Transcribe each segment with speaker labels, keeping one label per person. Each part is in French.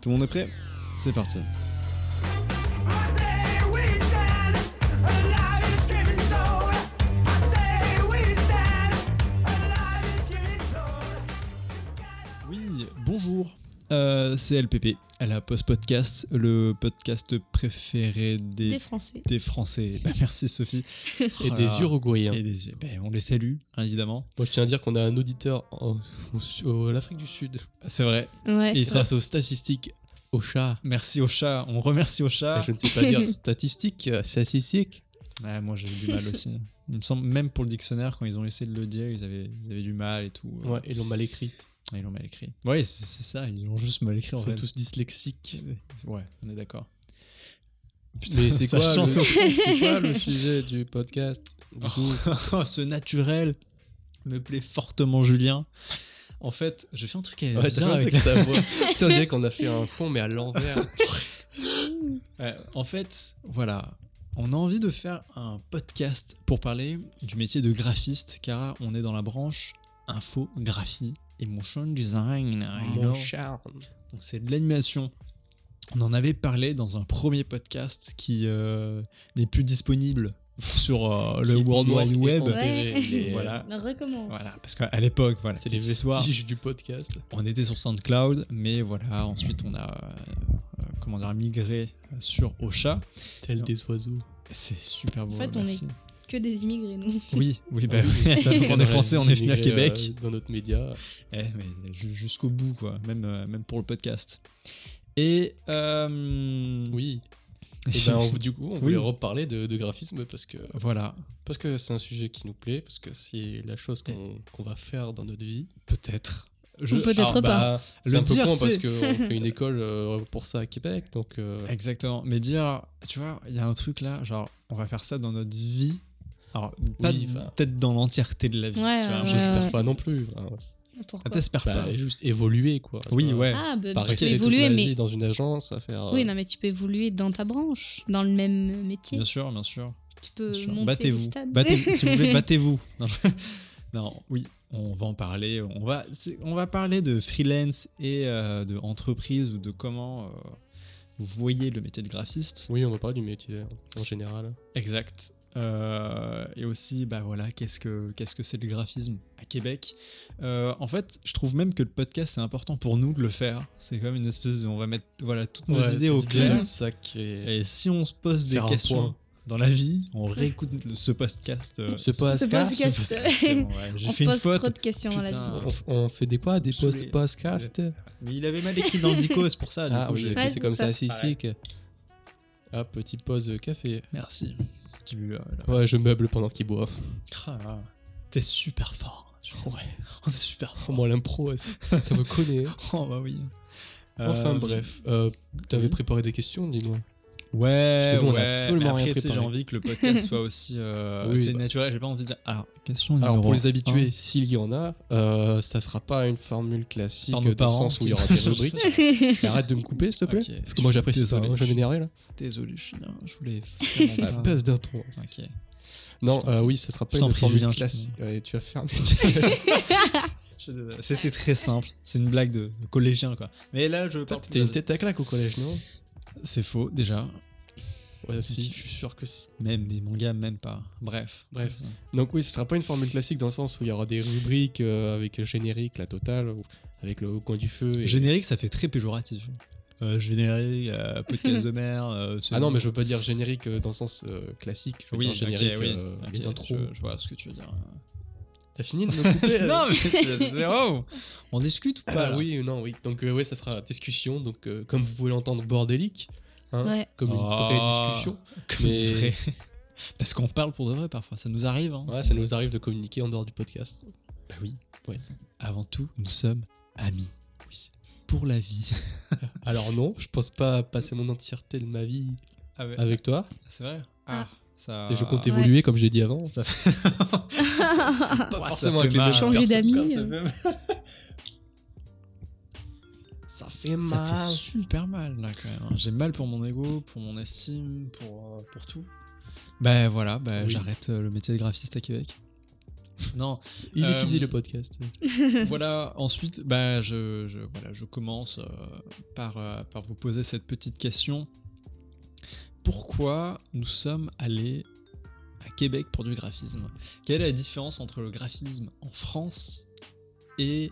Speaker 1: Tout le monde est prêt C'est parti. Oui, bonjour. Euh, c'est LPP, à la Post Podcast, le podcast préféré des,
Speaker 2: Des Français.
Speaker 1: des Français. Bah, merci Sophie.
Speaker 3: Et
Speaker 1: Oh là là.
Speaker 3: des hein. Uruguayens.
Speaker 1: Et des- ben, on les salue, hein, évidemment.
Speaker 3: Moi, je tiens à dire qu'on a un auditeur en, en- au- à l'Afrique du Sud.
Speaker 1: C'est vrai.
Speaker 2: Ouais.
Speaker 3: Et grâce aux statistiques au chat.
Speaker 1: Merci au chat. On remercie au chat.
Speaker 3: Je ne sais pas dire statistiques, euh, statistiques.
Speaker 1: Ouais, moi j'ai eu du mal aussi. Il me semble, même pour le dictionnaire, quand ils ont essayé de le dire, ils avaient, ils avaient du mal et tout.
Speaker 3: Ouais, ils l'ont mal écrit.
Speaker 1: Ils l'ont mal écrit. Ouais, c'est c'est ça, ils l'ont juste mal écrit
Speaker 3: Ils
Speaker 1: en
Speaker 3: sont
Speaker 1: fait.
Speaker 3: tous dyslexiques.
Speaker 1: Ouais, on est d'accord.
Speaker 3: Mais c'est
Speaker 1: ça
Speaker 3: quoi, le-
Speaker 1: chante au
Speaker 3: c'est quoi le sujet du podcast Du coup,
Speaker 1: Oh, ce naturel me plaît fortement, Julien. En fait, je fais un truc
Speaker 3: ouais,
Speaker 1: bizarre
Speaker 3: t'as fait un
Speaker 1: avec
Speaker 3: truc avec ta voix. Putain, on dirait qu'on a fait un son, mais à l'envers.
Speaker 1: Ouais, en fait, voilà, on a envie de faire un podcast pour parler du métier de graphiste, car on est dans la branche infographie et motion design. you
Speaker 3: Mon
Speaker 1: know.
Speaker 3: charme.
Speaker 1: Donc c'est de l'animation. On en avait parlé dans un premier podcast qui euh, n'est plus disponible sur euh, le
Speaker 3: Qui est
Speaker 1: World
Speaker 3: mort
Speaker 1: Wide
Speaker 3: et
Speaker 1: Web.
Speaker 3: enterré.
Speaker 2: Ouais.
Speaker 3: Il est-
Speaker 1: Voilà.
Speaker 2: Bah, Recommence.
Speaker 1: Voilà, parce qu'à l'époque, voilà,
Speaker 3: C'est les
Speaker 1: petite histoire,
Speaker 3: vestiges du podcast.
Speaker 1: on était sur SoundCloud, mais voilà, ensuite on a euh, euh, comment dire, migré sur Ocha.
Speaker 3: Tel
Speaker 1: Non.
Speaker 3: des oiseaux.
Speaker 1: C'est super beau.
Speaker 2: En fait, on
Speaker 1: merci.
Speaker 2: Que des immigrés, nous.
Speaker 1: Oui, oui, bah,
Speaker 3: Ah
Speaker 1: oui, ça, on est français, on est venu à
Speaker 3: Immigrés,
Speaker 1: Québec.
Speaker 3: euh, dans notre média.
Speaker 1: Eh, mais ju- jusqu'au bout, quoi, même, euh, même pour le podcast. Et. euh,
Speaker 3: Oui. Et ben, on- du coup, on voulait
Speaker 1: Oui.
Speaker 3: reparler de, de graphisme parce que
Speaker 1: Voilà,
Speaker 3: parce que c'est un sujet qui nous plaît, parce que c'est la chose qu'on qu'on va faire dans notre vie.
Speaker 1: peut-être. Je-
Speaker 2: Ou peut-être
Speaker 1: alors,
Speaker 3: Alors, bah,
Speaker 1: Le
Speaker 3: C'est un peu
Speaker 1: dire,
Speaker 3: con
Speaker 1: tu
Speaker 3: parce
Speaker 1: sais.
Speaker 3: qu'on fait une école euh, pour ça à Québec, donc euh,
Speaker 1: Exactement. Mais dire, tu vois, il y a un truc là, genre, on va faire ça dans notre vie. Alors, pas
Speaker 3: Oui, enfin.
Speaker 1: peut-être dans l'entièreté de la vie.
Speaker 2: Ouais,
Speaker 1: tu vois,
Speaker 2: ouais,
Speaker 1: j'espère-
Speaker 3: j'espère
Speaker 2: ouais.
Speaker 3: pas non plus. Enfin,
Speaker 1: Ah,
Speaker 2: Pourquoi
Speaker 1: T'espères
Speaker 3: bah,
Speaker 1: pas.
Speaker 3: juste évoluer quoi.
Speaker 1: Oui,
Speaker 3: Enfin,
Speaker 1: ouais.
Speaker 2: Ah, bah,
Speaker 3: Pas
Speaker 2: tu peux
Speaker 3: rester toute
Speaker 2: évoluer,
Speaker 3: ma
Speaker 2: mais.
Speaker 3: vie dans une agence à faire. euh,
Speaker 2: Oui, non, mais tu peux évoluer dans ta branche, dans le même métier.
Speaker 1: Bien sûr, bien sûr.
Speaker 2: Tu peux
Speaker 1: bien sûr.
Speaker 2: Euh, monter les
Speaker 1: Battez-vous.
Speaker 2: stades.
Speaker 1: Battez- si vous voulez, battez-vous. Non, je- non, oui, on va en parler. On va, c'est- on va parler de freelance et euh, de entreprise ou de comment euh, vous voyez le métier de graphiste.
Speaker 3: Oui, on va parler du métier en général.
Speaker 1: Exact. Euh, et aussi, bah voilà, qu'est-ce que qu'est-ce que c'est le graphisme à Québec Euh, En fait, je trouve même que le podcast c'est important pour nous de le faire. C'est comme une espèce, de, on va mettre voilà toutes nos
Speaker 3: Ouais,
Speaker 1: idées
Speaker 3: c'est
Speaker 1: au
Speaker 3: une idée dans
Speaker 1: clair.
Speaker 3: le sac et-
Speaker 1: Et euh, si on se pose des
Speaker 3: Faire un
Speaker 1: questions
Speaker 3: point.
Speaker 1: dans la vie, on réécoute le- ce podcast. euh,
Speaker 3: Ce
Speaker 2: Ce
Speaker 3: podcast,
Speaker 1: ce podcast.
Speaker 2: podcast.
Speaker 1: C'est bon, ouais, J'ai
Speaker 2: On
Speaker 1: fait
Speaker 2: se
Speaker 1: une
Speaker 2: pose trop
Speaker 1: faute.
Speaker 2: de questions dans la
Speaker 1: Putain.
Speaker 2: vie.
Speaker 3: on, on fait des quoi Des
Speaker 1: Saoulé.
Speaker 3: post podcasts
Speaker 1: Mais il avait mal écrit dans le dico, c'est pour ça. Du
Speaker 3: Ah
Speaker 1: coup,
Speaker 3: oui,
Speaker 1: j'ai-
Speaker 3: ok,
Speaker 2: Ouais,
Speaker 3: c'est
Speaker 2: c'est
Speaker 3: comme
Speaker 2: ça.
Speaker 3: ça, si, si. que- Ah, petit pause café.
Speaker 1: Merci. Tu lui, euh, là.
Speaker 3: Ouais, je meuble pendant qu'il boit.
Speaker 1: Ah, là. T'es super fort.
Speaker 3: Ouais.
Speaker 1: Oh, T'es super
Speaker 3: Oh,
Speaker 1: fort.
Speaker 3: moi, l'impro, ça ça me connaît.
Speaker 1: Oh, bah oui.
Speaker 3: Enfin,
Speaker 1: Euh,
Speaker 3: bref. Euh, T'avais
Speaker 1: oui.
Speaker 3: préparé des questions, dis-moi.
Speaker 1: Ouais,
Speaker 3: Parce que nous, on a
Speaker 1: ouais.
Speaker 3: absolument
Speaker 1: mais après,
Speaker 3: rien
Speaker 1: tu sais, j'ai
Speaker 3: préparé.
Speaker 1: envie que le podcast soit aussi euh,
Speaker 3: Oui,
Speaker 1: tu sais,
Speaker 3: bah.
Speaker 1: naturel. J'ai pas envie de dire. Alors, question numéro
Speaker 3: Alors, pour les
Speaker 1: un.
Speaker 3: habitués, s'il y en a, euh, ça sera pas une formule classique
Speaker 1: Par nos
Speaker 3: dans le
Speaker 1: parents,
Speaker 3: sens où il y
Speaker 1: ok.
Speaker 3: aura des rubriques. Mais Arrête de me couper, s'il te plaît.
Speaker 1: Ok,
Speaker 3: Parce que moi,
Speaker 1: je suis
Speaker 3: j'apprécie ça.
Speaker 1: désolé,
Speaker 3: hein, Je
Speaker 1: je
Speaker 3: vais
Speaker 1: suis
Speaker 3: m'énerver, là.
Speaker 1: Désolé, Julien. Je voulais. vraiment
Speaker 3: Ah,
Speaker 1: pas.
Speaker 3: Passe d'un ton.
Speaker 1: Ok.
Speaker 3: Non,
Speaker 1: Je t'en
Speaker 3: euh, oui, ça sera
Speaker 1: Je
Speaker 3: pas
Speaker 1: t'en
Speaker 3: une
Speaker 1: prie, Julien,
Speaker 3: formule
Speaker 1: je-
Speaker 3: classique. Ouais, tu vas fermer.
Speaker 1: Je suis désolé. C'était très simple. C'est une blague de, de collégien, quoi. Mais là, je.
Speaker 3: Toi,
Speaker 1: parle
Speaker 3: t'étais
Speaker 1: plus
Speaker 3: une tête à claque au collège, non
Speaker 1: de- C'est faux, déjà.
Speaker 3: Ouais, si,
Speaker 1: Ok.
Speaker 3: je suis sûr que si.
Speaker 1: Même des mangas, même pas. Bref.
Speaker 3: Bref. Donc oui, ce sera pas une formule classique dans le sens où il y aura des rubriques euh, avec le générique, la totale, ou avec le coin du feu. Et...
Speaker 1: Générique, ça fait très péjoratif. Euh, générique, euh, podcast de mer. euh, c'est-
Speaker 3: Ah non, mais je veux pas dire générique euh, dans le sens euh, classique. Je veux
Speaker 1: Oui,
Speaker 3: dire générique,
Speaker 1: ok, oui.
Speaker 3: euh,
Speaker 1: Ok,
Speaker 3: les intros.
Speaker 1: Je, je vois ce que tu veux dire.
Speaker 3: T'as fini de me couper euh, avec-
Speaker 1: non, mais c'est zéro. On discute ou
Speaker 3: Ah,
Speaker 1: pas là
Speaker 3: oui, non, oui. Donc euh, ouais, ça sera discussion. Donc euh, comme vous pouvez l'entendre, bordélique, hein,
Speaker 2: Ouais.
Speaker 3: comme une vraie
Speaker 1: Ah.
Speaker 3: discussion.
Speaker 1: Comme
Speaker 3: Mais-
Speaker 1: vrai. Parce qu'on parle pour de vrai parfois, ça nous arrive. hein.
Speaker 3: Ouais, ça nous arrive de communiquer en dehors du podcast.
Speaker 1: Bah oui.
Speaker 3: Ouais.
Speaker 1: Avant tout, nous sommes amis.
Speaker 3: Oui.
Speaker 1: Pour la vie.
Speaker 3: Alors non, je pense pas passer mon entièreté de ma vie
Speaker 1: Ah ouais.
Speaker 3: avec toi.
Speaker 1: C'est vrai
Speaker 2: Ah.
Speaker 1: Ça...
Speaker 3: Je compte
Speaker 2: Ouais.
Speaker 3: évoluer comme j'ai dit avant.
Speaker 1: Ça fait...
Speaker 3: Pas
Speaker 1: ça fait mal.
Speaker 2: Changer
Speaker 3: personnes.
Speaker 2: d'amis.
Speaker 3: Ça
Speaker 2: euh.
Speaker 3: fait mal. Ça fait
Speaker 1: ça
Speaker 3: mal.
Speaker 1: fait super mal là quand même. hein. J'ai mal pour mon ego, pour mon estime, pour, euh, pour tout. Bah voilà, bah,
Speaker 3: Oui.
Speaker 1: j'arrête euh, le métier de graphiste à Québec. Non,
Speaker 3: Il est
Speaker 1: Euh,
Speaker 3: fini le podcast.
Speaker 1: voilà, ensuite, bah, je, je- voilà, je commence euh, par, euh, par vous poser cette petite question. Pourquoi nous sommes allés à Québec pour du graphisme Quelle est la différence entre le graphisme en France et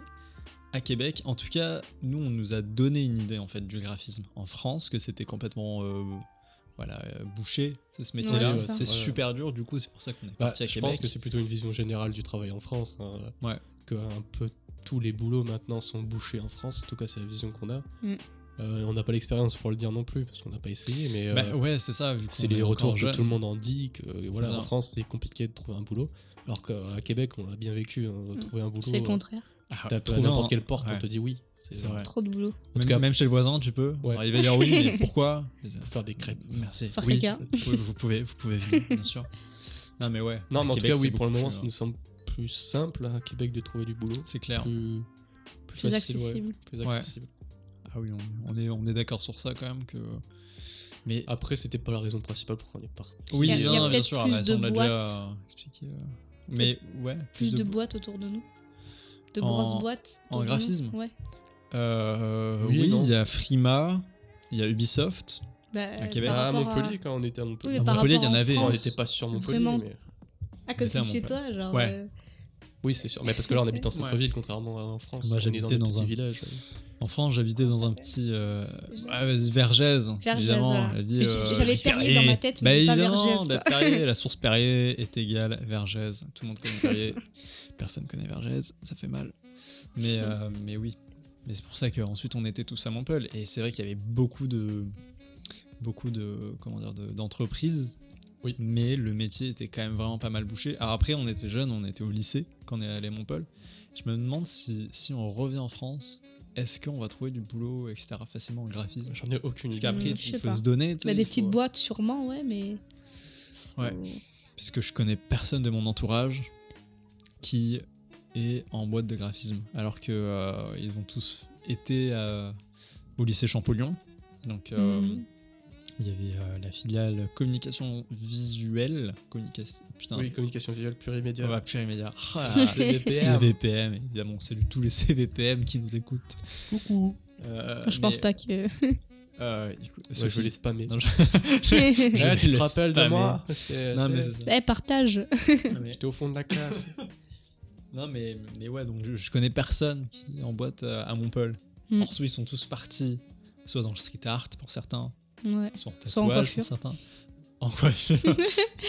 Speaker 1: à Québec En tout cas, nous, on nous a donné une idée en fait du graphisme en France, que c'était complètement... euh, voilà, euh, bouché, c'est ce métier-là,
Speaker 2: Ouais, c'est ça.
Speaker 1: c'est
Speaker 3: Ouais.
Speaker 1: super dur, du coup c'est pour ça qu'on est
Speaker 3: Bah,
Speaker 1: parti à
Speaker 3: je
Speaker 1: Québec.
Speaker 3: pense que c'est plutôt une vision générale du travail en France. hein,
Speaker 1: Ouais.
Speaker 3: Que un peu tous les boulots maintenant sont bouchés en France. En tout cas, c'est la vision qu'on a.
Speaker 2: Mm.
Speaker 3: Euh, on n'a pas l'expérience pour le dire non plus, parce qu'on n'a pas essayé, mais
Speaker 1: Bah,
Speaker 3: euh,
Speaker 1: ouais, c'est ça, vu
Speaker 3: c'est
Speaker 1: qu'on
Speaker 3: les
Speaker 1: est encore
Speaker 3: retours que
Speaker 1: jeune.
Speaker 3: tout le monde en dit. Que, euh, voilà,
Speaker 1: ça.
Speaker 3: en France, c'est compliqué de trouver un boulot. Alors qu'à Québec, on l'a bien vécu. hein, trouver un boulot,
Speaker 2: Mm. C'est le contraire.
Speaker 1: Ah,
Speaker 3: t'as
Speaker 1: trop
Speaker 3: trouvé
Speaker 1: bien.
Speaker 3: n'importe quelle porte,
Speaker 1: Ouais.
Speaker 3: on te dit oui.
Speaker 1: C'est vrai.
Speaker 2: Trop de boulot.
Speaker 1: En
Speaker 3: tout
Speaker 1: même,
Speaker 3: cas-
Speaker 1: même chez le voisin, tu peux.
Speaker 3: Ouais.
Speaker 1: Alors, il va dire oui, mais pourquoi
Speaker 3: Faut faire des crêpes.
Speaker 1: Merci.
Speaker 2: Faire
Speaker 1: Oui,
Speaker 2: caca.
Speaker 1: vous pouvez, vous pouvez, vous pouvez venir, bien sûr. Non, mais ouais.
Speaker 3: Non, mais en
Speaker 1: Québec,
Speaker 3: tout cas, oui,
Speaker 1: c'est
Speaker 3: pour le
Speaker 1: beaucoup
Speaker 3: moment,
Speaker 1: plus, euh,
Speaker 3: ça nous semble plus simple à Québec de trouver du boulot.
Speaker 1: C'est clair.
Speaker 3: Plus,
Speaker 2: Plus
Speaker 3: facile, ouais,
Speaker 2: accessible.
Speaker 3: plus
Speaker 1: Ouais.
Speaker 3: accessible.
Speaker 1: Ah oui, on, on est, on est d'accord sur ça quand même que. Mais ah
Speaker 3: Après, c'était pas la raison principale pour qu'on est parti.
Speaker 1: oui,
Speaker 2: y a- il y a
Speaker 1: Ah, non, bien
Speaker 2: peut-être
Speaker 1: sûr,
Speaker 2: plus
Speaker 1: bah, ça, on
Speaker 2: de
Speaker 1: l'a déjà
Speaker 2: boîtes.
Speaker 1: euh, expliqué. euh. Mais ouais,
Speaker 2: Plus de
Speaker 1: bo-
Speaker 2: boîtes autour de nous. De
Speaker 1: En-
Speaker 2: grosses boîtes.
Speaker 1: en
Speaker 2: autour de nous.
Speaker 1: graphisme
Speaker 2: Ouais.
Speaker 1: Euh,
Speaker 3: Oui et
Speaker 1: oui,
Speaker 3: non.
Speaker 1: il y a Frima, il y a Ubisoft.
Speaker 2: Bah,
Speaker 1: À Québec.
Speaker 2: par
Speaker 3: Ah, à
Speaker 2: rapport à-
Speaker 3: Montpellier, quand on était à Montpellier.
Speaker 2: Oui,
Speaker 1: À
Speaker 2: mais par
Speaker 1: Montpellier,
Speaker 2: rapport
Speaker 1: il y en
Speaker 2: en
Speaker 1: avait. hein,
Speaker 3: on
Speaker 2: France,
Speaker 3: n'était pas sur Montpellier,
Speaker 2: vraiment.
Speaker 3: mais...
Speaker 2: À côté de
Speaker 1: Notamment,
Speaker 2: chez
Speaker 1: ouais.
Speaker 2: toi, genre.
Speaker 1: Ouais.
Speaker 2: euh,
Speaker 3: Oui, c'est sûr. Mais parce que là, on habite en centre-ville, contrairement à en France.
Speaker 1: Moi,
Speaker 3: On est
Speaker 1: j'habitais
Speaker 3: des
Speaker 1: dans
Speaker 3: petits
Speaker 1: un-
Speaker 3: villages.
Speaker 1: En France, j'habitais dans un petit. Euh... ah, vas-y, Vergès.
Speaker 2: Vergès,
Speaker 1: évidemment,
Speaker 2: voilà.
Speaker 1: la vie,
Speaker 2: Mais je- j'avais
Speaker 1: hyper-
Speaker 2: Perrier dans ma tête, mais
Speaker 1: bah,
Speaker 2: pas
Speaker 1: évidemment,
Speaker 2: Vergès, quoi.
Speaker 1: la Perrier, la source Perrier est égale Vergès. Tout le monde connaît Perrier. Personne connaît Vergès, ça fait mal. Mais, euh, mais oui. Mais c'est pour ça qu'ensuite on était tous à Montpellier. Et c'est vrai qu'il y avait beaucoup de. Beaucoup de. Comment dire de- D'entreprises.
Speaker 3: Oui.
Speaker 1: Mais le métier était quand même vraiment pas mal bouché. Alors après, on était jeunes, on était au lycée quand on est allé à Montpellier. Je me demande si, si on revient en France, est-ce qu'on va trouver du boulot, etc., facilement en graphisme
Speaker 3: J'en ai aucune
Speaker 1: Parce
Speaker 3: idée.
Speaker 1: qu'après,
Speaker 2: Mm, je
Speaker 1: il
Speaker 2: sais
Speaker 1: faut
Speaker 2: pas.
Speaker 1: se donner. tu sais,
Speaker 2: bah, des
Speaker 1: il faut-
Speaker 2: petites boîtes, sûrement, ouais, mais.
Speaker 1: Ouais.
Speaker 2: Faut-
Speaker 1: puisque je connais personne de mon entourage qui est en boîte de graphisme, alors que euh, ils ont tous été euh, au lycée Champollion. Donc euh,
Speaker 2: Mhm.
Speaker 1: il y avait euh, la filiale communication visuelle, communication, putain,
Speaker 3: Oui, communication visuelle
Speaker 1: on
Speaker 3: plurimédia.
Speaker 1: va oh immédiat.
Speaker 3: CVPM.
Speaker 1: CVPM, évidemment, on salue tous les CVPM qui nous écoutent.
Speaker 3: Coucou.
Speaker 1: Euh,
Speaker 2: Je pense
Speaker 1: mais,
Speaker 2: pas que.
Speaker 1: euh, écoute,
Speaker 3: Ouais, je
Speaker 1: Sophie,
Speaker 3: vais les spammer.
Speaker 1: Non,
Speaker 2: Eh,
Speaker 1: je
Speaker 3: Ah,
Speaker 1: vais
Speaker 3: tu
Speaker 1: les
Speaker 3: te rappelles de
Speaker 1: spammer.
Speaker 3: moi C'est-
Speaker 1: Non, mais
Speaker 3: c'est-
Speaker 1: c'est ça.
Speaker 2: partage.
Speaker 1: Non, mais-
Speaker 3: J'étais au fond de la classe.
Speaker 1: Non, mais, mais ouais, donc je, je connais personne qui est en boîte euh, à Montpellier.
Speaker 2: Mm.
Speaker 1: Alors, soit ils sont tous partis, soit dans le street art pour certains,
Speaker 2: Ouais.
Speaker 1: soit en tatouage
Speaker 2: Soit en
Speaker 1: pour
Speaker 2: coiffure.
Speaker 1: certains. En coiffure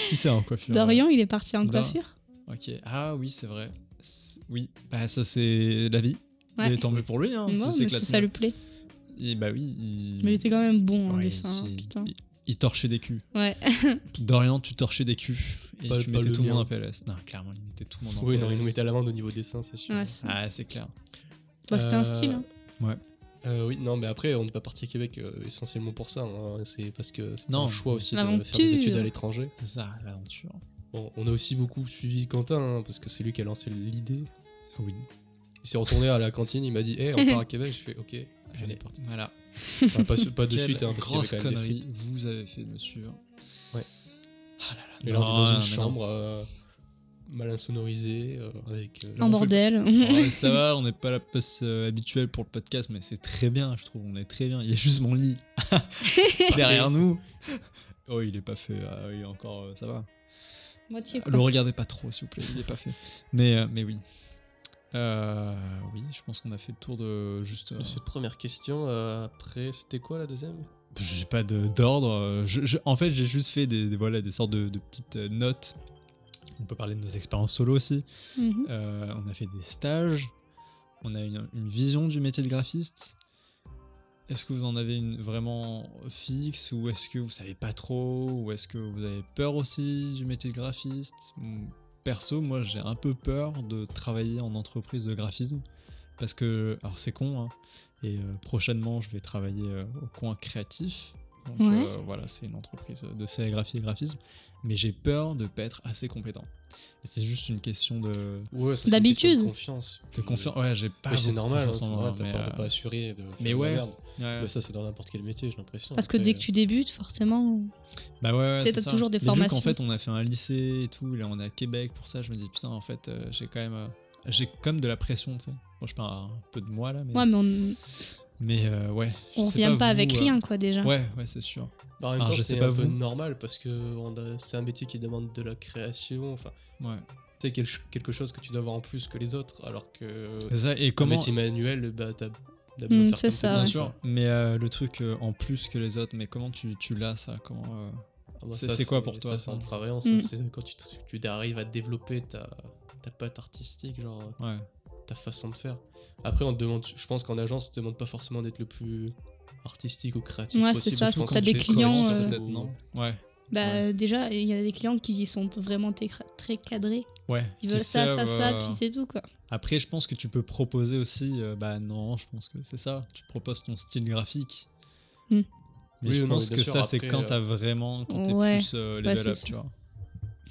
Speaker 1: Qui c'est en coiffure
Speaker 2: Dorian, il est parti en
Speaker 1: Dor-
Speaker 2: coiffure.
Speaker 1: Ok. Ah oui, c'est vrai. C'est- Oui, bah ça c'est la vie.
Speaker 2: Ouais.
Speaker 1: Et tant mieux pour lui, hein.
Speaker 2: Moi,
Speaker 1: ça
Speaker 2: mais
Speaker 1: s'éclate
Speaker 2: si ça
Speaker 1: mieux.
Speaker 2: lui plaît.
Speaker 1: Et bah oui. Il...
Speaker 2: Mais il était quand même bon en
Speaker 1: Ouais,
Speaker 2: dessin, hein,
Speaker 1: il-
Speaker 2: putain.
Speaker 1: il- il torchait des culs.
Speaker 2: Ouais.
Speaker 1: Dorian, tu torchais des culs et
Speaker 3: Pas-
Speaker 1: tu
Speaker 3: pas
Speaker 1: mettais
Speaker 3: le
Speaker 1: tout le monde
Speaker 3: mien.
Speaker 1: en PLS. Non, clairement, il mettait tout le monde en
Speaker 3: Oui,
Speaker 1: PLS.
Speaker 3: non, ils nous mettaient à la main au niveau dessin, c'est sûr.
Speaker 2: Ouais, c'est-
Speaker 1: Ah, c'est clair.
Speaker 2: bah, c'était
Speaker 3: Euh,
Speaker 2: un style. hein.
Speaker 3: Euh, oui, non, mais après, on n'est pas parti à Québec euh, essentiellement pour ça. hein. C'est parce que c'est
Speaker 1: Non.
Speaker 3: un choix aussi de
Speaker 2: L'aventure.
Speaker 3: faire des études à l'étranger.
Speaker 1: C'est ça, l'aventure.
Speaker 3: Bon, on a aussi beaucoup suivi Quentin, hein, parce que c'est lui qui a lancé l'idée.
Speaker 1: Ah Oui.
Speaker 3: Il s'est retourné à la cantine, il m'a dit Hé, on part à Québec. Je fais Ok, j'en ai
Speaker 1: Allez,
Speaker 3: parti.
Speaker 1: voilà.
Speaker 3: Enfin, pas, pas de
Speaker 1: Quelle
Speaker 3: suite, hein, parce qu'il y avait
Speaker 1: grosse
Speaker 3: quand même des
Speaker 1: connerie
Speaker 3: frites.
Speaker 1: vous avez fait, monsieur.
Speaker 3: Ouais.
Speaker 1: Ah là là.
Speaker 3: Et là, on
Speaker 1: non,
Speaker 3: est dans
Speaker 1: non,
Speaker 3: une
Speaker 1: mais non.
Speaker 3: chambre euh, mal insonorisée, euh, avec. euh,
Speaker 2: En bordel.
Speaker 1: Ouais, ça va, on n'est pas la place euh, habituelle pour le podcast, mais c'est très bien, je trouve. On est très bien. Il y a juste mon lit derrière nous. Oh, il est pas fait. Ah, il est encore. euh, ça va.
Speaker 2: Moitié
Speaker 1: Le
Speaker 2: quoi.
Speaker 1: regardez pas trop, s'il vous plaît. Il est pas fait. Mais, euh, mais oui. Euh, oui, je pense qu'on a fait le tour de juste. euh,
Speaker 3: de cette première question, euh, après, c'était quoi la deuxième
Speaker 1: J'ai pas de- d'ordre. euh, je- je- en fait, j'ai juste fait des, des- voilà, des sortes de, de petites euh, notes. On peut parler de nos expériences solo aussi.
Speaker 2: Mhm.
Speaker 1: Euh, on a fait des stages. On a une, une vision du métier de graphiste. Est-ce que vous en avez une vraiment fixe ou est-ce que vous savez pas trop ou est-ce que vous avez peur aussi du métier de graphiste Hum, Perso, moi j'ai un peu peur de travailler en entreprise de graphisme parce que alors c'est con hein, et euh, prochainement je vais travailler euh, au coin créatif Donc
Speaker 2: Ouais.
Speaker 1: euh, voilà, c'est une entreprise de sérigraphie et graphisme. Mais j'ai peur de pas être assez compétent. Et c'est juste une question de,
Speaker 3: Ouais, ça, c'est une question de
Speaker 2: D'habitude.
Speaker 3: Confiance.
Speaker 1: de confiance. Ouais, j'ai pas.
Speaker 3: Mais c'est
Speaker 1: beaucoup
Speaker 3: normal, hein,
Speaker 1: confiance
Speaker 3: c'est
Speaker 1: en
Speaker 3: normal,
Speaker 1: moi,
Speaker 3: t'as
Speaker 1: mais,
Speaker 3: peur de
Speaker 1: euh,
Speaker 3: pas assurer, et de faire
Speaker 1: mais
Speaker 3: de la
Speaker 1: ouais.
Speaker 3: merde.
Speaker 1: ouais.
Speaker 3: Mais ça, c'est dans n'importe quel métier, j'ai l'impression.
Speaker 2: Parce que
Speaker 3: Après,
Speaker 2: dès que tu débutes, forcément.
Speaker 1: Bah ouais, ouais,
Speaker 2: Peut-être
Speaker 1: c'est
Speaker 2: t'as
Speaker 1: ça.
Speaker 2: toujours des
Speaker 1: Mais vu qu'en
Speaker 2: formations.
Speaker 1: fait, on a fait un lycée et tout, là on est à Québec pour ça, je me dis putain, en fait, euh, j'ai quand même, euh, j'ai comme de la pression, tu sais. Bon, je parle un peu de moi là, mais
Speaker 2: Ouais, mais on,
Speaker 1: mais euh, ouais. je
Speaker 2: on
Speaker 1: sais
Speaker 2: revient pas,
Speaker 1: vous,
Speaker 2: avec
Speaker 1: euh,
Speaker 2: rien, quoi, déjà.
Speaker 1: Ouais, ouais, c'est sûr.
Speaker 3: Bah, en même
Speaker 1: Alors,
Speaker 3: temps,
Speaker 1: je sais
Speaker 3: c'est
Speaker 1: pas
Speaker 3: un peu
Speaker 1: vous.
Speaker 3: normal parce que on a- c'est un métier qui demande de la création. Enfin,
Speaker 1: Ouais.
Speaker 3: tu sais, quel- quelque chose que tu dois avoir en plus que les autres. Alors que
Speaker 1: C'est ça. Et
Speaker 3: comme
Speaker 1: Euh, comment
Speaker 3: métier manuel, bah, t'as t'as
Speaker 2: Hmm,
Speaker 3: besoin de faire
Speaker 2: c'est
Speaker 3: comme
Speaker 2: ça,
Speaker 3: t'as
Speaker 1: Bien
Speaker 2: ouais.
Speaker 3: besoin,
Speaker 1: sûr. Mais euh, le truc euh, en plus que les autres, mais comment tu, tu l'as ça Comment euh,
Speaker 3: Ah, moi,
Speaker 1: C'est-
Speaker 3: ça,
Speaker 1: c'est quoi pour toi,
Speaker 3: Ça,
Speaker 1: ça
Speaker 3: c'est en travaillant. ça,
Speaker 2: Hmm.
Speaker 3: C'est quand tu, tu arrives à développer ta, ta patte artistique, genre
Speaker 1: Ouais.
Speaker 3: ta façon de faire. Après, on te demande, je pense qu'en agence, on te demande pas forcément d'être le plus artistique ou créatif
Speaker 2: Ouais,
Speaker 3: possible.
Speaker 2: c'est ça,
Speaker 3: Je
Speaker 2: si
Speaker 3: pense
Speaker 2: t'as
Speaker 3: que
Speaker 2: des
Speaker 3: tu fais
Speaker 2: clients,
Speaker 3: cohérence,
Speaker 1: cohérence,
Speaker 2: euh,
Speaker 3: surtout.
Speaker 1: peut-être non. Ouais.
Speaker 2: Bah,
Speaker 1: Ouais.
Speaker 2: déjà, il y a des clients qui sont vraiment très, très cadrés.
Speaker 1: Ouais. Qui
Speaker 2: Ils veulent ça, ça,
Speaker 1: savent,
Speaker 2: ça,
Speaker 1: euh,
Speaker 2: puis c'est tout, quoi.
Speaker 1: Après, je pense que tu peux proposer aussi. euh, bah non, je pense que c'est ça. Tu proposes ton style graphique.
Speaker 2: Hmm.
Speaker 1: Mais
Speaker 3: Oui,
Speaker 1: je
Speaker 3: non,
Speaker 1: pense
Speaker 3: mais
Speaker 1: que
Speaker 3: bien sûr,
Speaker 1: ça, c'est
Speaker 3: après,
Speaker 1: quand
Speaker 3: euh,
Speaker 1: t'as vraiment. Quand t'es
Speaker 2: Ouais.
Speaker 1: plus euh,
Speaker 2: Bah,
Speaker 1: level
Speaker 2: c'est
Speaker 1: up,
Speaker 2: sûr.
Speaker 1: tu vois.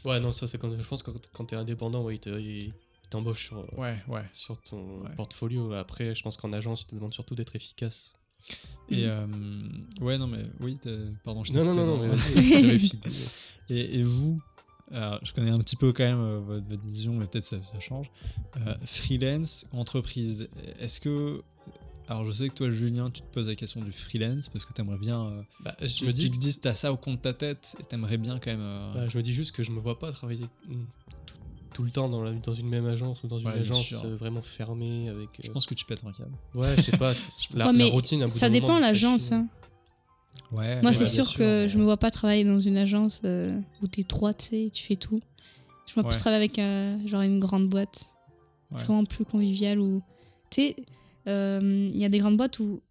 Speaker 3: Ouais, non, ça, c'est quand je pense que quand t'es indépendant, ouais, ils te- ils t'embauchent sur.
Speaker 1: Ouais, ouais.
Speaker 3: sur ton
Speaker 1: Ouais.
Speaker 3: portfolio. Après, je pense qu'en agence, ils te demandent surtout d'être efficace.
Speaker 1: Et.
Speaker 2: Hmm.
Speaker 1: euh, ouais, non, mais. Oui, t'es- pardon, je t'ai
Speaker 3: Non, non,
Speaker 1: coupé,
Speaker 3: non, non,
Speaker 1: mais-
Speaker 3: mais j'avais fini.
Speaker 1: Et, et vous alors, je connais un petit peu quand même euh, votre, votre vision, mais peut-être ça, ça change. Euh, freelance, entreprise, est-ce que... Alors je sais que toi Julien, tu te poses la question du freelance parce que t'aimerais bien... euh,
Speaker 3: Bah, je
Speaker 1: tu
Speaker 3: me dis,
Speaker 1: tu te dis t'as ça au compte de ta tête et t'aimerais bien quand même... euh,
Speaker 3: bah, je me dis juste que je me vois pas travailler mm, tout, tout le temps dans, la- dans une même agence ou dans une
Speaker 1: Ouais, bien
Speaker 3: agence
Speaker 1: sûr.
Speaker 3: euh, vraiment fermée avec. euh,
Speaker 1: Je pense que tu pètes un câble.
Speaker 3: Ouais, je sais pas. c'est- la,
Speaker 2: Ouais,
Speaker 3: la
Speaker 2: mais
Speaker 3: routine. À bout
Speaker 2: Ça
Speaker 3: d'un moment,
Speaker 2: dépend
Speaker 3: me fait
Speaker 2: l'agence.
Speaker 3: chier.
Speaker 2: hein.
Speaker 1: Ouais.
Speaker 2: Moi,
Speaker 3: Ouais,
Speaker 2: c'est
Speaker 3: bah,
Speaker 2: sûr
Speaker 3: bien
Speaker 2: que
Speaker 3: sûr,
Speaker 2: je me vois pas travailler dans une agence euh, où t'es trois, tu sais, et tu fais tout. Je me vois
Speaker 1: Ouais.
Speaker 2: plus travailler avec euh, genre une grande boîte.
Speaker 1: Ouais.
Speaker 2: C'est vraiment plus convivial où. Tu sais, euh, il y a des grandes boîtes où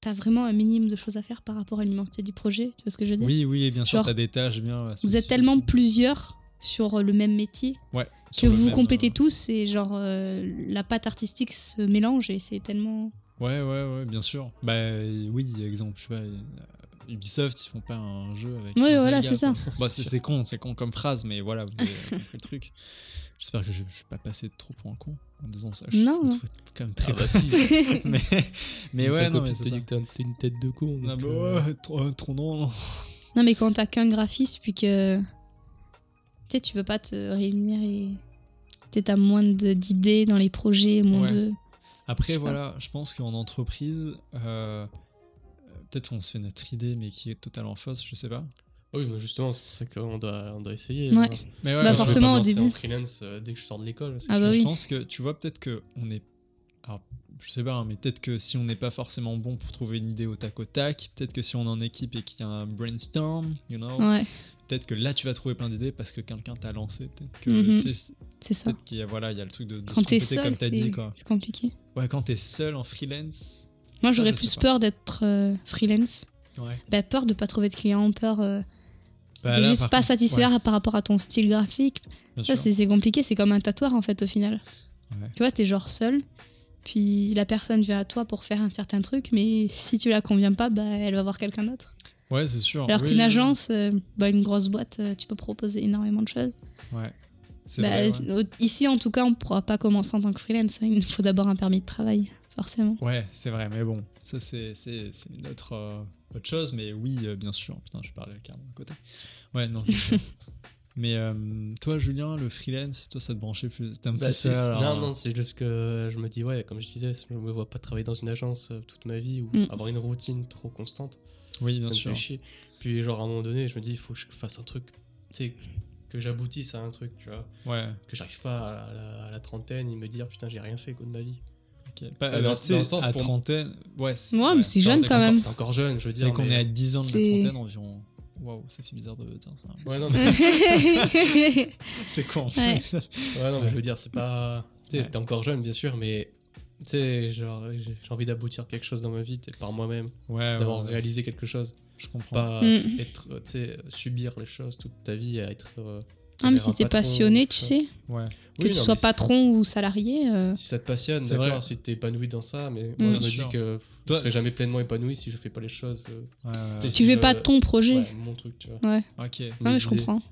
Speaker 2: t'as vraiment un minimum de choses à faire par rapport à l'immensité du projet. Tu vois ce que je veux dire
Speaker 1: Oui, oui, et bien sûr,
Speaker 2: Genre,
Speaker 1: t'as des tâches bien... euh,
Speaker 2: Vous êtes
Speaker 1: spécifiques.
Speaker 2: tellement plusieurs sur le même métier
Speaker 1: Ouais,
Speaker 2: que
Speaker 1: sur le
Speaker 2: vous
Speaker 1: même, euh,
Speaker 2: complétez tous et genre euh, la pâte artistique se mélange et c'est tellement.
Speaker 1: euh, Ouais, ouais, ouais, bien sûr. Bah euh, oui, exemple, je sais pas... euh, Ubisoft, ils font pas un jeu avec...
Speaker 2: Ouais,
Speaker 1: un
Speaker 2: voilà,
Speaker 1: Zelda,
Speaker 2: c'est ça.
Speaker 1: Bah, c'est c'est con, c'est con comme phrase, mais voilà, vous avez compris le truc. J'espère que je, je suis pas passé trop pour un con en disant ça. Je
Speaker 2: Non,
Speaker 1: me
Speaker 2: non.
Speaker 1: trouve quand même très
Speaker 3: Ah bah
Speaker 1: bas.
Speaker 3: si.
Speaker 1: mais, mais
Speaker 3: Ta
Speaker 1: ouais, non, mais c'est
Speaker 3: copine t'a
Speaker 1: ça.
Speaker 3: dit que t'es un- t'es une tête de con.
Speaker 1: Ah
Speaker 3: donc,
Speaker 1: bah
Speaker 3: euh,
Speaker 1: ouais, trop, euh, trop non.
Speaker 2: Non, mais quand t'as qu'un graphiste, puis que. Tu sais, tu peux pas te réunir et. Peut-être t'as moins de- d'idées dans les projets, moins
Speaker 1: Ouais.
Speaker 2: de. Je
Speaker 1: Après,
Speaker 2: sais pas.
Speaker 1: voilà, je pense qu'en entreprise, euh, peut-être qu'on se fait notre idée, mais qui est totalement fausse, je sais pas.
Speaker 3: Oui, mais justement, c'est pour ça qu'on doit, on doit essayer.
Speaker 2: Ouais.
Speaker 3: hein.
Speaker 1: Mais ouais,
Speaker 2: Bah,
Speaker 1: ouais,
Speaker 3: Moi,
Speaker 1: je-
Speaker 2: forcément,
Speaker 3: je
Speaker 2: au
Speaker 3: vais pas me lancer
Speaker 2: début.
Speaker 3: en freelance euh, dès que je sors de l'école. parce que
Speaker 2: Ah
Speaker 3: je-
Speaker 2: bah
Speaker 1: je
Speaker 2: oui.
Speaker 1: pense que, tu vois, peut-être que on est. Alors, je sais pas, hein, mais peut-être que si on n'est pas forcément bon pour trouver une idée au tac au tac, peut-être que si on est en équipe et qu'il y a un brainstorm, you know,
Speaker 2: Ouais,
Speaker 1: peut-être que là tu vas trouver plein d'idées parce que quelqu'un t'a lancé peut-être que
Speaker 2: Mhm.
Speaker 1: tu sais,
Speaker 2: c'est ça.
Speaker 1: peut-être qu'il y a voilà il y a le truc de, de
Speaker 2: Quand
Speaker 1: se
Speaker 2: t'es
Speaker 1: compléter
Speaker 2: seul,
Speaker 1: comme t'as
Speaker 2: c'est
Speaker 1: dit quoi
Speaker 2: c'est compliqué.
Speaker 1: ouais quand t'es seul en freelance
Speaker 2: Moi,
Speaker 1: Ça,
Speaker 2: j'aurais
Speaker 1: je
Speaker 2: plus
Speaker 1: sais pas.
Speaker 2: peur d'être euh, freelance.
Speaker 1: ouais
Speaker 2: Bah, peur de pas trouver de clients, peur euh,
Speaker 1: Bah
Speaker 2: de
Speaker 1: là,
Speaker 2: juste
Speaker 1: par
Speaker 2: pas
Speaker 1: contre,
Speaker 2: satisfaire par rapport à ton style graphique.
Speaker 1: ouais, bien
Speaker 2: Ça,
Speaker 1: sûr.
Speaker 2: c'est c'est compliqué, c'est comme un tatouage en fait, au final.
Speaker 1: Ouais.
Speaker 2: Tu vois, t'es genre seul, puis la personne vient à toi pour faire un certain truc, mais si tu la conviens pas, bah, elle va voir quelqu'un d'autre.
Speaker 1: ouais c'est sûr
Speaker 2: Alors
Speaker 1: Oui,
Speaker 2: qu'une
Speaker 1: oui,
Speaker 2: agence, euh, bah, une grosse boîte, euh, tu peux proposer énormément de choses.
Speaker 1: oui. ouais c'est
Speaker 2: Bah,
Speaker 1: vrai, ouais.
Speaker 2: au- Ici, en tout cas, on ne pourra pas commencer en tant que freelance. hein. Il nous faut d'abord un permis de travail, forcément.
Speaker 1: Ouais, c'est vrai mais bon ça c'est c'est c'est une autre euh, autre chose mais oui euh, bien sûr putain je parlais carrément à côté ouais non c'est sûr. mais euh, toi Julien le freelance toi ça te branchait plus t'es un petit
Speaker 3: Bah, c'est-
Speaker 1: seul hein. alors,
Speaker 3: non, non, c'est juste que je me dis, ouais, comme je disais, je me vois pas travailler dans une agence euh, toute ma vie ou
Speaker 2: Mm.
Speaker 3: avoir une routine trop constante.
Speaker 1: oui bien
Speaker 3: ça
Speaker 1: sûr
Speaker 3: me fait chier. Puis, genre, à un moment donné, je me dis, il faut que je fasse un truc, tu sais, que j'aboutisse à un truc, tu vois.
Speaker 1: ouais
Speaker 3: Que j'arrive pas à la, à la trentaine et me dire, putain, j'ai rien fait quoi, de ma vie.
Speaker 1: ok. Pas-
Speaker 3: Dans-
Speaker 1: alors,
Speaker 3: dans
Speaker 1: tu sais,
Speaker 3: le sens
Speaker 1: à
Speaker 3: pour-
Speaker 1: trentaine ouais c'est-
Speaker 2: Ouais, mais c'est
Speaker 1: genre,
Speaker 2: jeune,
Speaker 1: c'est
Speaker 2: quand
Speaker 1: encore-
Speaker 2: même.
Speaker 3: C'est encore jeune, je veux
Speaker 1: C'est
Speaker 3: dire.
Speaker 1: qu'on
Speaker 3: mais-
Speaker 1: est à 10 ans de
Speaker 2: C'est-
Speaker 1: la trentaine environ. Waouh, ça fait bizarre de dire ça.
Speaker 3: Ouais,
Speaker 2: Ah,
Speaker 3: non, mais,
Speaker 1: C'est con.
Speaker 2: Ouais.
Speaker 3: ouais, non, mais je veux dire, c'est pas. Tu sais,
Speaker 1: Ouais.
Speaker 3: t'es encore jeune, bien sûr, mais. Tu sais, genre, j'ai j'ai envie d'aboutir quelque chose dans ma vie, tu sais, par moi-même,
Speaker 1: Ah ouais,
Speaker 3: d'avoir réalisé quelque chose.
Speaker 1: Je comprends.
Speaker 3: pas
Speaker 2: Mm.
Speaker 3: être euh, tu sais subir les choses toute ta vie à être euh,
Speaker 2: Ah, mais
Speaker 3: vers
Speaker 2: si
Speaker 3: un
Speaker 2: t'es
Speaker 3: patron,
Speaker 2: passionné,
Speaker 3: tout
Speaker 2: tu
Speaker 3: ça.
Speaker 2: sais,
Speaker 1: Ouais.
Speaker 2: que
Speaker 3: Oui,
Speaker 2: tu
Speaker 3: non,
Speaker 2: sois
Speaker 3: mais
Speaker 2: patron ou salarié, euh,
Speaker 3: Si ça te passionne,
Speaker 1: C'est vrai.
Speaker 3: d'accord, si t'es épanoui dans ça, mais moi
Speaker 2: Mm.
Speaker 3: je
Speaker 1: Bien
Speaker 3: me
Speaker 1: sûr.
Speaker 3: dis que pff, je
Speaker 1: Toi-
Speaker 3: serai jamais pleinement épanoui si je fais pas les choses. euh,
Speaker 1: ouais, ouais,
Speaker 2: si
Speaker 3: si
Speaker 2: tu fais
Speaker 3: je-
Speaker 2: pas ton projet.
Speaker 3: ouais, mon truc, tu vois.
Speaker 2: Ouais,
Speaker 1: ouais. Ok.
Speaker 2: Ouais,
Speaker 3: Mes
Speaker 2: je
Speaker 3: idées.
Speaker 2: comprends.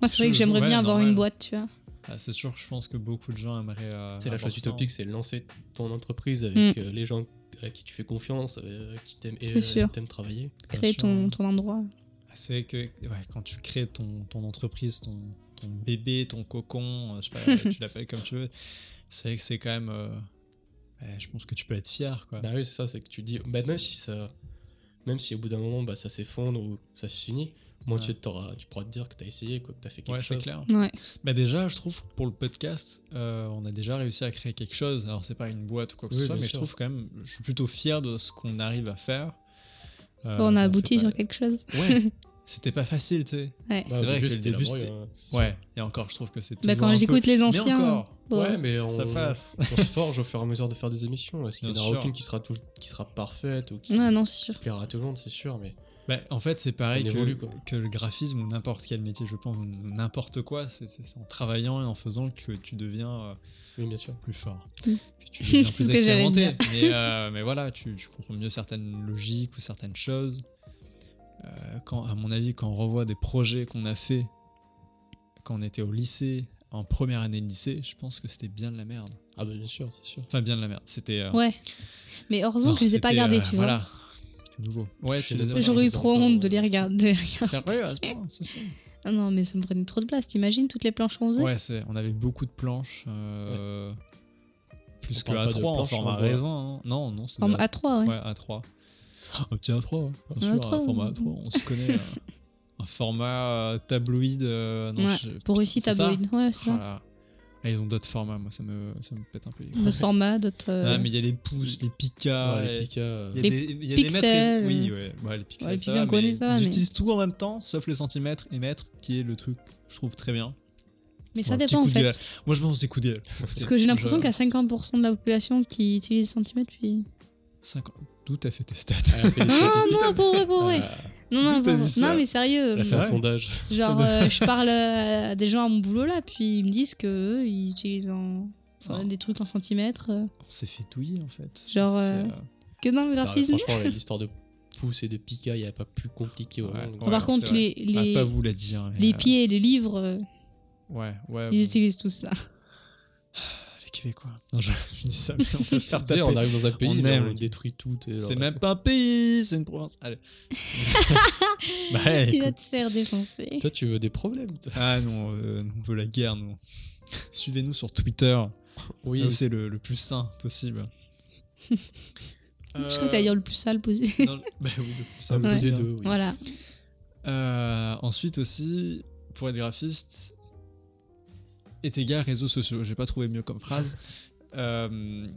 Speaker 2: Moi, c'est vrai que
Speaker 1: Je-
Speaker 2: j'aimerais
Speaker 1: ouais,
Speaker 2: bien avoir
Speaker 1: normal.
Speaker 2: une boîte, tu vois.
Speaker 1: Ah, c'est sûr, je pense que beaucoup de gens aimeraient.
Speaker 2: Ah,
Speaker 1: euh,
Speaker 3: C'est la
Speaker 1: avoir
Speaker 3: chose
Speaker 1: ça.
Speaker 3: utopique, c'est lancer ton entreprise avec euh, les gens à qui tu fais confiance, euh, qui t'aiment et,
Speaker 2: Mm. C'est sûr.
Speaker 3: euh, t'aiment travailler.
Speaker 1: Bien
Speaker 2: Créer
Speaker 1: sûr.
Speaker 2: ton, ton endroit.
Speaker 1: Ah, C'est vrai que ouais, quand tu crées ton, ton entreprise, ton, ton bébé, ton cocon, euh, je sais pas, tu l'appelles comme tu veux, c'est vrai que c'est quand même. euh, ouais, je pense que tu peux être fier, quoi.
Speaker 3: Bah oui, c'est ça, c'est que tu dis, bah même si ça, même si au bout d'un moment bah, ça s'effondre ou ça se finit, moi
Speaker 1: Ouais.
Speaker 3: tu, t'auras- tu pourras te dire que t'as essayé, quoi, que t'as fait quelque
Speaker 1: ouais, c'est
Speaker 3: chose.
Speaker 1: clair.
Speaker 2: Ouais.
Speaker 1: Bah déjà, je trouve que pour le podcast, euh, on a déjà réussi à créer quelque chose. Alors c'est pas une boîte ou quoi que ce
Speaker 3: Oui,
Speaker 1: soit,
Speaker 3: bien
Speaker 1: mais je
Speaker 3: sûr.
Speaker 1: trouve quand même, je suis plutôt fier de ce qu'on arrive à faire. Euh,
Speaker 2: Bon, on
Speaker 1: fait
Speaker 2: a abouti
Speaker 1: pas-
Speaker 2: sur quelque chose.
Speaker 1: Ouais, c'était pas facile, tu sais.
Speaker 2: Ouais.
Speaker 1: C'est
Speaker 3: Bah, au
Speaker 1: vrai
Speaker 3: début,
Speaker 1: que le
Speaker 3: c'était
Speaker 1: début,
Speaker 3: laborieux,
Speaker 1: c'était-
Speaker 3: hein.
Speaker 1: Ouais. Et encore, je trouve que c'est.
Speaker 2: Bah,
Speaker 1: toujours
Speaker 2: quand
Speaker 1: un
Speaker 2: j'écoute
Speaker 1: peu-
Speaker 2: les
Speaker 1: Mais
Speaker 2: anciens.
Speaker 1: encore,
Speaker 2: ouais.
Speaker 3: Ouais, mais on,
Speaker 1: ça passe.
Speaker 3: on se forge au fur et à mesure de faire des émissions. Est-ce qu'il n'y en
Speaker 1: Bien
Speaker 3: aura
Speaker 1: sûr.
Speaker 3: aucune qui sera, tout, qui sera parfaite ou qui,
Speaker 2: Ouais, non, c'est
Speaker 3: qui
Speaker 2: sûr.
Speaker 3: plaira à tout le monde, c'est sûr, mais
Speaker 1: Bah, en fait, c'est pareil
Speaker 3: On
Speaker 1: que,
Speaker 3: évolue, quoi.
Speaker 1: que le graphisme ou n'importe quel métier, je pense, ou n'importe quoi. C'est c'est- c'est en travaillant et en faisant que tu deviens euh,
Speaker 3: oui, bien sûr.
Speaker 1: plus fort,
Speaker 2: Mm.
Speaker 1: que tu deviens
Speaker 2: C'est
Speaker 1: plus
Speaker 2: ce que j'allais
Speaker 1: expérimenté. Mais, euh, mais voilà, tu, tu comprends mieux certaines logiques ou certaines choses. Euh, quand, à mon avis, quand on revoit des projets qu'on a fait quand on était au lycée, en première année de lycée, je pense que c'était bien de la merde.
Speaker 3: Ah, bah bien sûr, c'est sûr.
Speaker 1: Enfin, bien de la merde. C'était. euh,
Speaker 2: Ouais. Mais heureusement
Speaker 1: non,
Speaker 2: que je les ai pas
Speaker 1: c'était,
Speaker 2: gardés,
Speaker 1: euh,
Speaker 2: tu
Speaker 1: Voilà. C'était nouveau. Ouais,
Speaker 3: Je
Speaker 1: tu
Speaker 3: sais
Speaker 1: les as
Speaker 2: vois.
Speaker 3: même pas.
Speaker 2: J'aurais eu
Speaker 3: Ils ont
Speaker 2: trop
Speaker 3: encore,
Speaker 2: honte de
Speaker 3: euh,
Speaker 2: les regarder. de les regarder.
Speaker 1: Sérieux, à ce point, ce soir
Speaker 2: Ah non, mais ça me prenait trop de place. T'imagines toutes les planches qu'on faisait
Speaker 1: Ouais, c'est, on avait beaucoup de planches. euh, Plus
Speaker 3: On
Speaker 1: que
Speaker 3: parle pas de
Speaker 1: A3 en
Speaker 3: planches en
Speaker 1: format
Speaker 3: bois.
Speaker 1: raisin. hein. Non, non, c'est
Speaker 2: En
Speaker 1: de la-
Speaker 2: A3, ouais.
Speaker 1: Ouais, A3. Ah, Un petit A3, ouais. bien
Speaker 2: Un
Speaker 1: sûr,
Speaker 2: A3,
Speaker 1: un format
Speaker 2: ouais.
Speaker 1: A3, on se connaît. euh, un format euh, tabloïd. euh, non,
Speaker 2: Ouais,
Speaker 1: je-
Speaker 2: Pour
Speaker 1: putain,
Speaker 2: ici,
Speaker 1: c'est ça Oh
Speaker 2: tabloïd. Ouais, c'est ça.
Speaker 1: Voilà. Ah, ils ont d'autres formats, moi ça me, ça me pète un peu les couilles.
Speaker 2: D'autres formats, d'autres. euh,
Speaker 1: Ah, mais il y a les pouces, les picas.
Speaker 3: Ouais,
Speaker 1: Ah, et-
Speaker 3: les pics, euh,
Speaker 1: Il y a
Speaker 2: Les
Speaker 1: des, il y a des
Speaker 2: pixels,
Speaker 1: mètres.
Speaker 2: euh.
Speaker 1: et- Oui, ouais. ouais, les pixels,
Speaker 2: Ouais, les
Speaker 1: ça
Speaker 2: pixels,
Speaker 1: va,
Speaker 2: on connaît
Speaker 1: mais
Speaker 2: ça,
Speaker 1: ils
Speaker 2: mais-
Speaker 1: utilisent tout en même temps, sauf les centimètres et mètres, qui est le truc que je trouve très bien.
Speaker 2: Mais
Speaker 1: un
Speaker 2: ça
Speaker 1: petit
Speaker 2: dépend en
Speaker 1: coup de
Speaker 2: fait.
Speaker 1: gueule. Moi je pense des coups de gueule.
Speaker 2: Parce que j'ai l'impression qu'il y a 50% de la population qui utilise centimètres puis.
Speaker 1: 50. D'où t'as fait tes stats
Speaker 3: elle a fait des
Speaker 2: Non,
Speaker 3: ah, statistiques.
Speaker 2: non, pour vrai, pour vrai.
Speaker 1: Ah.
Speaker 3: Euh,
Speaker 2: Non, non,
Speaker 1: d'où t'as
Speaker 2: pour-
Speaker 1: vu ça
Speaker 2: non, mais sérieux.
Speaker 3: Elle a fait un
Speaker 1: Ouais.
Speaker 3: sondage.
Speaker 2: Genre, euh, je parle euh, à des gens à mon boulot là, puis ils me disent que eux, ils utilisent en... ça
Speaker 1: Oh.
Speaker 2: des trucs en centimètres. euh,
Speaker 1: On s'est fait douiller en fait.
Speaker 2: Genre,
Speaker 1: On s'est
Speaker 2: euh,
Speaker 1: fait,
Speaker 2: Que dans le
Speaker 3: Non, mais
Speaker 2: graphisme.
Speaker 3: franchement, l'histoire de pouces et de pica, il n'y a pas plus compliqué au
Speaker 1: Ouais.
Speaker 3: monde.
Speaker 1: Ouais.
Speaker 2: Par
Speaker 1: c'est
Speaker 2: contre,
Speaker 1: vrai.
Speaker 2: les,
Speaker 1: on va
Speaker 2: les,
Speaker 1: pas vous la dire. mais,
Speaker 2: les
Speaker 1: euh,
Speaker 2: pieds et les livres, euh,
Speaker 1: Ouais, ouais.
Speaker 2: ils
Speaker 1: bon,
Speaker 2: utilisent tout ça.
Speaker 1: Les Québécois. Non, je, je dis ça, mais on va se
Speaker 3: Tu
Speaker 1: faire
Speaker 3: sais,
Speaker 1: taper.
Speaker 3: on arrive dans un pays,
Speaker 1: On
Speaker 3: mais
Speaker 1: aime.
Speaker 3: on le détruit tout. et
Speaker 1: C'est
Speaker 3: genre-
Speaker 1: même pas un pays, c'est une province. Allez. bah,
Speaker 2: tu vas
Speaker 1: écoute.
Speaker 2: te faire défoncer.
Speaker 3: Toi, tu veux des problèmes. toi.
Speaker 1: Ah non, euh, on veut la guerre, nous. Suivez-nous sur Twitter. Là où
Speaker 3: Oui,
Speaker 1: c'est le, le plus sain possible. Euh,
Speaker 2: Je crois que Ah, t'allais dire le plus sale possible.
Speaker 1: Non, bah oui, le plus
Speaker 3: ça
Speaker 1: sain
Speaker 3: me
Speaker 1: possible.
Speaker 3: plaît de- Euh, oui.
Speaker 2: Voilà.
Speaker 1: Euh, ensuite aussi, pour être graphiste, est égal réseaux sociaux. J'ai pas trouvé mieux comme phrase. Euh,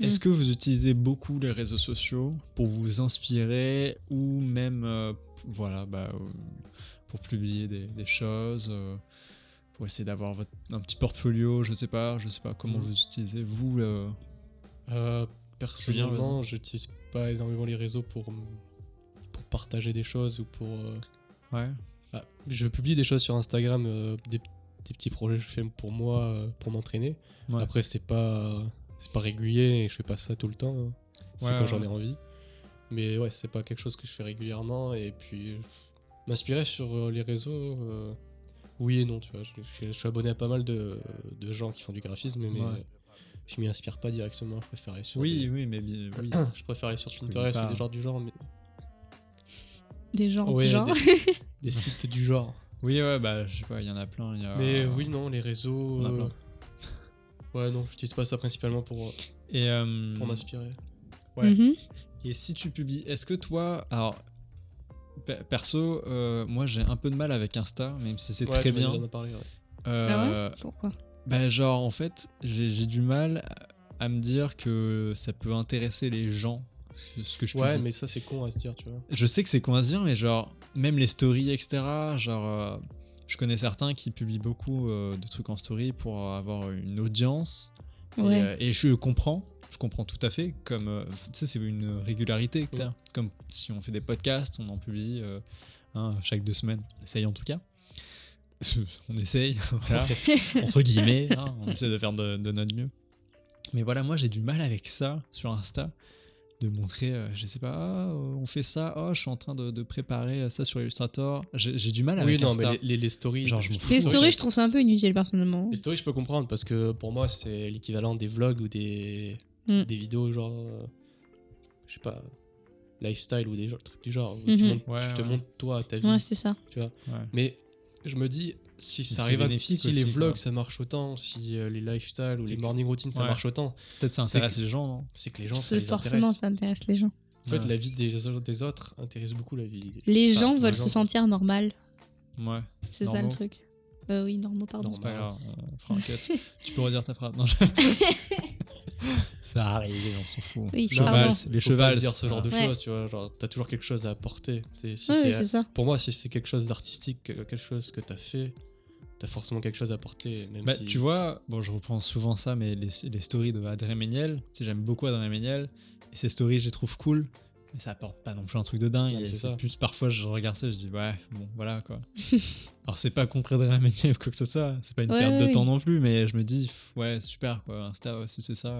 Speaker 3: Mm.
Speaker 1: Est-ce que vous utilisez beaucoup les réseaux sociaux pour vous inspirer ou même euh, p- voilà bah, euh, pour publier des, des choses, euh, pour essayer d'avoir votre- un petit portfolio, je sais pas, je sais pas comment
Speaker 3: Mhm.
Speaker 1: vous utilisez vous. euh,
Speaker 3: Euh, personnellement, j'utilise pas énormément les réseaux pour, m- pour partager des choses ou pour. euh,
Speaker 1: ouais.
Speaker 3: ah, je publie des choses sur Instagram, euh, des, des petits projets que je fais pour moi, euh, pour m'entraîner.
Speaker 1: Ouais.
Speaker 3: Après, c'est pas c'est pas régulier et je fais pas ça tout le temps. hein. C'est
Speaker 1: Ouais,
Speaker 3: quand
Speaker 1: ouais,
Speaker 3: j'en
Speaker 1: ouais.
Speaker 3: ai envie. Mais ouais, c'est pas quelque chose que je fais régulièrement. Et puis, euh, m'inspirer sur euh, les réseaux, euh, oui et non. Tu vois, je, je- je suis abonné à pas mal de, de gens qui font du graphisme, mais
Speaker 1: Ouais.
Speaker 3: euh, je m'y inspire pas directement. Je préfère aller sur,
Speaker 1: Oui, oui, mais bien- oui.
Speaker 3: des- je préfère aller sur
Speaker 1: peux
Speaker 3: Pinterest
Speaker 1: pas- hein.
Speaker 3: ou des genres du genre, mais
Speaker 2: Des gens,
Speaker 3: Ouais,
Speaker 2: du genre.
Speaker 3: Des, des sites du genre.
Speaker 1: Oui, ouais, bah je sais pas, il y en a plein. il y a-
Speaker 3: Mais oui, non, les réseaux.
Speaker 1: Ah, On a plein.
Speaker 3: euh, Ouais, non, j'utilise pas ça principalement pour, euh,
Speaker 1: Et, euh,
Speaker 3: pour m'inspirer.
Speaker 1: ouais.
Speaker 2: Mhm.
Speaker 1: Et si tu publies, est-ce que toi, alors pe- perso, euh, moi j'ai un peu de mal avec Insta, même si c'est
Speaker 3: Ouais,
Speaker 1: très
Speaker 3: tu m'as
Speaker 1: bien.
Speaker 3: déjà en parlé, ouais.
Speaker 1: Euh,
Speaker 2: Pourquoi
Speaker 1: bah, genre en fait, j'ai j'ai du mal à me dire que ça peut intéresser les gens ce ce que je
Speaker 3: Ouais,
Speaker 1: publie.
Speaker 3: mais ça c'est con à se dire, tu vois.
Speaker 1: Je sais que c'est con à se dire, mais genre même les stories, etc. Genre, euh, je connais certains qui publient beaucoup euh, de trucs en story pour avoir une audience. Et,
Speaker 2: Ouais.
Speaker 1: euh, Et, je comprends, je comprends tout à fait, comme, euh, tu sais, c'est une régularité que t'as. Comme si on fait des podcasts, on en publie euh, un chaque deux semaines, on essaye en tout cas. on essaye, voilà, entre guillemets, hein, on essaie de faire de, de notre mieux. Mais voilà, moi j'ai du mal avec ça sur Insta, de montrer, euh, je sais pas, Ah, euh, on fait ça, oh, je suis en train de, de préparer ça sur Illustrator. J'ai j'ai du mal
Speaker 3: Oui,
Speaker 1: avec
Speaker 3: non,
Speaker 1: Insta.
Speaker 3: mais les, les- les stories.
Speaker 1: Ah, Genre, je m'en
Speaker 2: Les
Speaker 1: fous,
Speaker 2: stories, je trouve ça un peu inutile personnellement.
Speaker 3: Les stories, je peux comprendre parce que pour moi, c'est l'équivalent des vlogs ou des,
Speaker 2: Mm.
Speaker 3: des vidéos, genre, euh, je sais pas, lifestyle ou des jo- trucs du genre. où Tu,
Speaker 2: Mhm.
Speaker 3: montres-
Speaker 1: Ouais,
Speaker 3: tu te
Speaker 1: ouais.
Speaker 3: montres toi, ta vie.
Speaker 2: Ouais, c'est ça.
Speaker 1: Ouais.
Speaker 3: Mais je me dis, si
Speaker 1: c'est
Speaker 3: ça arrive à
Speaker 1: bénéfique
Speaker 3: si les
Speaker 1: aussi,
Speaker 3: vlogs
Speaker 1: quoi.
Speaker 3: ça marche autant, si euh, les lifestyles ou
Speaker 1: C'est
Speaker 3: les
Speaker 1: que-
Speaker 3: morning routines ça
Speaker 1: Ouais.
Speaker 3: marche autant,
Speaker 1: Peut-être ça
Speaker 3: C'est
Speaker 1: intéresse les gens, non
Speaker 3: c'est que les gens ça
Speaker 2: C'est
Speaker 3: les
Speaker 2: forcément,
Speaker 3: intéresse.
Speaker 2: ça intéresse les gens.
Speaker 3: En fait,
Speaker 1: Ouais.
Speaker 3: la vie des, des autres intéresse beaucoup la vie. des-
Speaker 2: Les
Speaker 3: Enfin,
Speaker 2: gens
Speaker 3: les
Speaker 2: veulent
Speaker 3: gens-
Speaker 2: se sentir normal.
Speaker 1: Ouais,
Speaker 2: C'est ça le
Speaker 1: Normaux.
Speaker 2: truc. Euh, oui, normaux, pardon.
Speaker 1: c'est pas
Speaker 3: Normal.
Speaker 1: grave. on fera un cut. tu peux redire ta phrase. Non, je- ça arrive, on s'en fout.
Speaker 2: Oui,
Speaker 1: les
Speaker 2: pardon.
Speaker 1: chevals, les
Speaker 3: Faut pas
Speaker 1: chevals.
Speaker 3: se dire ce genre de
Speaker 2: Ouais.
Speaker 3: choses, tu vois. Genre, t'as toujours quelque chose à apporter. T'sais, si
Speaker 2: Oui,
Speaker 3: c'est-
Speaker 2: oui, c'est ça.
Speaker 3: pour moi, si c'est quelque chose d'artistique, que- quelque chose que t'as fait, t'as forcément quelque chose à apporter. Même
Speaker 1: Bah,
Speaker 3: si...
Speaker 1: Tu vois, bon, je reprends souvent ça, mais les, les stories de Adrien Méniel, tu sais, j'aime beaucoup Adrien Méniel, et ses stories, je les trouve cool, mais ça apporte pas non plus un truc de dingue.
Speaker 3: Ah, mais
Speaker 1: et
Speaker 3: c'est
Speaker 1: c'est
Speaker 3: ça.
Speaker 1: plus parfois, je regarde ça, je dis, ouais, bon, voilà quoi. Alors, c'est pas contre Adrien Méniel ou quoi que ce soit, c'est pas une
Speaker 2: Ouais,
Speaker 1: perte de
Speaker 2: ouais,
Speaker 1: temps non plus, mais je me dis, pff, ouais, super quoi, Insta, ouais, si c'est ça. ouais.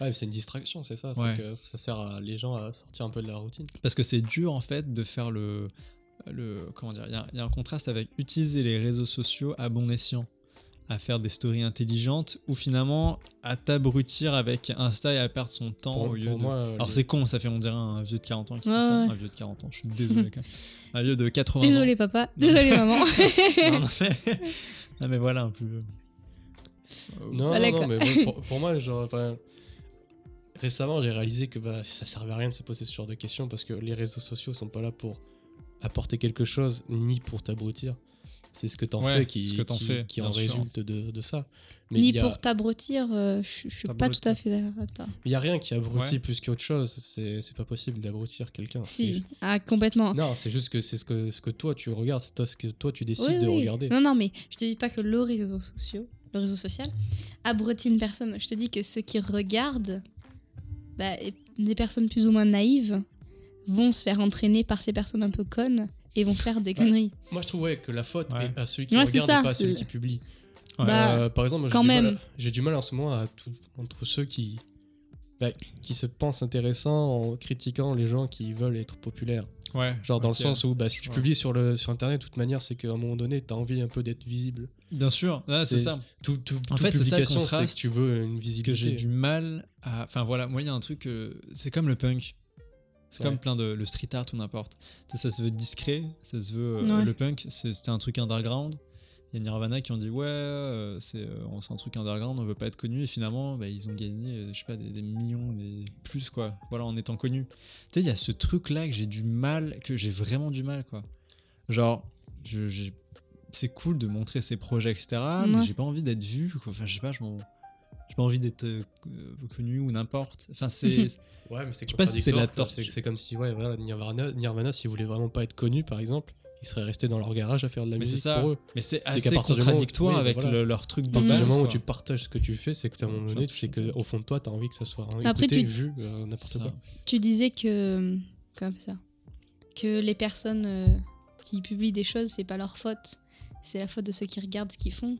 Speaker 3: Ouais, mais c'est une distraction, c'est ça. c'est
Speaker 1: Ouais.
Speaker 3: que ça sert à les gens à sortir un peu de la routine.
Speaker 1: Parce que c'est dur en fait de faire le. le comment dire Il y a- il y, a un contraste avec utiliser les réseaux sociaux à bon escient, à faire des stories intelligentes ou finalement à t'abrutir avec Insta et à perdre son temps
Speaker 3: Pour,
Speaker 1: au lieu
Speaker 3: pour
Speaker 1: de.
Speaker 3: moi, euh,
Speaker 1: Alors
Speaker 3: les-
Speaker 1: c'est con, ça fait on dirait un vieux de 40 ans qui
Speaker 2: Ouais,
Speaker 1: fait ça.
Speaker 2: ouais.
Speaker 1: Un vieux de 40 ans, je suis désolé quand même. Un vieux de 80
Speaker 2: Désolé, papa. Désolé, maman.
Speaker 1: ans. Non, non, mais... non, mais voilà un peu. euh,
Speaker 3: Non,
Speaker 2: Voilà,
Speaker 3: non,
Speaker 2: quoi.
Speaker 3: non, mais bon, pour, pour moi, genre, enfin, récemment, j'ai réalisé que bah, ça servait à rien de se poser ce genre de questions parce que les réseaux sociaux sont pas là pour apporter quelque chose ni pour t'abrutir. C'est ce que t'en
Speaker 1: Ouais,
Speaker 3: fais
Speaker 1: c'est
Speaker 3: qui,
Speaker 1: ce que t'en
Speaker 3: qui,
Speaker 1: fais,
Speaker 3: qui
Speaker 1: bien
Speaker 3: en
Speaker 1: sûr.
Speaker 3: résulte de, de ça. Mais il
Speaker 2: Ni
Speaker 3: y, a-
Speaker 2: pour t'abrutir, euh, je je suis pas
Speaker 1: T'abrutir.
Speaker 2: tout à fait d'accord. avec toi.
Speaker 3: il y a rien qui abrutit
Speaker 1: Ouais.
Speaker 3: plus qu'autre chose. C'est c'est pas possible d'abrutir quelqu'un.
Speaker 2: Si, ah, complètement.
Speaker 3: C'est- Non, c'est juste que c'est ce que, ce que toi tu regardes, c'est toi ce que toi tu décides
Speaker 2: Oui,
Speaker 3: de
Speaker 2: oui. Hein
Speaker 3: regarder.
Speaker 2: Non, non, mais je te dis pas que le réseau, social, le réseau social abrutit une personne. Je te dis que ceux qui regardent, bah, des personnes plus ou moins naïves, vont se faire entraîner par ces personnes un peu connes et vont faire des conneries.
Speaker 3: Moi je trouve ouais, que la faute
Speaker 1: Ouais.
Speaker 3: est à celui qui
Speaker 2: Ouais, c'est
Speaker 3: regarde
Speaker 2: ça.
Speaker 3: et pas à celui
Speaker 2: Le-
Speaker 3: qui publie.
Speaker 1: Ouais.
Speaker 2: bah,
Speaker 3: Euh, par exemple, moi, j'ai
Speaker 2: quand
Speaker 3: du mal à-
Speaker 2: même.
Speaker 3: j'ai du mal en ce moment à tout, entre ceux qui, bah, qui se pensent intéressants en critiquant les gens qui veulent être populaires.
Speaker 1: Ouais,
Speaker 3: Genre dans le sens où bah, si tu
Speaker 1: Ouais.
Speaker 3: publies sur, le, sur internet, de toute manière, c'est qu'à un moment donné, t'as envie un peu d'être visible.
Speaker 1: Bien sûr, ah, c'est ça.
Speaker 3: Tout, tout,
Speaker 1: En
Speaker 3: toute
Speaker 1: fait, c'est ça le
Speaker 3: publication, c'est
Speaker 1: contraste
Speaker 3: que tu veux une
Speaker 1: que j'ai
Speaker 3: visibilité.
Speaker 1: du mal à. Enfin voilà, moi il y a un truc, que- c'est comme le punk. C'est
Speaker 3: Ouais.
Speaker 1: comme plein de le street art ou n'importe. Ça, ça se veut discret, ça se veut. euh,
Speaker 2: Ouais.
Speaker 1: Le punk, c'est- c'était un truc underground. Il y a Nirvana qui ont dit ouais, euh, c'est euh, on- c'est un truc underground, on veut pas être connu. Et finalement, bah, ils ont gagné, euh, je sais pas, des, des millions, des plus quoi. Voilà, en étant connu. Tu sais, il y a ce truc là que j'ai du mal, que j'ai vraiment du mal quoi. Genre, je, j'ai- c'est cool de montrer ses projets, etc. Mais
Speaker 2: Ouais.
Speaker 1: j'ai pas envie d'être vu. Quoi. Enfin, je sais pas, je m'en- j'ai pas envie d'être euh, connu ou n'importe. Enfin, c'est.
Speaker 3: Ouais, mais c'est
Speaker 1: sais pas si c'est de la
Speaker 3: contradictoire,
Speaker 1: torture.
Speaker 3: quoi. C'est c'est comme si ouais, voilà, Nirvana, Nirvana, s'ils voulaient vraiment pas être connus, par exemple, ils seraient restés dans leur garage à faire de la
Speaker 1: mais c'est
Speaker 3: musique
Speaker 1: ça. Mmh.
Speaker 3: pour eux.
Speaker 1: Mais c'est
Speaker 3: qu'à
Speaker 1: assez
Speaker 3: partir du moment où-
Speaker 1: contradictoire
Speaker 3: oui,
Speaker 1: avec
Speaker 3: voilà.
Speaker 1: le- leur truc de
Speaker 2: À
Speaker 3: À
Speaker 1: base.
Speaker 3: partir du moment où
Speaker 1: quoi.
Speaker 3: tu partages ce que tu fais, c'est que t'as un moment donné,
Speaker 1: Genre,
Speaker 3: c'est que au fond de toi, t'as envie que ça soit hein,
Speaker 2: Après,
Speaker 3: écouté,
Speaker 2: tu-
Speaker 3: vu, euh, n'importe
Speaker 1: Ça.
Speaker 3: quoi.
Speaker 2: Tu disais que. Comment on appelle ça Que les personnes euh, qui publient des choses, c'est pas leur faute. C'est la faute de ceux qui regardent ce qu'ils font.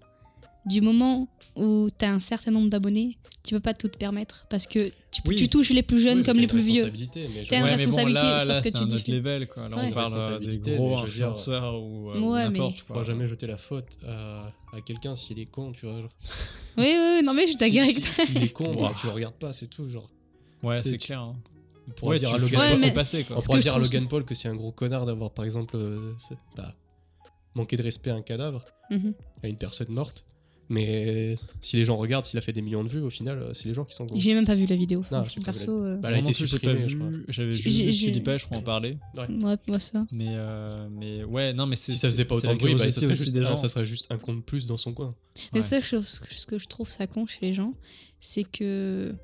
Speaker 2: Du moment où t'as un certain nombre d'abonnés, tu peux pas tout te permettre parce que tu,
Speaker 1: Oui.
Speaker 2: tu touches les plus jeunes
Speaker 3: Oui,
Speaker 2: comme
Speaker 3: mais
Speaker 2: les
Speaker 3: t'as une
Speaker 2: plus vieux.
Speaker 3: responsabilité, mais je-
Speaker 2: T'as une
Speaker 1: Ouais, mais bon,
Speaker 2: responsabilité
Speaker 1: là,
Speaker 2: sur ce
Speaker 1: là,
Speaker 2: que
Speaker 1: c'est
Speaker 2: tu
Speaker 1: un
Speaker 2: dis.
Speaker 1: autre level. Quoi. Là,
Speaker 2: Ouais.
Speaker 1: on parle euh, des
Speaker 3: Responsabilité,
Speaker 1: gros
Speaker 3: mais je veux dire, euh,
Speaker 1: influenceurs ou, euh, ou
Speaker 2: Ouais, mais-
Speaker 1: n'importe
Speaker 3: Je
Speaker 1: quoi.
Speaker 3: crois jamais jeter la faute à, à quelqu'un s'il est con, tu vois. genre.
Speaker 2: Oui, oui, oui, non mais je
Speaker 3: Si-
Speaker 2: t'aguerre
Speaker 3: si-
Speaker 2: avec
Speaker 3: si-
Speaker 2: toi.
Speaker 3: S'il est con, bah,
Speaker 1: Ouah.
Speaker 3: tu le regardes pas, c'est tout. Genre,
Speaker 1: Ouais,
Speaker 3: C'est-
Speaker 1: c'est clair. hein.
Speaker 3: on pourra
Speaker 1: Ouais,
Speaker 3: dire
Speaker 1: tu
Speaker 3: à
Speaker 1: tu
Speaker 3: Logan
Speaker 1: vois
Speaker 2: Ouais,
Speaker 1: pas
Speaker 3: Paul,
Speaker 2: mais-
Speaker 1: c'est passé quoi.
Speaker 3: on
Speaker 2: Ce
Speaker 3: pourra
Speaker 2: que je
Speaker 3: dire à
Speaker 2: trouve-
Speaker 3: Logan Paul que c'est un gros connard d'avoir, par exemple, euh, c'est- bah, manqué de respect à un cadavre,
Speaker 2: Mhm.
Speaker 3: à une personne morte. Mais si les gens regardent, s'il a fait des millions de vues, au final, euh, c'est les gens qui sont cons.
Speaker 2: J'ai même pas vu la vidéo.
Speaker 3: Non,
Speaker 2: franchement,
Speaker 3: j'ai pas vu la
Speaker 2: perso. euh,
Speaker 3: Bah, elle a
Speaker 1: Moi
Speaker 3: été
Speaker 1: non plus, j'ai pas
Speaker 3: supprimée, je crois.
Speaker 1: vu. J'avais vu
Speaker 2: J'ai-
Speaker 1: les
Speaker 2: j'ai-
Speaker 1: Philippa, je crois en parler.
Speaker 2: Ouais, moi ça.
Speaker 1: Mais, euh, mais ouais, non, mais c'est.
Speaker 3: Si ça faisait pas
Speaker 1: c'est la
Speaker 3: autant de bruit, bah, ça,
Speaker 1: curiosité
Speaker 3: serait
Speaker 1: aussi
Speaker 3: juste,
Speaker 1: des
Speaker 3: ah,
Speaker 1: gens.
Speaker 3: ça serait juste un con de plus dans son coin.
Speaker 2: Mais
Speaker 1: Ouais.
Speaker 2: ça, je- ce que je trouve ça con chez les gens, c'est que.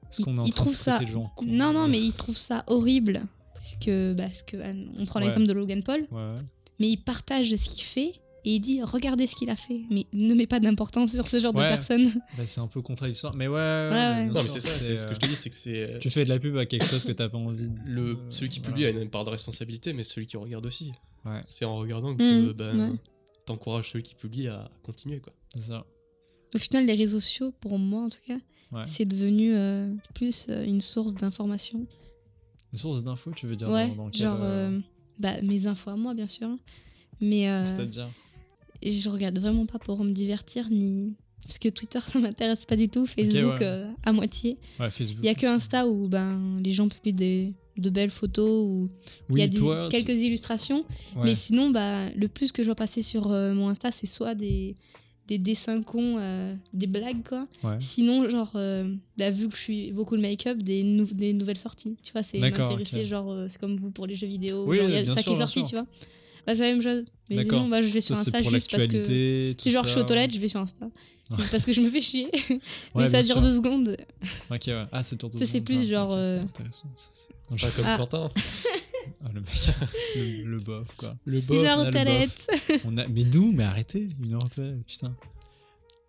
Speaker 1: Parce qu'on est
Speaker 2: Ils-
Speaker 1: en
Speaker 2: ils
Speaker 1: train de
Speaker 2: trouvent ça-
Speaker 1: traiter les gens. cons.
Speaker 2: Non, non, mais ils trouvent ça horrible. Parce que, bah, parce que, on prend
Speaker 1: Ouais.
Speaker 2: l'exemple de Logan Paul.
Speaker 1: Ouais, ouais.
Speaker 2: mais il partage ce qu'il fait et il dit regardez ce qu'il a fait mais ne mets pas d'importance sur ce genre
Speaker 1: Ouais.
Speaker 2: de personnes
Speaker 1: Bah, c'est un peu contradictoire. Mais ouais, ouais,
Speaker 2: ouais.
Speaker 1: bien
Speaker 3: Non, mais
Speaker 1: sûr,
Speaker 3: c'est ça, c'est ce que je
Speaker 1: euh,
Speaker 3: te dis, c'est que c'est.
Speaker 1: Tu fais de la pub à quelque chose que t'as pas envie. de-
Speaker 3: Le,
Speaker 1: euh,
Speaker 3: celui qui
Speaker 1: voilà.
Speaker 3: publie a une part de responsabilité, mais celui qui regarde aussi.
Speaker 1: Ouais.
Speaker 3: C'est en regardant
Speaker 2: Mm,
Speaker 3: que ben,
Speaker 2: ouais.
Speaker 3: t'encourages celui qui publie à continuer, quoi.
Speaker 1: C'est ça.
Speaker 2: Au final, les réseaux sociaux, pour moi en tout cas,
Speaker 1: Ouais.
Speaker 2: c'est devenu euh, plus euh, une source d'information.
Speaker 1: Une source d'infos, tu veux dire
Speaker 2: Ouais,
Speaker 1: dans, dans quel,
Speaker 2: genre
Speaker 1: euh,
Speaker 2: euh, bah, mes infos à moi, bien sûr. Mais euh,
Speaker 1: C'est-à-dire
Speaker 2: je regarde vraiment pas pour me divertir, ni. Parce que Twitter, ça m'intéresse pas du tout. Facebook,
Speaker 1: ouais.
Speaker 2: euh, à moitié.
Speaker 1: Ouais, Facebook.
Speaker 2: Il y a que
Speaker 1: aussi.
Speaker 2: Insta où ben, les gens publient des, de belles photos, ou il
Speaker 1: Oui,
Speaker 2: y a des-
Speaker 1: toi, t-
Speaker 2: quelques illustrations.
Speaker 1: ouais.
Speaker 2: Mais sinon, bah, le plus que je vois passer sur euh, mon Insta, c'est soit des, des dessins cons, euh, des blagues, quoi.
Speaker 1: Ouais.
Speaker 2: Sinon, genre, euh, bah, vu que je suis beaucoup le make-up, des, nou- des nouvelles sorties. Tu vois, c'est
Speaker 1: D'accord,
Speaker 2: m'intéresser,
Speaker 1: ok.
Speaker 2: genre, euh, c'est comme vous pour les jeux vidéo.
Speaker 1: Oui,
Speaker 2: genre, il y a
Speaker 1: bien
Speaker 2: ça
Speaker 1: sûr,
Speaker 2: qui est
Speaker 1: bien
Speaker 2: sorti,
Speaker 1: sûr.
Speaker 2: tu vois. Bah, c'est la même chose. Mais
Speaker 1: D'accord.
Speaker 2: sinon, bah, je vais
Speaker 1: Ça,
Speaker 2: sur
Speaker 1: c'est
Speaker 2: Insta
Speaker 1: pour
Speaker 2: juste parce que.
Speaker 1: l'actualité. tout
Speaker 2: C'est genre, je suis aux
Speaker 1: ça.
Speaker 2: toilettes, je vais sur Insta. parce que je me fais chier.
Speaker 1: Ouais,
Speaker 2: mais ça
Speaker 1: bien
Speaker 2: dure
Speaker 1: sûr.
Speaker 2: deux secondes.
Speaker 1: Ok, ouais. Ah, c'est tour de
Speaker 2: Ça, c'est
Speaker 1: monde,
Speaker 2: plus
Speaker 1: ouais,
Speaker 2: genre,
Speaker 1: ok, C'est
Speaker 2: euh,
Speaker 1: intéressant. ça, c'est- Non, je-
Speaker 3: Pas comme
Speaker 2: Ah.
Speaker 3: Quentin.
Speaker 1: Ah, le mec, le, le bof, quoi.
Speaker 3: Le
Speaker 2: Une
Speaker 3: bof.
Speaker 2: heure
Speaker 1: on a
Speaker 2: aux
Speaker 1: le bof.
Speaker 2: toilettes.
Speaker 1: On a... Mais nous, mais arrêtez, une heure aux toilettes, putain.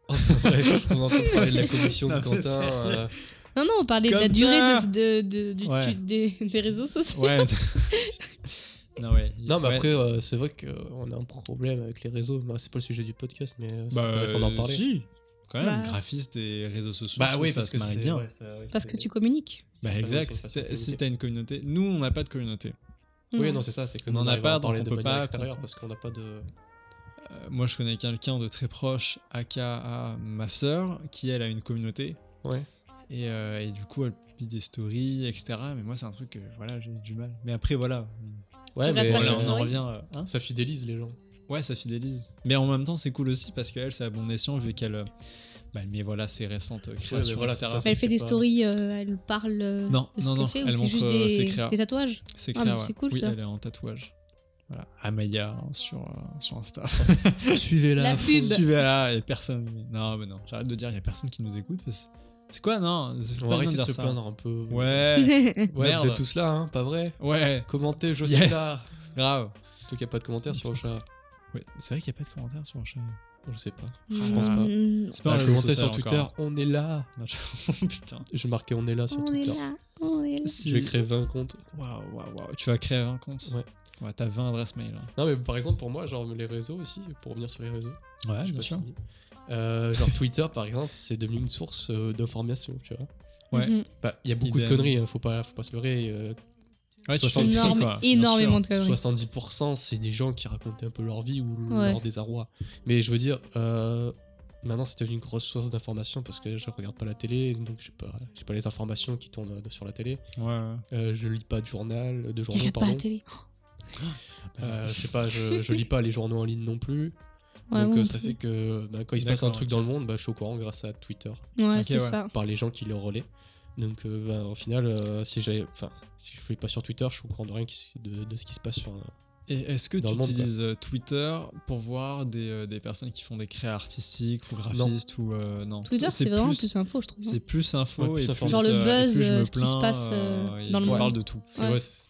Speaker 3: Bref, on est en train de parler de la commission de
Speaker 1: Ah, mais c'est
Speaker 3: Quentin.
Speaker 1: vrai.
Speaker 3: euh,
Speaker 2: Non, non, on parlait de
Speaker 1: Comme
Speaker 2: la
Speaker 1: ça.
Speaker 2: durée de, de- du-
Speaker 1: Ouais.
Speaker 2: du- des, des réseaux sociaux.
Speaker 1: Ouais. non, ouais. il-
Speaker 3: Non, mais
Speaker 1: ouais.
Speaker 3: après, euh, c'est vrai qu'on a un problème avec les réseaux. Bah, c'est pas le sujet du podcast, mais euh, c'est
Speaker 1: Bah,
Speaker 3: intéressant d'en parler.
Speaker 1: si, quand même,
Speaker 2: Bah.
Speaker 1: graphiste et réseaux sociaux, je
Speaker 3: bah
Speaker 1: trouve
Speaker 3: oui,
Speaker 1: ça
Speaker 3: parce
Speaker 1: se
Speaker 3: que
Speaker 1: marie
Speaker 3: c'est.
Speaker 1: bien.
Speaker 3: ouais, ça- ouais,
Speaker 2: Parce
Speaker 3: c'est-
Speaker 2: que tu communiques.
Speaker 3: c'est
Speaker 1: Bah
Speaker 3: une
Speaker 1: exact,
Speaker 3: façon de
Speaker 1: c'est-
Speaker 3: communiquer.
Speaker 1: si t'as une communauté. Nous, on n'a pas de communauté.
Speaker 3: Oui, non, c'est ça, c'est que
Speaker 1: On
Speaker 3: nous,
Speaker 1: en
Speaker 3: on
Speaker 1: a
Speaker 3: arrive
Speaker 1: pas,
Speaker 3: à en
Speaker 1: donc
Speaker 3: parler
Speaker 1: on
Speaker 3: de
Speaker 1: peut
Speaker 3: manière
Speaker 1: pas
Speaker 3: extérieure
Speaker 1: comprendre.
Speaker 3: parce qu'on n'a pas de.
Speaker 1: Euh, moi, je connais quelqu'un de très proche, aka ma sœur, qui, elle, a une communauté.
Speaker 3: Ouais.
Speaker 1: Et, euh, et du coup, elle publie des stories, etc. Mais moi, c'est un truc que, voilà, j'ai du mal. Mais après, voilà,
Speaker 3: Ouais,
Speaker 2: regardes
Speaker 3: mais
Speaker 2: pas
Speaker 1: Voilà,
Speaker 2: ses
Speaker 1: on en
Speaker 2: stories.
Speaker 1: revient. euh, hein
Speaker 3: ça fidélise les gens.
Speaker 1: ouais, ça fidélise. Mais en même temps, c'est cool aussi parce qu'elle, c'est à bon escient vu qu'elle. euh, Bah, mais voilà, ses récentes créations.
Speaker 3: voilà,
Speaker 1: etc.
Speaker 3: c'est ça.
Speaker 2: Mais elle fait
Speaker 3: c'est
Speaker 2: des
Speaker 3: pas-
Speaker 2: stories, euh, elle parle euh,
Speaker 1: Non,
Speaker 2: de ce
Speaker 1: non,
Speaker 2: qu'elle
Speaker 1: non,
Speaker 2: fait
Speaker 1: elle
Speaker 2: ou c'est
Speaker 1: montre,
Speaker 2: juste
Speaker 1: euh, ses
Speaker 2: des,
Speaker 1: créas.
Speaker 2: des tatouages
Speaker 1: C'est
Speaker 2: Ah,
Speaker 1: clair,
Speaker 2: mais c'est
Speaker 1: ouais.
Speaker 2: cool,
Speaker 1: Oui,
Speaker 2: ça.
Speaker 1: elle est en tatouage. Voilà, Amaya hein, sur, euh, sur Insta.
Speaker 3: Suivez-la.
Speaker 2: La
Speaker 3: faut-
Speaker 2: pub.
Speaker 1: Suivez-la, et personne. Non, mais non, j'arrête de dire, il y a personne qui nous écoute. parce- C'est quoi, non c'est
Speaker 3: On
Speaker 1: pas
Speaker 3: va
Speaker 1: bien
Speaker 3: arrêter de
Speaker 1: dire
Speaker 3: se
Speaker 1: ça.
Speaker 3: plaindre un peu.
Speaker 1: Ouais,
Speaker 3: Ouais,
Speaker 1: Merde.
Speaker 3: vous êtes tous là, hein, pas vrai
Speaker 1: ouais,
Speaker 3: Commentez, je
Speaker 1: Yes.
Speaker 3: suis là.
Speaker 1: grave.
Speaker 3: Surtout qu'il n'y a pas de commentaires sur Ocha.
Speaker 1: Ouais, c'est vrai qu'il n'y a pas de commentaires sur Insta.
Speaker 3: Je sais pas.
Speaker 2: Ah.
Speaker 1: Je pense pas.
Speaker 2: Mm,
Speaker 1: C'est
Speaker 3: Bah,
Speaker 1: un réseau
Speaker 3: commentez sur
Speaker 1: social
Speaker 3: Twitter,
Speaker 1: encore.
Speaker 3: on est là.
Speaker 1: Non, je- Putain.
Speaker 3: Je marquais on est là sur
Speaker 2: On est
Speaker 3: Twitter.
Speaker 2: là, on est là.
Speaker 3: Je vais créer 20 comptes.
Speaker 1: Waouh, waouh, waouh. Tu vas créer un compte
Speaker 3: Ouais.
Speaker 1: Ouais, t'as 20 adresses mail. hein.
Speaker 3: Non, mais par exemple, pour moi, genre les réseaux aussi, pour revenir sur les réseaux.
Speaker 1: Ouais,
Speaker 3: j'ai pas fini. Euh, genre Twitter, par exemple, c'est devenu une source euh, d'information, tu vois.
Speaker 1: Ouais.
Speaker 2: Mhm.
Speaker 3: Bah, il y a beaucoup
Speaker 1: Idem.
Speaker 3: de conneries, hein, faut, pas, faut pas se leurrer. euh,
Speaker 1: Ouais, tu
Speaker 3: 70,
Speaker 1: fais
Speaker 2: Mm-hmm. Énorme-
Speaker 1: ça, quoi, bien
Speaker 2: énormément
Speaker 1: sûr.
Speaker 2: de conneries.
Speaker 3: 70%, c'est des gens qui racontaient un peu leur vie ou
Speaker 2: Ouais.
Speaker 3: leur désarroi. Mais je veux dire, euh, maintenant c'est devenu une grosse source d'information parce que je regarde pas la télé, donc j'ai pas, j'ai pas les informations qui tournent euh, sur la télé.
Speaker 1: Ouais, ouais.
Speaker 3: Euh, je lis pas de journal, de
Speaker 2: Je
Speaker 3: journaux,
Speaker 2: regarde pas
Speaker 3: pardon.
Speaker 2: la télé.
Speaker 3: Euh, je sais pas, je, je lis pas les journaux en ligne non plus.
Speaker 2: Ouais,
Speaker 3: donc
Speaker 2: moi
Speaker 3: euh,
Speaker 2: non
Speaker 3: ça fait
Speaker 2: plus.
Speaker 3: que bah, quand il se passe un
Speaker 1: D'accord,
Speaker 3: truc
Speaker 1: ok.
Speaker 3: dans le monde, bah, je suis au courant grâce à Twitter,
Speaker 2: Ouais,
Speaker 1: Ok,
Speaker 2: c'est
Speaker 1: Ah ouais.
Speaker 2: ça.
Speaker 3: par les gens qui le relaient. Donc euh, bah, au final, euh, si, j'avais- enfin, si je ne pas sur Twitter, je suis au courant de rien qui s- de, de ce qui se passe sur,
Speaker 1: Et est-ce que
Speaker 3: Dans
Speaker 1: tu
Speaker 3: le monde,
Speaker 1: utilises euh, Twitter pour voir des, euh, des personnes qui font des créas artistiques ou graphistes ou euh, non
Speaker 2: Twitter, c'est vraiment plus info, je trouve. hein.
Speaker 1: C'est plus info
Speaker 3: Ouais, plus
Speaker 1: et plus,
Speaker 3: information. Genre le
Speaker 1: euh, et plus
Speaker 2: buzz,
Speaker 1: je
Speaker 2: euh,
Speaker 1: me
Speaker 2: ce qui se
Speaker 1: plains,
Speaker 2: passe, euh,
Speaker 1: et
Speaker 2: dans
Speaker 1: je
Speaker 2: le
Speaker 1: parle
Speaker 2: monde.
Speaker 1: de tout.
Speaker 3: Parce que,
Speaker 2: Ouais.
Speaker 3: ouais, c'est-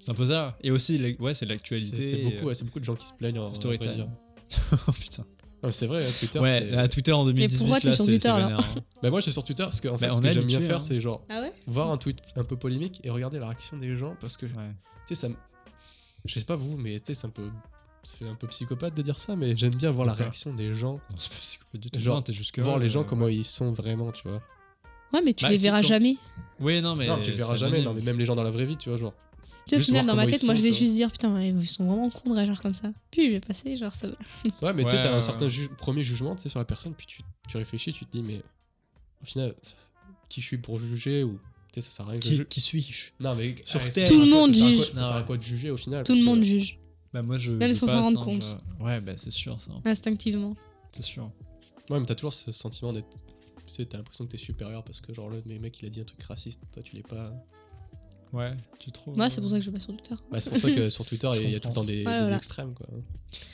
Speaker 1: C'est un peu ça. Et aussi, la- ouais, c'est de
Speaker 3: c'est
Speaker 1: l'actualité.
Speaker 3: c'est
Speaker 1: et,
Speaker 3: beaucoup, ouais, c'est beaucoup de gens qui se plaignent. en-
Speaker 1: euh,
Speaker 3: en vrai
Speaker 1: storytime.
Speaker 3: dire.
Speaker 1: oh putain.
Speaker 3: Non, mais c'est vrai, hein, Twitter.
Speaker 1: Ouais, bah,
Speaker 3: c'est-
Speaker 1: à Twitter en 2018,
Speaker 2: pourquoi t'es
Speaker 1: là,
Speaker 2: sur
Speaker 1: c'est
Speaker 2: Twitter,
Speaker 1: c'est
Speaker 2: là
Speaker 1: vénère, hein.
Speaker 3: Bah, moi, je suis sur Twitter parce que en fait,
Speaker 1: Bah,
Speaker 3: ce
Speaker 1: on
Speaker 3: que
Speaker 1: est
Speaker 3: j'aime bien
Speaker 1: habitué, hein.
Speaker 3: faire, c'est genre
Speaker 2: Ah ouais
Speaker 3: voir un tweet un peu polémique et regarder la réaction des gens parce que
Speaker 1: Ouais.
Speaker 3: tu sais, ça. me- Je sais pas vous, mais tu sais, c'est un peu. Ça fait un peu psychopathe de dire ça, mais j'aime bien voir la
Speaker 1: D'accord. euh,
Speaker 3: réaction des gens,
Speaker 1: Non, c'est pas psychopathe du tout.
Speaker 3: Genre,
Speaker 1: Non, t'es jusque
Speaker 3: voir les gens comment ils sont vraiment, tu vois.
Speaker 2: Ouais, mais tu
Speaker 1: Bah,
Speaker 2: les
Speaker 1: qui
Speaker 2: verras
Speaker 1: t'en-
Speaker 2: jamais.
Speaker 1: Ouais, non, mais.
Speaker 3: non, tu le verras
Speaker 1: c'est
Speaker 3: jamais,
Speaker 1: anonyme.
Speaker 3: non, mais même les gens dans la vraie vie, tu vois, genre.
Speaker 2: Tu vois, au
Speaker 3: Juste
Speaker 2: final,
Speaker 3: voir
Speaker 2: dans ma
Speaker 3: comment
Speaker 2: tête,
Speaker 3: ils
Speaker 2: moi,
Speaker 3: sont,
Speaker 2: je vais
Speaker 3: quoi.
Speaker 2: juste dire, putain, ouais, ils sont vraiment cons de réagir comme ça. Puis je vais passer, genre, ça va.
Speaker 3: Ouais, mais tu sais,
Speaker 1: Ouais,
Speaker 3: t'as
Speaker 1: ouais,
Speaker 3: un
Speaker 1: ouais.
Speaker 3: certain ju- premier jugement, tu sais, sur la personne, puis tu, tu réfléchis, tu te dis, mais au final, ça- qui je suis pour juger ou. Tu sais, ça sert à rien que je-
Speaker 1: Qui, qui suis-je
Speaker 3: Non, mais
Speaker 1: Sur
Speaker 3: ça
Speaker 1: Terre.
Speaker 3: sert à
Speaker 2: Tout le
Speaker 3: quoi-
Speaker 2: monde
Speaker 3: ça sert à quoi-
Speaker 1: juge.
Speaker 3: Ça sert à
Speaker 1: Non.
Speaker 3: quoi de juger au final
Speaker 2: Tout
Speaker 3: parce
Speaker 2: le
Speaker 3: que-
Speaker 2: monde juge,
Speaker 1: Bah, moi, je.
Speaker 2: Même
Speaker 1: je
Speaker 2: sans s'en
Speaker 1: passe,
Speaker 2: rendre
Speaker 1: hein,
Speaker 2: compte.
Speaker 1: je- Ouais, bah, c'est sûr, ça.
Speaker 2: instinctivement.
Speaker 1: C'est sûr.
Speaker 3: Ouais, mais t'as toujours ce sentiment d'être. Tu sais, t'as l'impression que t'es supérieur parce que, genre, le mais mec, il a dit un truc raciste, toi, tu l'es pas.
Speaker 1: Ouais, tu trouves. euh,
Speaker 2: Ouais, c'est pour ça que je vais pas sur Twitter.
Speaker 3: Bah, c'est pour ça que sur Twitter,
Speaker 1: Je
Speaker 3: il y a tout le temps
Speaker 1: comprends.
Speaker 3: des,
Speaker 2: Ouais,
Speaker 3: des
Speaker 2: voilà.
Speaker 3: extrêmes, quoi.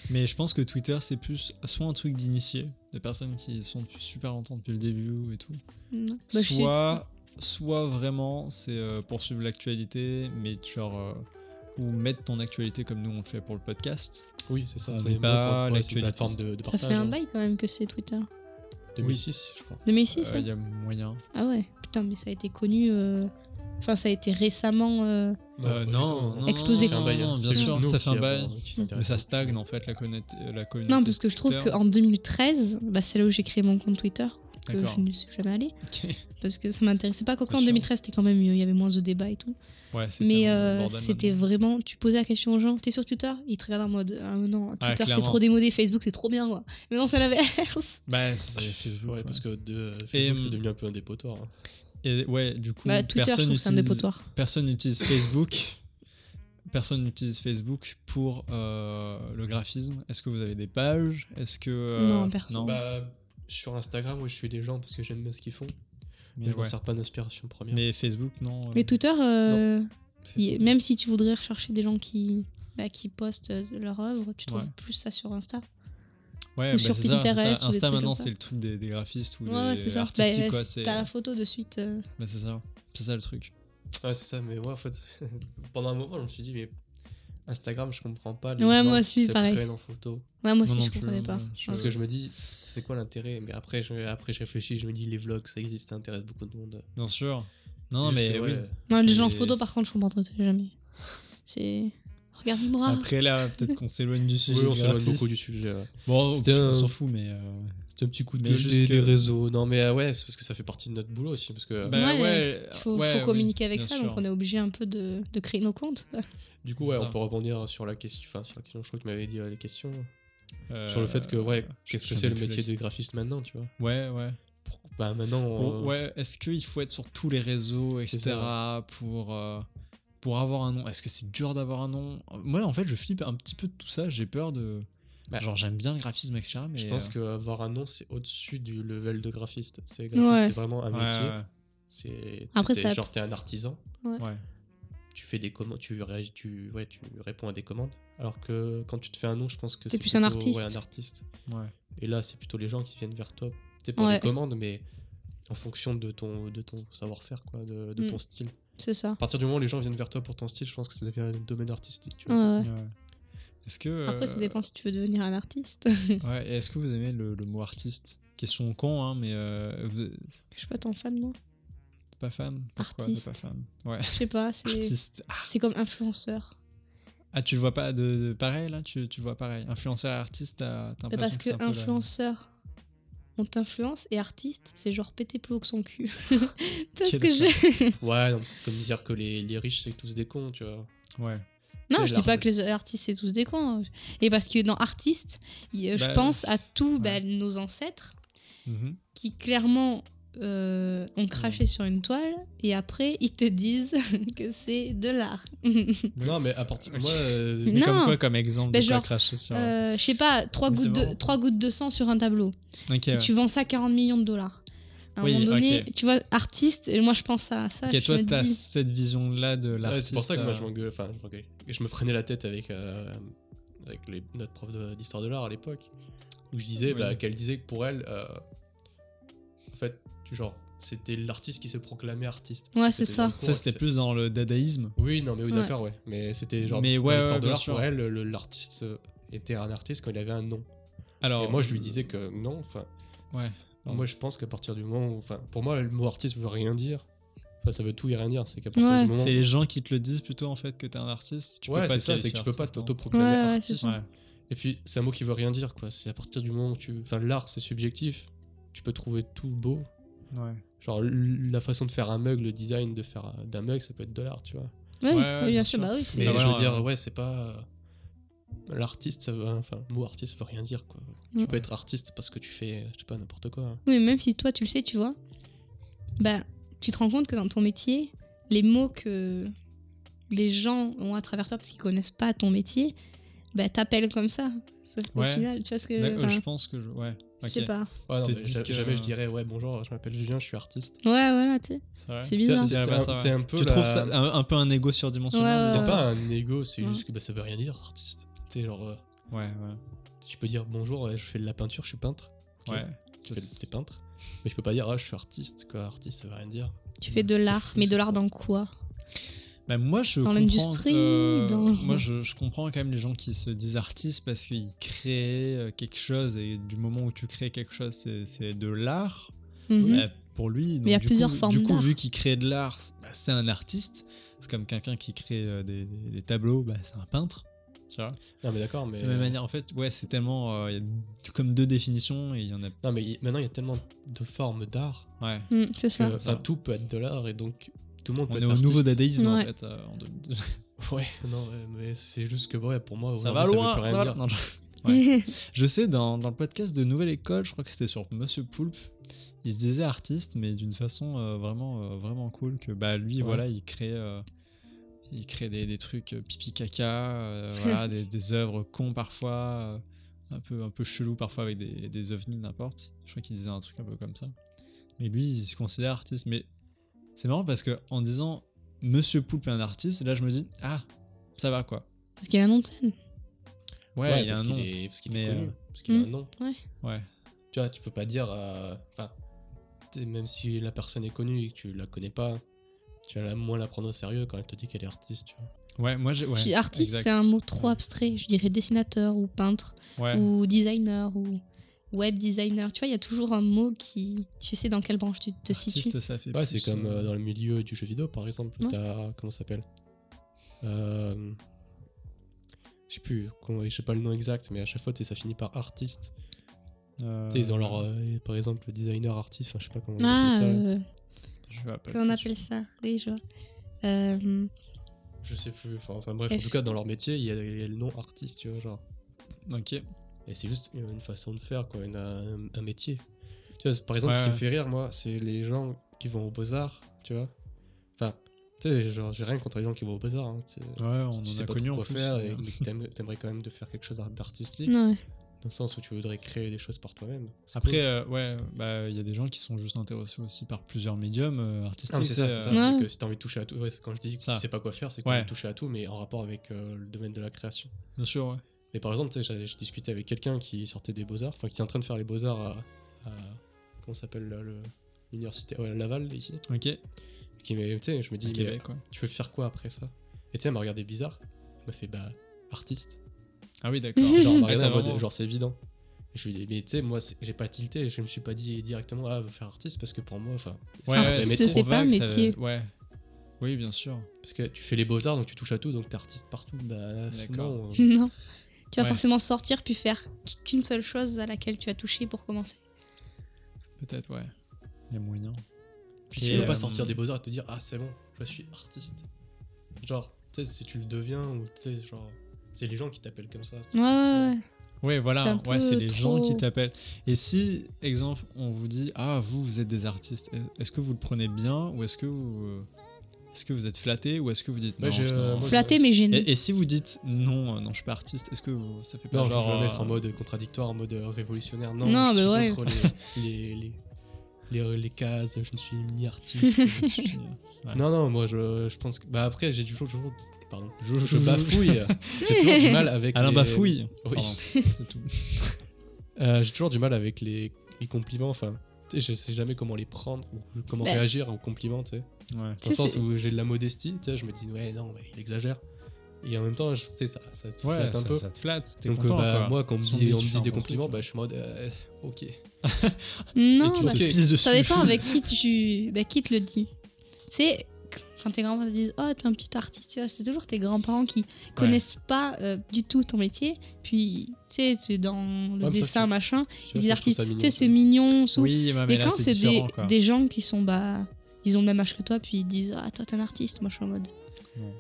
Speaker 1: Mais je pense que Twitter, c'est plus soit un truc d'initié, de personnes qui sont depuis super longtemps depuis le début et tout,
Speaker 2: Mm. Bah, je suis-
Speaker 1: soit, soit vraiment c'est euh, poursuivre l'actualité, mais genre. euh, ou mettre ton actualité comme nous on le fait pour le podcast.
Speaker 3: Oui, c'est ça.
Speaker 1: Ah,
Speaker 3: c'est
Speaker 1: mais
Speaker 3: mieux
Speaker 1: pas
Speaker 3: pour- pour- c'est une
Speaker 1: l'actualité.
Speaker 3: plateforme de, de
Speaker 2: Ça
Speaker 3: partage.
Speaker 2: fait un
Speaker 3: hein.
Speaker 2: bail quand même que c'est Twitter.
Speaker 3: 2006, je crois.
Speaker 2: 2006,
Speaker 1: Euh,
Speaker 2: ouais.
Speaker 1: Il y a moyen.
Speaker 2: Ah ouais, putain, mais ça a été connu. euh, Enfin, ça a été récemment euh,
Speaker 1: Euh,
Speaker 3: pas
Speaker 1: non,
Speaker 3: du tout,
Speaker 1: non, non,
Speaker 2: Explosé.
Speaker 1: non,
Speaker 3: Ça fait un bail,
Speaker 1: non,
Speaker 3: hein.
Speaker 1: bien
Speaker 3: C'est
Speaker 1: sûr,
Speaker 3: juste nous
Speaker 1: ça
Speaker 3: qui
Speaker 1: fait un
Speaker 3: avons-
Speaker 1: bail.
Speaker 3: qui
Speaker 1: Mais
Speaker 3: s'intéresse
Speaker 1: ça
Speaker 3: à
Speaker 1: stagne en fait la, connect- euh, la communauté.
Speaker 2: Non, parce que je trouve
Speaker 1: Twitter.
Speaker 2: qu'en 2013, bah, c'est là où j'ai créé mon compte Twitter, que
Speaker 1: D'accord.
Speaker 2: je ne suis jamais allée,
Speaker 1: Ok.
Speaker 2: parce que ça m'intéressait pas. Quoique
Speaker 1: Bien
Speaker 2: en
Speaker 1: sûr.
Speaker 2: 2013, c'était quand même mieux, il y avait moins de débats et tout.
Speaker 1: Ouais, c'était
Speaker 2: Mais
Speaker 1: un
Speaker 2: euh,
Speaker 1: bordel
Speaker 2: c'était
Speaker 1: maintenant.
Speaker 2: vraiment. Tu posais la question aux gens, t'es sur Twitter Ils te regardent en mode ah, non,
Speaker 1: Ah,
Speaker 2: Twitter c'est
Speaker 1: clairement.
Speaker 2: trop démodé, Facebook c'est trop bien quoi. Mais non, c'est la verse
Speaker 1: Bah, c'est
Speaker 3: C'est
Speaker 1: Facebook.
Speaker 3: Facebook, ouais, parce que de, euh,
Speaker 1: Et,
Speaker 3: Facebook, c'est
Speaker 1: hum,
Speaker 3: devenu un peu un dépotoir. hein.
Speaker 1: Et ouais, du coup,
Speaker 2: Bah, Twitter, je
Speaker 1: personne
Speaker 2: trouve que c'est un
Speaker 1: n'utilise
Speaker 2: dépotoir.
Speaker 1: personne n'utilise Facebook. Personne n'utilise Facebook pour euh, le graphisme. Est-ce que vous avez des pages Est-ce que euh,
Speaker 2: Non, personne.
Speaker 3: Bah, sur Instagram, où je suis des gens parce que j'aime bien ce qu'ils font. Mais,
Speaker 1: mais,
Speaker 3: je m'en
Speaker 1: ouais.
Speaker 3: sers pas d'inspiration première.
Speaker 1: Mais Facebook, non. euh,
Speaker 2: Mais Twitter, euh, y-
Speaker 3: Facebook.
Speaker 2: même si tu voudrais rechercher des gens qui, bah, qui postent euh, leur œuvre, tu trouves
Speaker 1: Ouais.
Speaker 2: plus ça sur Insta.
Speaker 1: ouais,
Speaker 2: ou
Speaker 1: bah,
Speaker 2: sur
Speaker 1: c'est ça, c'est ça.
Speaker 2: Pinterest ou des trucs
Speaker 1: Insta
Speaker 2: comme
Speaker 1: maintenant,
Speaker 2: ça.
Speaker 1: c'est le truc des, des graphistes ou
Speaker 2: Ouais, ouais,
Speaker 1: des
Speaker 2: c'est ça. Bah,
Speaker 1: artistes. quoi,
Speaker 2: si
Speaker 1: c'est
Speaker 2: T'as la photo de suite. euh,
Speaker 1: bah, c'est ça. C'est ça le truc.
Speaker 3: Ouais, c'est ça, mais moi, en fait, pendant un moment, je me suis dit, mais Instagram, je comprends pas les
Speaker 2: Ouais,
Speaker 3: gens
Speaker 2: moi
Speaker 3: qui
Speaker 2: aussi,
Speaker 3: se
Speaker 2: pareil.
Speaker 3: prennent en photo.
Speaker 2: Ouais, moi aussi,
Speaker 1: non
Speaker 2: je
Speaker 1: plus,
Speaker 2: comprenais pas.
Speaker 1: ouais, je-
Speaker 2: Ouais.
Speaker 3: Parce que je me dis, c'est quoi l'intérêt Mais après je, après, je réfléchis, je me dis, les vlogs, ça existe, ça intéresse beaucoup de monde.
Speaker 1: Bien sûr.
Speaker 3: C'est
Speaker 1: Non,
Speaker 3: juste
Speaker 1: mais
Speaker 3: que,
Speaker 1: oui.
Speaker 3: ouais,
Speaker 2: Non, les
Speaker 1: c'est-
Speaker 2: gens en photo, par contre, je comprends jamais. C'est. Regarde-moi.
Speaker 1: Après là, peut-être qu'on s'éloigne du sujet.
Speaker 3: Oui, on
Speaker 1: du
Speaker 3: s'éloigne
Speaker 1: graphiste.
Speaker 3: beaucoup du sujet. ouais.
Speaker 1: Bon,
Speaker 3: C'était
Speaker 1: on
Speaker 3: un-
Speaker 1: s'en fout, mais. euh,
Speaker 3: C'est un petit coup de
Speaker 1: Mais
Speaker 3: gueule
Speaker 1: juste
Speaker 3: des,
Speaker 1: que-
Speaker 3: des réseaux. Non, mais euh, ouais, c'est parce que ça fait partie de notre boulot aussi. Parce que euh,
Speaker 1: bah,
Speaker 2: Ouais,
Speaker 1: ouais,
Speaker 2: Il faut,
Speaker 1: ouais,
Speaker 2: faut
Speaker 1: oui,
Speaker 2: communiquer avec
Speaker 1: bien
Speaker 2: ça,
Speaker 1: sûr.
Speaker 2: donc on est obligé un peu de, de créer nos comptes.
Speaker 3: du coup, ouais,
Speaker 1: c'est ça.
Speaker 3: on peut rebondir sur la question. Enfin, sur la question, je crois que tu m'avais dit euh, les questions.
Speaker 1: Euh,
Speaker 3: sur le fait que, ouais,
Speaker 1: je-
Speaker 3: qu'est-ce
Speaker 1: je
Speaker 3: que c'est le
Speaker 1: savais plus
Speaker 3: métier
Speaker 1: la-
Speaker 3: de graphiste maintenant, tu vois
Speaker 1: Ouais, ouais.
Speaker 3: Pour- Bah, maintenant.
Speaker 1: Pour-
Speaker 3: on-
Speaker 1: ouais, est-ce qu'il faut être sur tous les réseaux,
Speaker 3: C'est
Speaker 1: etc.
Speaker 3: ça.
Speaker 1: pour, euh, pour avoir un nom Est-ce que c'est dur d'avoir un nom Moi, en fait, je flippe un petit peu de tout ça. J'ai peur de.
Speaker 3: Bah,
Speaker 1: Genre, j'aime bien le graphisme, etc. Mais
Speaker 3: Je pense
Speaker 1: euh,
Speaker 3: qu'avoir un nom, c'est au-dessus du level de graphiste. C'est graphiste,
Speaker 2: Ouais.
Speaker 3: c'est vraiment un
Speaker 1: ouais,
Speaker 3: métier.
Speaker 1: ouais,
Speaker 3: C'est
Speaker 2: Après,
Speaker 3: c'est
Speaker 2: ça-
Speaker 3: genre t'es un artisan,
Speaker 1: ouais.
Speaker 3: tu fais des commandes, tu réagis, tu ouais, tu réponds à des commandes. Alors que quand tu te fais un nom, je pense que
Speaker 2: T'es
Speaker 3: c'est
Speaker 2: plus un
Speaker 3: plutôt, ouais,
Speaker 2: artiste.
Speaker 3: un artiste.
Speaker 1: ouais.
Speaker 3: Et là, c'est plutôt les gens qui viennent vers toi. C'est pas
Speaker 2: Ouais.
Speaker 3: des commandes, mais en fonction de ton de ton savoir-faire, quoi, de, de
Speaker 2: Mm.
Speaker 3: ton style.
Speaker 2: C'est ça.
Speaker 3: À partir du moment où les gens viennent vers toi pour ton style, je pense que ça devient un domaine artistique. Tu
Speaker 2: Ouais,
Speaker 3: vois.
Speaker 2: ouais.
Speaker 1: ouais. Est-ce que.
Speaker 2: Après, ça
Speaker 1: euh,
Speaker 2: dépend si tu veux devenir un artiste.
Speaker 1: ouais, et Est-ce que vous aimez le, le mot artiste Question con, hein, mais euh, vous êtes
Speaker 2: Je suis pas ton fan, moi.
Speaker 1: pas fan Pourquoi t'es
Speaker 2: Artiste.
Speaker 1: pas fan Ouais.
Speaker 2: Je sais pas, c'est
Speaker 1: Artiste. Ah,
Speaker 2: c'est comme influenceur.
Speaker 1: Ah, tu le vois pas de, de- pareil là tu, tu le vois pareil. Influenceur et artiste, t'as t'as
Speaker 2: Mais
Speaker 1: l'impression
Speaker 2: parce
Speaker 1: c'est
Speaker 2: que
Speaker 1: un peu la-
Speaker 2: influenceur, on t'influence et artiste, c'est genre péter plus haut que son cul. Tu vois
Speaker 1: Ok,
Speaker 2: ce que je-
Speaker 3: Ouais, non, mais c'est comme dire que les, les riches c'est tous des cons, tu vois.
Speaker 1: Ouais.
Speaker 2: Non,
Speaker 3: C'est
Speaker 2: je dis
Speaker 3: l'art.
Speaker 2: pas que les artistes c'est tous des cons. Et parce que dans artiste, il- euh, je
Speaker 1: Bah,
Speaker 2: pense à tous bah, nos ancêtres
Speaker 1: Mhm.
Speaker 2: qui clairement euh, ont craché sur une toile et après ils te disent que c'est de l'art.
Speaker 1: Oui.
Speaker 3: Non, mais à partir
Speaker 1: Ok.
Speaker 3: moi, euh,
Speaker 1: Mais comme
Speaker 2: Non.
Speaker 1: quoi, comme exemple,
Speaker 2: Ben,
Speaker 1: de quoi
Speaker 2: genre,
Speaker 1: cracher sur.
Speaker 2: Euh, je sais pas, trois
Speaker 1: Mais c'est
Speaker 2: gouttes,
Speaker 1: marrant,
Speaker 2: de,
Speaker 1: ça.
Speaker 2: trois gouttes de sang sur un tableau.
Speaker 1: Ok,
Speaker 2: Et
Speaker 1: ouais.
Speaker 2: tu vends ça 40 millions de dollars. À un
Speaker 1: Oui,
Speaker 2: moment donné,
Speaker 1: ok.
Speaker 2: tu vois, artiste, et moi je pense à ça.
Speaker 1: Ok,
Speaker 2: je
Speaker 1: toi,
Speaker 2: me
Speaker 1: t'as
Speaker 2: dis-
Speaker 1: cette vision-là de
Speaker 3: Ouais,
Speaker 1: l'artiste.
Speaker 3: c'est pour ça que moi
Speaker 1: euh,
Speaker 3: je m'engueule, enfin je m'engueulais. Je me prenais la tête avec, euh, avec les- notre prof de- d'histoire de, l'art à l'époque, où je disais
Speaker 1: Oui.
Speaker 3: bah, qu'elle disait que pour elle, euh, en fait, tu- genre, c'était l'artiste qui s'est proclamé artiste.
Speaker 2: Ouais, c'est ça.
Speaker 3: dans le cours,
Speaker 1: Ça, c'était
Speaker 3: c'est-
Speaker 1: plus dans le dadaïsme.
Speaker 3: Oui, non, mais oui,
Speaker 2: Ouais.
Speaker 3: d'accord, ouais. Mais c'était genre,
Speaker 1: Mais
Speaker 3: dans
Speaker 1: ouais,
Speaker 3: l'histoire
Speaker 1: ouais,
Speaker 3: de
Speaker 1: bien
Speaker 3: l'art,
Speaker 1: sûr.
Speaker 3: pour elle, le- l'artiste euh, était un artiste quand il avait un nom.
Speaker 1: Alors, euh,
Speaker 3: Et moi, je lui disais que non, enfin,
Speaker 1: Ouais. Non.
Speaker 3: moi, je pense qu'à partir du moment où, enfin, pour moi, le mot artiste veut rien dire. Enfin, ça veut tout et rien dire. C'est qu'à partir
Speaker 2: Ouais.
Speaker 3: du moment.
Speaker 1: C'est les gens qui te le disent plutôt en fait que t'es un artiste. Tu
Speaker 3: ouais,
Speaker 1: peux pas
Speaker 3: c'est
Speaker 1: te
Speaker 3: ça, c'est que
Speaker 1: qualifier
Speaker 3: tu peux pas
Speaker 1: artiste, non
Speaker 3: t'autoproclamer
Speaker 2: Ouais, ouais, c'est
Speaker 3: artiste.
Speaker 2: ça.
Speaker 1: Ouais.
Speaker 3: Et puis, c'est un mot qui veut rien dire, quoi. C'est à partir du moment où tu. Enfin, l'art, c'est subjectif. Tu peux trouver tout beau.
Speaker 1: Ouais.
Speaker 3: Genre, l- la façon de faire un mug, le design de faire un- d'un mug, ça peut être de l'art, tu vois.
Speaker 2: Oui,
Speaker 1: Ouais, ouais,
Speaker 2: oui,
Speaker 1: bien
Speaker 2: bien sûr,
Speaker 1: sûr.
Speaker 2: bah oui.
Speaker 3: Mais hein.
Speaker 2: c'est-
Speaker 1: Bah
Speaker 3: je
Speaker 1: voilà,
Speaker 3: veux dire, ouais, c'est pas. L'artiste, ça veut. Enfin, le mot artiste veut rien dire, quoi. Tu
Speaker 2: Mm.
Speaker 3: peux être artiste parce que tu fais, je sais pas, n'importe quoi. hein.
Speaker 2: Oui, mais même si toi tu le sais, tu vois, bah, tu te rends compte que dans ton métier, les mots que les gens ont à travers toi parce qu'ils connaissent pas ton métier, bah, t'appelles comme ça. Sauf qu'au
Speaker 1: Ouais.
Speaker 2: final, tu vois ce que
Speaker 1: D'accord,
Speaker 2: enfin,
Speaker 1: euh, Je pense que je. Ouais.
Speaker 2: Je
Speaker 1: Ok.
Speaker 2: sais pas.
Speaker 3: Ouais, non,
Speaker 1: Te
Speaker 3: mais
Speaker 1: disent
Speaker 3: ja- euh,
Speaker 1: que-
Speaker 3: jamais je dirais, ouais, bonjour, je m'appelle Julien, je suis artiste.
Speaker 2: Ouais, voilà, tu sais.
Speaker 1: C'est vrai.
Speaker 2: C'est
Speaker 3: Tu vois,
Speaker 2: bizarre.
Speaker 3: C'est
Speaker 1: Ouais,
Speaker 3: c'est
Speaker 1: bah,
Speaker 3: un,
Speaker 1: ça va.
Speaker 3: c'est un peu.
Speaker 1: Tu
Speaker 3: la-
Speaker 1: trouves ça un, un peu un égo surdimensionnel
Speaker 2: Ouais,
Speaker 1: disons
Speaker 3: C'est
Speaker 2: ouais,
Speaker 3: pas un ego, c'est
Speaker 2: Ouais.
Speaker 3: juste que bah, ça veut rien dire, artiste. Tu sais, genre. euh,
Speaker 1: Ouais, ouais.
Speaker 3: Tu peux dire bonjour, ouais, je fais de la peinture, je suis peintre. Ok.
Speaker 1: Ouais.
Speaker 3: Tu
Speaker 1: Ça,
Speaker 3: fais- T'es
Speaker 1: c'est-
Speaker 3: peintre. Mais tu peux pas dire, ah, je suis artiste, quoi. Artiste, ça veut rien dire.
Speaker 2: Tu fais de
Speaker 3: C'est
Speaker 2: l'art,
Speaker 3: fou,
Speaker 2: mais de
Speaker 3: ça.
Speaker 2: l'art dans quoi
Speaker 1: Bah, moi, je
Speaker 2: Dans
Speaker 1: comprends,
Speaker 2: l'industrie,
Speaker 1: euh,
Speaker 2: dans-
Speaker 1: Moi, je, je comprends quand même les gens qui se disent artistes parce qu'ils créent euh, quelque chose et du moment où tu crées quelque chose, c'est- c'est de l'art.
Speaker 2: Mhm.
Speaker 1: Euh, pour lui. Donc,
Speaker 2: il y a
Speaker 1: du
Speaker 2: plusieurs
Speaker 1: coup,
Speaker 2: formes
Speaker 1: Du coup,
Speaker 2: d'art.
Speaker 1: vu qu'il crée de l'art, c- bah, c'est un artiste. C'est comme quelqu'un qui crée euh, des, des- des tableaux, bah, c'est un peintre. Tu vois
Speaker 3: Non, mais d'accord, mais.
Speaker 1: de la même manière, en fait, ouais, c'est tellement. euh, Il y a comme deux définitions et il y en a.
Speaker 3: Non, mais il- maintenant, il y a tellement de formes d'art
Speaker 1: Ouais.
Speaker 2: Hmm, c'est
Speaker 3: que
Speaker 2: ça.
Speaker 1: Euh,
Speaker 3: enfin, tout peut être de l'art et donc tout le monde
Speaker 1: On
Speaker 3: peut
Speaker 1: est
Speaker 3: être
Speaker 1: au nouveau
Speaker 3: artiste.
Speaker 1: dadaïsme en
Speaker 2: Ouais.
Speaker 1: fait. euh, en deux-
Speaker 3: Ouais, non, ouais, mais c'est juste que ouais, pour moi,
Speaker 1: ça
Speaker 3: aujourd'hui,
Speaker 1: va
Speaker 3: veut
Speaker 1: loin,
Speaker 3: plus rien
Speaker 1: ça va-
Speaker 3: dire.
Speaker 1: Non, je- Ouais. Je sais, dans, dans le podcast de Nouvelle École, je crois que c'était sur Monsieur Poulpe, il se disait artiste, mais d'une façon euh, vraiment, euh, vraiment cool. Que bah, lui,
Speaker 3: Ouais.
Speaker 1: voilà, il crée, euh, il crée des, des trucs euh, pipi caca, euh, voilà, des, des œuvres cons parfois, euh, un peu, un peu chelou parfois avec des, des ovnis, n'importe. Je crois qu'il disait un truc un peu comme ça. Mais lui, il se considère artiste. Mais c'est marrant parce que en disant Monsieur Poulpe est un artiste, là, je me dis, ah, ça va quoi.
Speaker 2: Parce qu'il y a un nom de scène.
Speaker 1: Ouais, il a
Speaker 3: parce
Speaker 1: un nom.
Speaker 3: qu'il est, parce qu'il est
Speaker 1: Mais,
Speaker 3: connu,
Speaker 1: euh,
Speaker 3: parce qu'il a
Speaker 2: Hmm.
Speaker 3: un nom.
Speaker 1: Ouais.
Speaker 3: Tu vois, tu peux pas dire. euh, Enfin, t'es- même si la personne est connue et que tu la connais pas, tu vas la, moins la prendre au sérieux quand elle te dit qu'elle est artiste, tu vois.
Speaker 1: Ouais, moi j'ai. ouais,
Speaker 2: Je dis artiste,
Speaker 1: exact.
Speaker 2: c'est un mot trop
Speaker 1: Ouais.
Speaker 2: abstrait. Je dirais dessinateur ou peintre
Speaker 1: Ouais.
Speaker 2: ou designer ou web designer. Tu vois, il y a toujours un mot qui. Tu sais dans quelle branche tu te situes.
Speaker 1: Artiste, ça fait.
Speaker 3: Ouais, c'est
Speaker 1: plus,
Speaker 3: comme
Speaker 1: euh,
Speaker 3: euh, dans le milieu du jeu vidéo, par exemple.
Speaker 2: Ouais.
Speaker 3: T'as. Comment ça s'appelle Euh, Je sais plus, comment- je sais pas le nom exact, mais à chaque fois, tu sais, ça finit par artiste.
Speaker 1: euh,
Speaker 3: Tu sais, ils ont leur. euh, par exemple, le designer artiste, enfin, je sais pas comment ils
Speaker 2: Ah,
Speaker 3: appellent ça.
Speaker 2: euh,
Speaker 1: Je vais appeler
Speaker 2: comment on
Speaker 1: ça.
Speaker 2: appelle ça Oui, je vois. Euh,
Speaker 3: Je sais plus, enfin, enfin bref, en
Speaker 2: F.
Speaker 3: tout cas, dans leur métier, il y, a- il y a le nom artiste, tu vois, genre.
Speaker 1: Ok.
Speaker 3: Et c'est juste une une façon de faire, quoi, une- un, un métier. Tu vois, c'est- par exemple, ce qui
Speaker 1: Ouais.
Speaker 3: me fait rire, moi, c'est les gens qui vont aux Beaux-Arts, tu vois. Enfin, tu sais, genre, j'ai rien contre les gens qui vont aux Beaux-Arts. hein, tu sais.
Speaker 1: Ouais, on
Speaker 3: Si
Speaker 1: en
Speaker 3: tu
Speaker 1: a
Speaker 3: sais pas
Speaker 1: connu
Speaker 3: trop
Speaker 1: en
Speaker 3: quoi
Speaker 1: plus.
Speaker 3: faire et que t'aimes- t'aimerais quand même de faire quelque chose d'art- d'artistique,
Speaker 2: non, ouais.
Speaker 3: dans le sens où tu voudrais créer des choses par toi-même. C'est
Speaker 1: Après,
Speaker 3: cool.
Speaker 1: euh, ouais, bah, il y a des gens qui sont juste intéressés aussi par plusieurs médiums euh, artistiques.
Speaker 3: Non, Ah, mais c'est ça, c'est ça.
Speaker 1: euh,
Speaker 2: Ouais.
Speaker 3: c'est que si t'as envie de toucher à tout, ouais, c'est quand je dis que
Speaker 1: Ça.
Speaker 3: tu sais pas quoi faire, c'est que t'as
Speaker 1: Ouais.
Speaker 3: envie de toucher à tout, mais en rapport avec euh, le domaine de la création.
Speaker 1: Bien sûr, ouais.
Speaker 3: Mais par exemple, tu sais, j'avais- je discutais avec quelqu'un qui sortait des Beaux-Arts, enfin qui est en train de faire les Beaux-Arts à. à- comment ça s'appelle là, le- l'université ouais, Laval, ici.
Speaker 1: Ok.
Speaker 3: Qui, m'a- tu sais, je me dis,
Speaker 1: À
Speaker 3: mais,
Speaker 1: Québec, quoi.
Speaker 3: tu veux faire quoi après ça Et tu sais, elle m'a regardé bizarre. Elle m'a fait, bah, artiste.
Speaker 1: Ah oui, d'accord.
Speaker 2: Mmh,
Speaker 3: Genre, elle m'a
Speaker 1: Ah,
Speaker 3: regardé
Speaker 1: t'as
Speaker 3: en mode,
Speaker 1: vraiment-
Speaker 3: genre, c'est évident. Et Je lui ai dit, mais tu sais, moi, c'est- j'ai pas tilté, je me suis pas dit directement, ah, faire artiste, parce que pour moi, enfin, c'est
Speaker 1: Ouais,
Speaker 3: un vrai
Speaker 2: artiste,
Speaker 3: métier.
Speaker 2: c'est
Speaker 1: trop
Speaker 2: pas
Speaker 1: vague, ça-
Speaker 2: métier.
Speaker 1: Ouais. Oui, bien sûr.
Speaker 3: Parce que tu fais les beaux-arts, donc tu touches à tout, donc t'es artiste partout. Bah,
Speaker 1: D'accord.
Speaker 3: non. euh,
Speaker 2: non. Tu vas
Speaker 1: Ouais.
Speaker 2: forcément sortir puis faire qu'une seule chose à laquelle tu as touché pour commencer.
Speaker 1: Peut-être, ouais. Il y a moyen.
Speaker 3: Puis
Speaker 1: Et,
Speaker 3: tu veux
Speaker 1: euh,
Speaker 3: pas sortir des beaux-arts et te dire ah c'est bon, je suis artiste. Genre, tu sais, si tu le deviens ou tu sais, genre, c'est les gens qui t'appellent comme ça.
Speaker 2: Ouais, ouais, ouais.
Speaker 1: Ouais,
Speaker 2: C'est
Speaker 1: voilà,
Speaker 2: un
Speaker 1: ouais,
Speaker 2: peu
Speaker 1: c'est les gens qui
Speaker 2: trop-
Speaker 1: t'appellent. Et si, exemple, on vous dit Ah, vous, vous êtes des artistes, est-ce que vous le prenez bien ou est-ce que vous. Est-ce que vous êtes flatté ou est-ce que vous dites
Speaker 3: Moi,
Speaker 1: non,
Speaker 3: Bah, je-
Speaker 1: finalement,
Speaker 3: moi,
Speaker 1: je-
Speaker 2: Flatté mais gêné.
Speaker 1: Et, et si vous dites non, euh, non, je suis pas artiste, est-ce que vous- ça fait pas
Speaker 3: Non,
Speaker 1: genre
Speaker 3: je veux mettre
Speaker 1: euh,
Speaker 3: en mode contradictoire, en mode euh, révolutionnaire. Non,
Speaker 2: Non,
Speaker 3: je suis
Speaker 2: mais ouais.
Speaker 3: contre les, les, les, les- les cases, je ne suis ni artiste.
Speaker 1: je suis- euh, Ouais.
Speaker 3: non, non, moi je, je pense que. Bah après, j'ai toujours. toujours pardon. Je, je bafouille. j'ai toujours du mal avec.
Speaker 1: Alain
Speaker 3: les-
Speaker 1: Bafouille.
Speaker 3: Oui.
Speaker 1: Pardon, c'est tout.
Speaker 3: Euh, j'ai toujours du mal avec les, les compliments. Enfin, tu sais, je sais jamais comment les prendre ou comment
Speaker 2: Bah.
Speaker 3: réagir aux compliments, tu sais.
Speaker 1: Ouais.
Speaker 3: Dans le
Speaker 2: Tu sais,
Speaker 3: sens
Speaker 2: c'est-
Speaker 3: où j'ai de la modestie, tu sais, je me dis ouais non mais il exagère. Et en même temps, je tu sais ça, ça te flatte un
Speaker 1: ça,
Speaker 3: peu.
Speaker 1: ça te flatte, t'es
Speaker 3: Donc
Speaker 1: content.
Speaker 3: euh, bah,
Speaker 1: quoi.
Speaker 3: moi quand on me
Speaker 1: Si on
Speaker 3: dit,
Speaker 1: dit
Speaker 3: on
Speaker 1: tu
Speaker 3: me
Speaker 1: fais
Speaker 3: dit
Speaker 1: un
Speaker 3: des
Speaker 1: bon
Speaker 3: compliments,
Speaker 1: truc,
Speaker 3: bah je suis en mode euh, ok.
Speaker 2: Non,
Speaker 3: et tu
Speaker 2: bah,
Speaker 1: On te
Speaker 3: Ok.
Speaker 1: pisse dessus.
Speaker 2: ça dépend avec qui tu, bah, qui te le dit. Tu sais, quand tes grands-parents te disent Oh, t'es un petit artiste, tu vois, c'est toujours tes grands-parents qui connaissent pas euh, du tout ton métier. Puis, tu sais, t'es dans le
Speaker 3: Ouais, mais ça,
Speaker 2: dessin,
Speaker 3: c'est-
Speaker 2: machin,
Speaker 3: Tu
Speaker 2: ils
Speaker 3: vois,
Speaker 2: disent
Speaker 3: ça,
Speaker 2: artiste,
Speaker 3: je trouve ça mignon,
Speaker 2: tu sais, c'est
Speaker 3: ça.
Speaker 2: mignon, sous.
Speaker 1: Oui, mais,
Speaker 2: mais,
Speaker 1: là,
Speaker 2: quand c'est des,
Speaker 1: différent, quoi.
Speaker 2: des gens qui sont, bah, ils ont le même âge que toi, puis ils disent Ah, toi, t'es un artiste, moi, je suis en mode
Speaker 1: Non.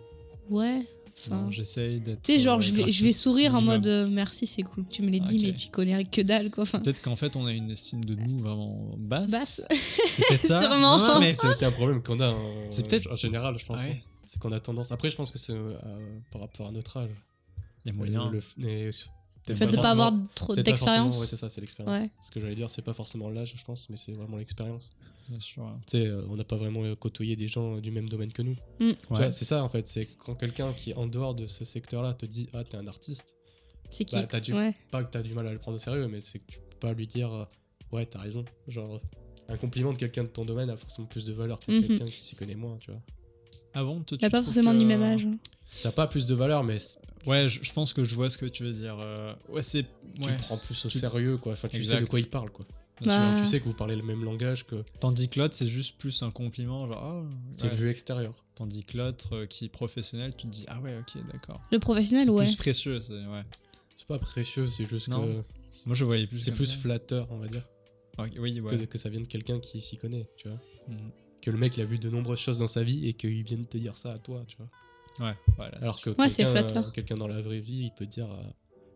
Speaker 2: Ouais, enfin.
Speaker 1: Non, j'essaye d'être.
Speaker 2: Tu sais, genre,
Speaker 1: euh,
Speaker 2: je vais, je vais
Speaker 1: artiste
Speaker 2: sourire en
Speaker 1: minimum.
Speaker 2: mode euh, merci, c'est cool que tu
Speaker 3: Ah,
Speaker 2: me l'aies dit,
Speaker 1: Ok.
Speaker 2: mais tu connais que dalle, quoi. Enfin,
Speaker 1: Peut-être qu'en fait, on a une estime de nous vraiment basse.
Speaker 2: Basse.
Speaker 1: C'est peut-être ça.
Speaker 2: Sûrement.
Speaker 1: Non, mais
Speaker 3: Mais c'est aussi un problème qu'on a en,
Speaker 1: C'est peut-être-
Speaker 3: en général, je pense.
Speaker 1: Ouais.
Speaker 3: hein. C'est qu'on a tendance. Après, je pense que c'est euh, par rapport à notre âge.
Speaker 1: Il y a moyen.
Speaker 3: Le, mais
Speaker 2: le
Speaker 3: peut-être
Speaker 2: fait de
Speaker 3: Bah, forcément-
Speaker 2: pas avoir trop
Speaker 3: peut-être pas forcément-
Speaker 2: d'expérience.
Speaker 3: Ouais, c'est ça, c'est l'expérience.
Speaker 2: Ouais.
Speaker 3: Ce que j'allais dire, c'est pas forcément l'âge, je pense, mais c'est vraiment l'expérience.
Speaker 1: Bien sûr. ouais.
Speaker 3: Tu sais, euh, on n'a pas vraiment euh, côtoyé des gens euh, du même domaine que nous.
Speaker 2: Mm.
Speaker 3: Tu vois, c'est ça en fait, c'est quand quelqu'un qui est en dehors de ce secteur-là te dit Ah, t'es un artiste,
Speaker 2: C'est qui
Speaker 3: Bah, t'as dû-
Speaker 2: ouais.
Speaker 3: pas que t'as du mal à le prendre au sérieux, mais c'est que tu peux pas lui dire euh, Ouais, t'as raison. Genre, un compliment de quelqu'un de ton domaine a forcément plus de valeur que
Speaker 2: Mhm.
Speaker 3: quelqu'un qui s'y connaît moins, tu vois.
Speaker 1: Ah bon toi, tu
Speaker 2: Bah, pas
Speaker 1: trouves
Speaker 2: forcément
Speaker 1: que-
Speaker 2: du même âge. hein.
Speaker 3: Ça a pas plus de valeur, mais c-
Speaker 1: Ouais, je, je pense que je vois ce que tu veux dire. euh, Ouais, c'est.
Speaker 3: tu
Speaker 1: ouais.
Speaker 3: le prends plus au
Speaker 1: Tu-
Speaker 3: sérieux, quoi. Enfin, tu sais
Speaker 1: Exact.
Speaker 3: de quoi il parle, quoi.
Speaker 2: Bah.
Speaker 3: Tu sais que vous parlez le même langage que
Speaker 1: Tandis que l'autre, c'est juste plus un compliment, genre, ah,
Speaker 3: c'est
Speaker 1: ouais.
Speaker 3: vue extérieure.
Speaker 1: Tandis que l'autre euh, qui est professionnel, tu te dis, ah ouais, ok, d'accord.
Speaker 2: Le
Speaker 1: C'est
Speaker 2: professionnel, ouais.
Speaker 1: plus précieux, c'est- ouais.
Speaker 3: C'est pas précieux, c'est juste
Speaker 1: Non.
Speaker 3: que
Speaker 1: Moi, je voyais plus.
Speaker 3: c'est
Speaker 1: comme
Speaker 3: plus
Speaker 1: ça.
Speaker 3: flatteur, on va dire,
Speaker 1: Ah, Oui,
Speaker 3: que-
Speaker 1: ouais.
Speaker 3: que, ça vienne de quelqu'un qui s'y connaît, tu vois.
Speaker 1: Mhm.
Speaker 3: Que le mec il a vu de nombreuses choses dans sa vie et qu'il vienne te dire ça à toi, tu vois.
Speaker 1: Ouais, voilà.
Speaker 3: Alors
Speaker 1: Ah, c'est-
Speaker 3: que
Speaker 2: Ouais, c'est
Speaker 3: quelqu'un,
Speaker 2: flatteur.
Speaker 3: euh, quelqu'un dans la vraie vie, il peut dire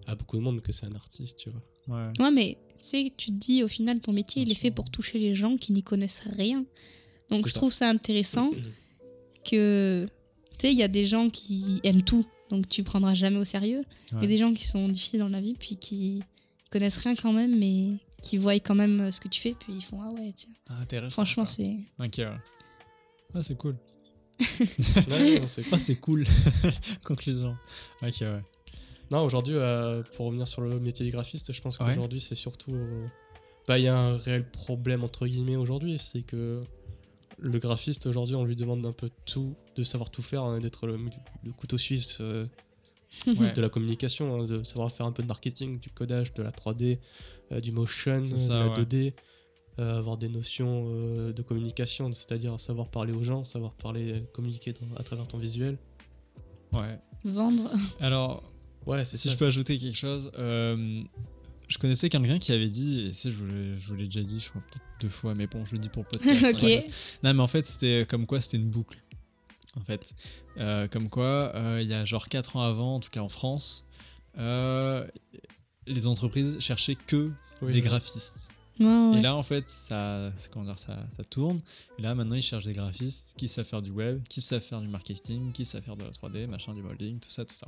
Speaker 3: à, à beaucoup de monde que c'est un artiste, tu vois.
Speaker 1: ouais.
Speaker 2: Ouais, mais tu sais, tu te dis, au final, ton métier,
Speaker 1: Bien
Speaker 2: il est
Speaker 1: sûr.
Speaker 2: fait pour toucher les gens qui n'y connaissent rien. Donc,
Speaker 3: C'est
Speaker 2: je
Speaker 3: ça.
Speaker 2: trouve ça intéressant que, tu sais, il y a des gens qui aiment tout, donc tu prendras jamais au sérieux. Il y
Speaker 1: Ouais.
Speaker 2: a des gens qui sont difficiles dans la vie, puis qui connaissent rien quand même, mais qui voient quand même euh, ce que tu fais, puis ils font, ah ouais, tiens.
Speaker 1: Ah, intéressant.
Speaker 2: Franchement,
Speaker 1: quoi.
Speaker 2: c'est.
Speaker 1: Ok, ouais. Ah, c'est cool.
Speaker 3: Ouais, non, c'est cool.
Speaker 1: Ah, c'est cool. Conclusion. Ok, ouais.
Speaker 3: Non, aujourd'hui, euh, pour revenir sur le métier du graphiste, je pense
Speaker 1: Ouais.
Speaker 3: qu'aujourd'hui, c'est surtout. euh, bah, il y a un réel problème, entre guillemets, aujourd'hui. C'est que le graphiste, aujourd'hui, on lui demande un peu tout, de savoir tout faire, hein, d'être le, le couteau suisse euh,
Speaker 1: Ouais.
Speaker 3: de la communication, hein, de savoir faire un peu de marketing, du codage, de la 3D, euh, du motion,
Speaker 1: C'est ça,
Speaker 3: de la
Speaker 1: ouais.
Speaker 3: 2D. euh, avoir des notions euh, de communication, c'est-à-dire savoir parler aux gens, savoir parler, euh, communiquer dans- à travers ton visuel.
Speaker 1: Ouais.
Speaker 2: Vendre.
Speaker 1: Alors,
Speaker 3: Ouais, c'est
Speaker 1: si
Speaker 3: ça,
Speaker 1: je peux ajouter quelque chose, euh, je connaissais quelqu'un qui avait dit, et c'est, je, vous l'ai- je vous l'ai déjà dit, je crois peut-être deux fois, mais bon, je le dis pour le podcast. hein,
Speaker 2: ok.
Speaker 1: voilà. Non, mais en fait, c'était euh, comme quoi c'était une boucle. En fait, Euh, comme quoi, euh, il y a genre 4 ans avant, en tout cas en France, euh, les entreprises cherchaient que
Speaker 3: Oui,
Speaker 1: des
Speaker 3: ouais.
Speaker 1: graphistes.
Speaker 2: Ouais, ouais.
Speaker 1: Et là, en fait, ça, c'est- comment dire, ça, ça tourne. Et là, maintenant, ils cherchent des graphistes qui savent faire du web, qui savent faire du marketing, qui savent faire de la 3D, machin, du modeling, tout ça, tout ça.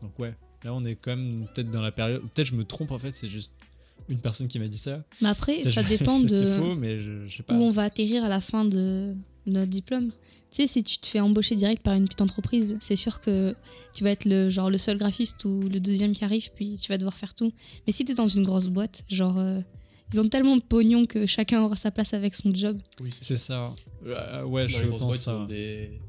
Speaker 1: Donc, ouais, là, on est quand même peut-être dans la période. Peut-être je me trompe, en fait, c'est juste une personne qui m'a dit ça.
Speaker 2: Mais après,
Speaker 1: Peut-être
Speaker 2: ça
Speaker 1: je-
Speaker 2: dépend de.
Speaker 1: c'est faux, mais je, je sais pas.
Speaker 2: où on va atterrir à la fin de notre diplôme. Tu sais, si tu te fais embaucher direct par une petite entreprise, c'est sûr que tu vas être le, genre, le seul graphiste ou le deuxième qui arrive, puis tu vas devoir faire tout. Mais si tu es dans une grosse boîte, genre, euh, ils ont tellement de pognon que chacun aura sa place avec son job.
Speaker 3: Oui, c'est
Speaker 1: C'est ça. Euh, ouais,
Speaker 3: Dans
Speaker 1: je
Speaker 3: les grosses
Speaker 1: pense
Speaker 3: boîtes, ils ont
Speaker 1: ça.
Speaker 3: des,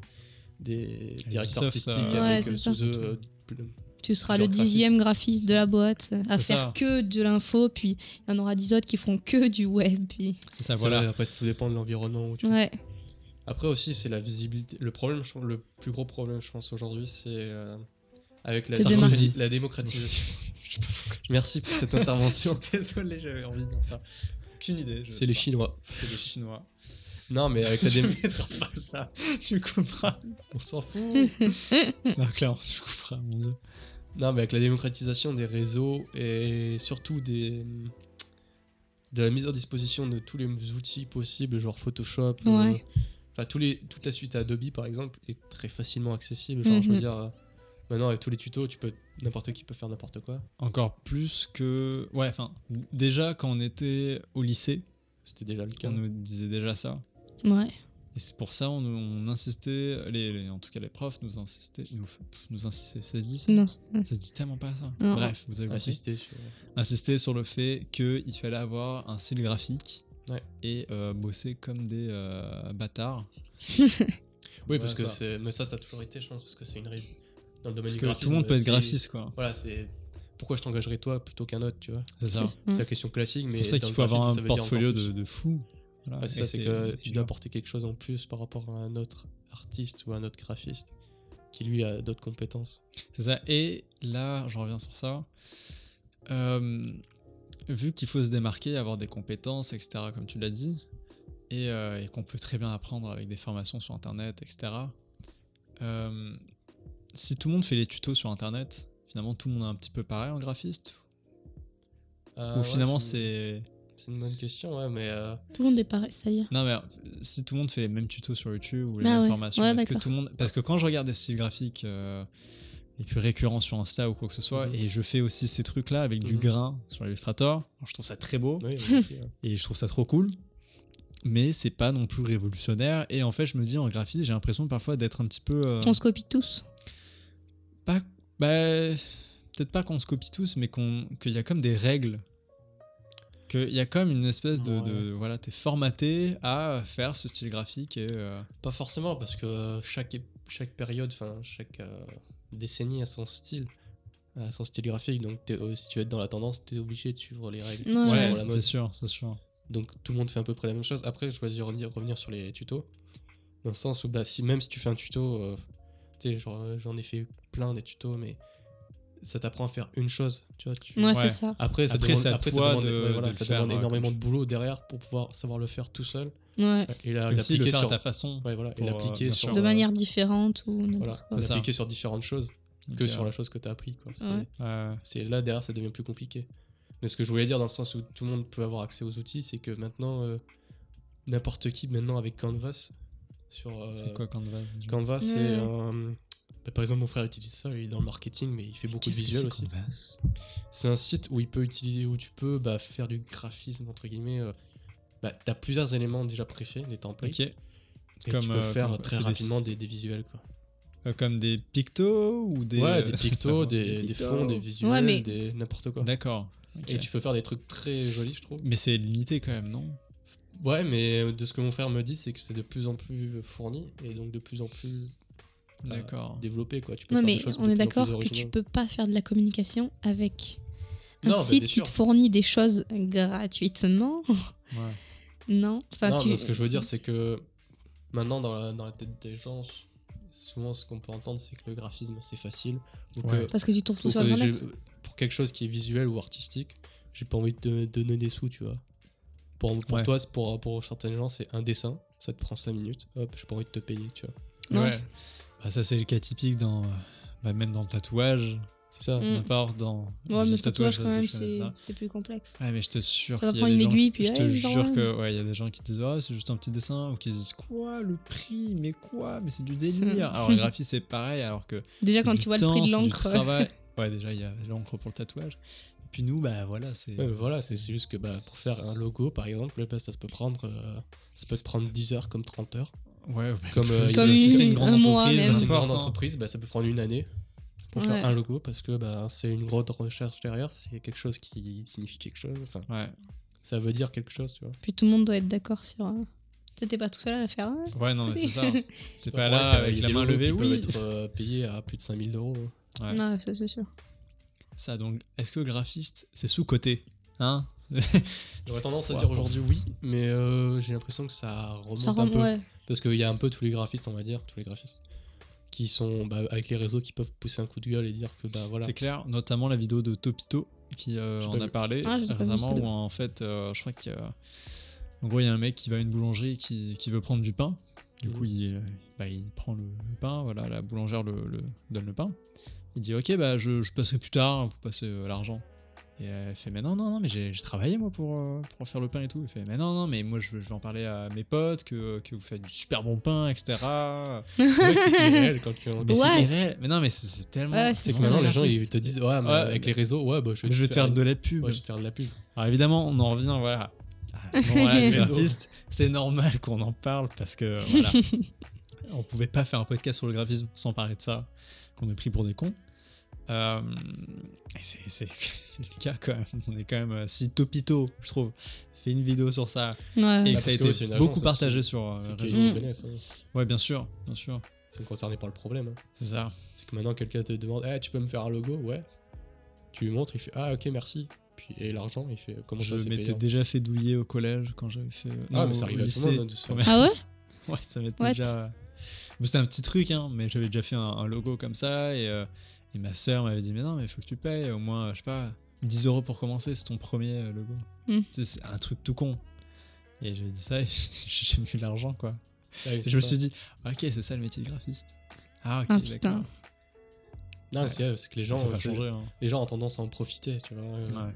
Speaker 3: des directeurs
Speaker 1: Ubisoft, ça,
Speaker 3: artistiques
Speaker 1: ouais.
Speaker 3: avec
Speaker 2: Ouais,
Speaker 3: euh,
Speaker 2: c'est
Speaker 3: sous
Speaker 2: ça.
Speaker 3: eux. euh, ple-
Speaker 2: Tu seras
Speaker 3: Genre
Speaker 2: le dixième graphiste de la boîte euh, à
Speaker 1: C'est
Speaker 2: faire
Speaker 1: ça.
Speaker 2: que de l'info, puis il y en aura dix autres qui feront que du web. Puis...
Speaker 1: C'est ça,
Speaker 3: c'est
Speaker 1: voilà.
Speaker 3: vrai, après, tout dépend de l'environnement. où tu-
Speaker 2: Ouais,
Speaker 3: Après aussi, c'est la visibilité. Le problème, je pense- le plus gros problème, je pense, aujourd'hui, c'est euh, avec la,
Speaker 2: C'est
Speaker 1: Sarkozy.
Speaker 3: la démocratisation. Merci pour cette intervention.
Speaker 1: Désolé, j'avais envie de dire ça. Aucune idée. je sais
Speaker 3: C'est les
Speaker 1: pas.
Speaker 3: Chinois.
Speaker 1: C'est les Chinois.
Speaker 3: Non, mais avec la
Speaker 1: Tu
Speaker 3: démo.
Speaker 1: mettras pas ça. Tu couperas.
Speaker 3: On s'en fout.
Speaker 2: Hmm.
Speaker 1: Non, clairement, tu couperas, mon dieu.
Speaker 3: Non, mais avec la démocratisation des réseaux et surtout des de la mise à disposition de tous les outils possibles, genre Photoshop,
Speaker 2: Ouais.
Speaker 3: euh, enfin, tous les, toute la suite Adobe par exemple est très facilement accessible. Genre, je veux
Speaker 2: Mhm.
Speaker 3: dire, euh, maintenant avec tous les tutos, tu peux n'importe qui peut faire n'importe quoi.
Speaker 1: Encore plus que. Ouais, enfin, d- déjà quand on était au lycée,
Speaker 3: C'était déjà le cas.
Speaker 1: on nous disait déjà ça.
Speaker 2: ouais.
Speaker 1: Et c'est pour ça on, on insistait, les, les- en tout cas les profs nous insistaient, nous, pff, nous insistaient, ça se dit ça
Speaker 2: Non, c'est-
Speaker 1: Ça se dit tellement pas ça.
Speaker 2: Non.
Speaker 1: Bref, vous
Speaker 3: Mmh.
Speaker 1: avez compris.
Speaker 3: Assister sur-
Speaker 1: Insister sur le fait qu'il fallait avoir un style graphique
Speaker 3: Ouais.
Speaker 1: et euh, bosser comme des euh, bâtards.
Speaker 3: Oui, parce
Speaker 1: Ouais,
Speaker 3: que
Speaker 1: bah.
Speaker 3: c'est mais ça, ça a toujours été, je pense, parce que c'est une règle dans le domaine
Speaker 1: Parce
Speaker 3: du
Speaker 1: que
Speaker 3: graphisme.
Speaker 1: tout le monde peut être
Speaker 3: c'est-
Speaker 1: graphiste, quoi.
Speaker 3: Voilà, c'est pourquoi je t'engagerais toi plutôt qu'un autre, tu vois.
Speaker 1: C'est ça.
Speaker 2: c'est-
Speaker 3: C'est la question classique, mais
Speaker 1: C'est pour ça
Speaker 3: dans
Speaker 1: qu'il
Speaker 3: le
Speaker 1: faut avoir
Speaker 3: graphisme,
Speaker 1: un
Speaker 3: ça veut dire
Speaker 1: portfolio
Speaker 3: encore plus.
Speaker 1: de, de fou. Voilà.
Speaker 3: Ouais, c'est
Speaker 1: Et
Speaker 3: ça, c'est que
Speaker 1: c'est
Speaker 3: tu
Speaker 1: dur.
Speaker 3: dois apporter quelque chose en plus par rapport à un autre artiste ou à un autre graphiste qui lui a d'autres compétences.
Speaker 1: C'est ça. Et là, j'en reviens sur ça. Euh, vu qu'il faut se démarquer, avoir des compétences, etc., comme tu l'as dit, et, euh, et qu'on peut très bien apprendre avec des formations sur Internet, etc., euh, si tout le monde fait les tutos sur Internet, finalement, tout le monde est un petit peu pareil en graphiste
Speaker 3: Euh,
Speaker 1: Ou
Speaker 3: ouais,
Speaker 1: finalement,
Speaker 3: une-
Speaker 1: c'est...
Speaker 3: c'est une bonne question, ouais, mais euh,
Speaker 2: Tout le monde est pareil, c'est-à-dire.
Speaker 1: Non, mais euh, si tout le monde fait les mêmes tutos sur YouTube ou les
Speaker 2: Ah
Speaker 1: mêmes
Speaker 2: ouais.
Speaker 1: formations,
Speaker 2: Ouais,
Speaker 1: est-ce que
Speaker 2: d'accord.
Speaker 1: tout le monde. Parce que quand je regarde des styles graphiques euh, les plus récurrents sur Insta ou quoi que ce soit,
Speaker 3: Mhm.
Speaker 1: et je fais aussi ces trucs-là avec du
Speaker 3: Mhm.
Speaker 1: grain sur Illustrator, alors je trouve ça très beau
Speaker 3: oui, moi aussi, ouais.
Speaker 1: et je trouve ça trop cool, mais c'est pas non plus révolutionnaire. Et en fait, je me dis en graphie, j'ai l'impression parfois d'être un petit peu. euh,
Speaker 2: On se copie tous.
Speaker 1: pas. Bah, peut-être pas qu'on se copie tous, mais qu'on qu'il y a comme des règles. Qu'il y a comme une espèce de. de- voilà, t'es formaté à faire ce style graphique et. euh,
Speaker 3: pas forcément parce que chaque ép- chaque période, enfin chaque euh, décennie a son style, a son style graphique. Donc t'es- euh, si tu veux être dans la tendance, tu es obligé de suivre les règles.
Speaker 2: Ouais.
Speaker 3: suivre
Speaker 1: Ouais,
Speaker 3: la
Speaker 1: c'est
Speaker 3: mode.
Speaker 1: sûr, c'est sûr.
Speaker 3: Donc tout le monde fait à peu près la même chose. Après, je choisis de revenir, revenir sur les tutos. Dans le sens où, bah, si, même si tu fais un tuto, euh, tu sais, genre, euh, j'en ai fait plein des tutos, mais ça t'apprend à faire une chose. Tu vois, tu-
Speaker 2: Moi,
Speaker 1: Ouais.
Speaker 2: c'est ça.
Speaker 3: Après, ça
Speaker 1: Après,
Speaker 3: demande,
Speaker 1: c'est à
Speaker 3: après, ça
Speaker 1: toi
Speaker 3: demande,
Speaker 1: de-
Speaker 3: ouais, voilà,
Speaker 1: de
Speaker 3: ça
Speaker 1: le faire,
Speaker 3: demande
Speaker 1: ouais,
Speaker 3: énormément
Speaker 1: comme
Speaker 3: de boulot derrière pour pouvoir savoir le faire tout seul.
Speaker 2: Ouais.
Speaker 3: Et la-
Speaker 1: Aussi, le
Speaker 3: l'appliquer
Speaker 1: faire à
Speaker 3: sur,
Speaker 1: ta façon.
Speaker 3: ouais, voilà, et
Speaker 1: pour, euh,
Speaker 3: l'appliquer
Speaker 1: bien
Speaker 3: sur,
Speaker 1: sûr.
Speaker 2: De
Speaker 3: euh,
Speaker 2: manière différente ou n'importe
Speaker 3: voilà,
Speaker 2: quoi.
Speaker 1: ça.
Speaker 3: l'appliquer sur différentes choses que
Speaker 1: Ok,
Speaker 3: sur
Speaker 1: ouais.
Speaker 3: la chose que tu as appris. quoi. C'est-
Speaker 2: Ouais.
Speaker 1: euh, Ouais, ouais.
Speaker 3: C'est là derrière ça devient plus compliqué. Mais ce que je voulais dire dans le sens où tout le monde peut avoir accès aux outils, c'est que maintenant euh, n'importe qui maintenant avec Canvas sur euh,
Speaker 1: C'est quoi Canvas déjà
Speaker 3: Canva, c'est
Speaker 2: Ouais.
Speaker 3: un- bah, par exemple mon frère utilise ça, il est dans le marketing mais il fait beaucoup de
Speaker 1: Qu'est-ce que
Speaker 3: visuels
Speaker 1: c'est
Speaker 3: aussi.
Speaker 1: Canvas
Speaker 3: C'est un site où il peut utiliser où tu peux bah, faire du graphisme entre guillemets. euh, bah, t'as plusieurs éléments déjà préfets, des templates,
Speaker 1: Ok.
Speaker 3: et
Speaker 1: Comme,
Speaker 3: tu peux
Speaker 1: euh,
Speaker 3: faire
Speaker 1: comme-
Speaker 3: très
Speaker 1: c'est des-
Speaker 3: rapidement des, des visuels quoi.
Speaker 1: Euh, comme des pictos ou des.
Speaker 3: ouais, des
Speaker 1: euh,
Speaker 3: pictos, des, des fonds, des visuels,
Speaker 2: Ouais, mais-
Speaker 3: des n'importe quoi.
Speaker 1: D'accord. Ok.
Speaker 3: Et tu peux faire des trucs très jolis, je trouve.
Speaker 1: Mais c'est limité quand même, non
Speaker 3: Ouais, mais euh, de ce que mon frère me dit, c'est que c'est de plus en plus fourni et donc de plus en plus euh,
Speaker 1: D'accord.
Speaker 3: développé. Quoi. Tu peux
Speaker 2: Ouais,
Speaker 3: faire des
Speaker 2: mais
Speaker 3: choses de
Speaker 2: on est
Speaker 3: plus en plus
Speaker 2: d'accord que tu
Speaker 3: originales.
Speaker 2: peux pas faire de la communication avec un
Speaker 3: Non, bah,
Speaker 2: site
Speaker 3: bien
Speaker 2: qui
Speaker 3: sûr.
Speaker 2: te fournit des choses gratuitement.
Speaker 1: Ouais.
Speaker 2: non, enfin
Speaker 3: non,
Speaker 2: tu.
Speaker 3: mais ce que je veux dire, c'est que maintenant, dans la, dans la tête des gens, souvent ce qu'on peut entendre, c'est que le graphisme, c'est facile. Ou que-
Speaker 1: Ouais.
Speaker 2: Parce que tu trouves tout
Speaker 3: pour,
Speaker 2: sur
Speaker 3: euh,
Speaker 2: internet.
Speaker 3: j'ai- pour quelque chose qui est visuel ou artistique, j'ai pas envie de te donner des sous, tu vois. Pour, pour
Speaker 1: Ouais.
Speaker 3: toi, c'est pour, pour certaines gens, c'est un dessin, ça te prend 5 minutes, hop, j'ai pas envie de te payer, tu vois.
Speaker 2: Ouais.
Speaker 1: Bah, ça, c'est le cas typique dans. euh, Bah, même dans le tatouage,
Speaker 3: C'est ça.
Speaker 2: Mm.
Speaker 1: à part dans.
Speaker 2: Ouais,
Speaker 1: je
Speaker 2: mais
Speaker 1: dis
Speaker 2: le tatouage quand
Speaker 1: parce que
Speaker 2: même,
Speaker 1: je connais
Speaker 2: c'est
Speaker 1: ça.
Speaker 2: c'est plus complexe.
Speaker 1: Ouais, mais je te jure.
Speaker 2: Ça va
Speaker 1: qu'il y a
Speaker 2: prendre
Speaker 1: des gens
Speaker 2: une
Speaker 1: qui-
Speaker 2: aiguille, puis
Speaker 1: Je te
Speaker 2: ouais,
Speaker 1: jure
Speaker 2: normal.
Speaker 1: que ouais, il y a des gens qui disent ah c'est juste un petit dessin ou qui disent quoi le prix mais quoi mais c'est du délire. Alors le graphisme c'est pareil alors que
Speaker 2: Déjà
Speaker 1: c'est
Speaker 2: quand
Speaker 1: du
Speaker 2: tu vois le prix
Speaker 1: temps,
Speaker 2: de
Speaker 1: c'est du
Speaker 2: l'encre.
Speaker 1: travail. Ouais déjà il y a l'encre pour le tatouage. Et puis nous bah voilà c'est.
Speaker 3: Ouais, mais voilà, c'est c'est juste que bah, pour faire un logo, par exemple, bah, ça se peut prendre, euh, ça peut te prendre 10 heures comme 30 heures.
Speaker 1: Ouais, mais
Speaker 3: Comme,
Speaker 1: plus,
Speaker 3: euh,
Speaker 1: si
Speaker 3: une-
Speaker 1: c'est une grande
Speaker 2: un mois
Speaker 1: entreprise,
Speaker 2: même.
Speaker 3: Bah, c'est une grande
Speaker 1: n'importe, hein.
Speaker 3: entreprise, bah, ça peut prendre une année pour
Speaker 2: Ouais.
Speaker 3: faire un logo parce que bah, c'est une grosse recherche derrière, c'est quelque chose qui signifie quelque chose, enfin,
Speaker 1: Ouais.
Speaker 3: ça veut dire quelque chose, tu vois.
Speaker 2: Puis tout le monde doit être d'accord sur. euh, T'étais pas tout seul à la faire. hein
Speaker 1: Ouais, non, mais c'est ça. C'est pas
Speaker 3: Ouais,
Speaker 1: là
Speaker 3: ouais,
Speaker 1: avec
Speaker 3: il y a
Speaker 1: la
Speaker 3: des
Speaker 1: main
Speaker 3: logos
Speaker 1: levée,
Speaker 3: qui
Speaker 1: oui.
Speaker 3: peuvent être euh, payés à plus de 5000 euros.
Speaker 1: Ouais.
Speaker 2: Non, ça, c'est sûr.
Speaker 1: Ça, donc, est-ce que graphiste, c'est sous-côté Hein
Speaker 3: J'aurais
Speaker 1: C'est-
Speaker 3: tendance à
Speaker 1: Ouais.
Speaker 3: dire aujourd'hui oui, mais euh, j'ai l'impression que ça remonte
Speaker 2: Ça
Speaker 3: un
Speaker 2: rend.
Speaker 3: peu.
Speaker 2: Ouais.
Speaker 3: Parce qu'il y a un peu tous les graphistes, on va dire, tous les graphistes, qui sont bah, avec les réseaux qui peuvent pousser un coup de gueule et dire que bah voilà.
Speaker 1: C'est clair, notamment la vidéo de Topito qui euh,
Speaker 3: J'ai
Speaker 1: en
Speaker 3: pas
Speaker 1: a
Speaker 3: vu.
Speaker 1: parlé
Speaker 2: Ah, j'ai pas vu
Speaker 1: récemment,
Speaker 2: celle-là.
Speaker 1: où en fait, euh, je crois qu'il y a. En gros, il y a un mec qui va à une boulangerie qui, qui veut prendre du pain. Du
Speaker 3: Mhm.
Speaker 1: coup, il, bah, il prend le, le pain, voilà, la boulangère le, le- donne le pain. Il dit Ok, bah, je, je passerai plus tard, vous passez euh, l'argent. Et elle fait Mais non, non, non, mais j'ai j'ai travaillé moi pour, euh, pour faire le pain et tout. Il fait Mais non, non, mais moi je, vais- je vais en parler à mes potes que, que vous faites du super bon pain, etc.
Speaker 3: C'est vrai que c'est irréel quand tu en
Speaker 1: Mais c'est
Speaker 2: Ouais.
Speaker 1: irréel. Mais non, mais c'est- c'est tellement.
Speaker 2: Ouais,
Speaker 1: c'est
Speaker 2: c'est
Speaker 3: C'est que
Speaker 2: ça.
Speaker 1: comme
Speaker 3: maintenant,
Speaker 1: ça,
Speaker 3: les gens,
Speaker 1: l'artiste.
Speaker 3: ils te disent Ouais, mais
Speaker 1: Ouais.
Speaker 3: avec les réseaux, ouais, bah, je
Speaker 1: Je
Speaker 3: vais,
Speaker 1: vais te faire de la pub.
Speaker 3: ouais, je vais te faire de la pub.
Speaker 1: Alors évidemment, on en revient, voilà. À ce moment-là, le graphiste, c'est normal qu'on en parle parce que voilà, on pouvait pas faire un podcast sur le graphisme sans parler de ça, qu'on est pris pour des cons. Euh, et c'est- c'est c'est le cas quand même. On est quand même euh, si Topito, je trouve, fait une vidéo sur ça et
Speaker 2: Ouais.
Speaker 1: que
Speaker 3: Bah, parce
Speaker 1: ça a
Speaker 3: que
Speaker 1: été
Speaker 3: oui, c'est une agence
Speaker 1: beaucoup
Speaker 3: aussi.
Speaker 1: partagé sur euh,
Speaker 3: C'est qu'ils
Speaker 1: réseaux.
Speaker 2: Mm.
Speaker 3: se connaissent. hein.
Speaker 1: Ouais, bien sûr, bien sûr,
Speaker 3: Ils sont concernés par le problème. hein.
Speaker 1: c'est ça.
Speaker 3: C'est que maintenant, quelqu'un te demande Eh, tu peux me faire un logo Ouais. Tu lui montres, il fait Ah, ok, merci. Puis, et l'argent, il fait Comment
Speaker 1: Je
Speaker 3: ça, c'est
Speaker 1: m'étais
Speaker 3: payant
Speaker 1: déjà fait douiller au collège quand j'avais fait.
Speaker 3: Ah,
Speaker 1: non,
Speaker 3: mais
Speaker 1: au
Speaker 3: ça arrive à tout
Speaker 1: lycée,
Speaker 3: le monde de se
Speaker 1: quand
Speaker 3: faire.
Speaker 1: même.
Speaker 2: Ah ouais
Speaker 1: Ouais, ça m'était
Speaker 2: What
Speaker 1: déjà. Mais C'était un petit truc, hein, mais j'avais déjà fait un, un logo comme ça et, euh, et ma sœur m'avait dit Mais non, mais faut que tu payes au moins, je sais pas, 10 euros pour commencer, c'est ton premier euh, logo.
Speaker 2: Hmm.
Speaker 1: Tu sais, C'est un truc tout con. Et j'ai dit ça et j'ai jamais eu l'argent, quoi.
Speaker 3: Ah oui,
Speaker 1: Et
Speaker 3: c'est
Speaker 1: je me
Speaker 3: ça.
Speaker 1: suis dit Ok, c'est ça le métier de graphiste. Ah, ok,
Speaker 2: Ah, putain.
Speaker 1: d'accord.
Speaker 3: Non, c'est ouais, parce que les gens, euh,
Speaker 1: ça va
Speaker 3: c'est-
Speaker 1: changer. Hein.
Speaker 3: les gens ont tendance à en profiter, tu vois. euh,
Speaker 1: Ouais.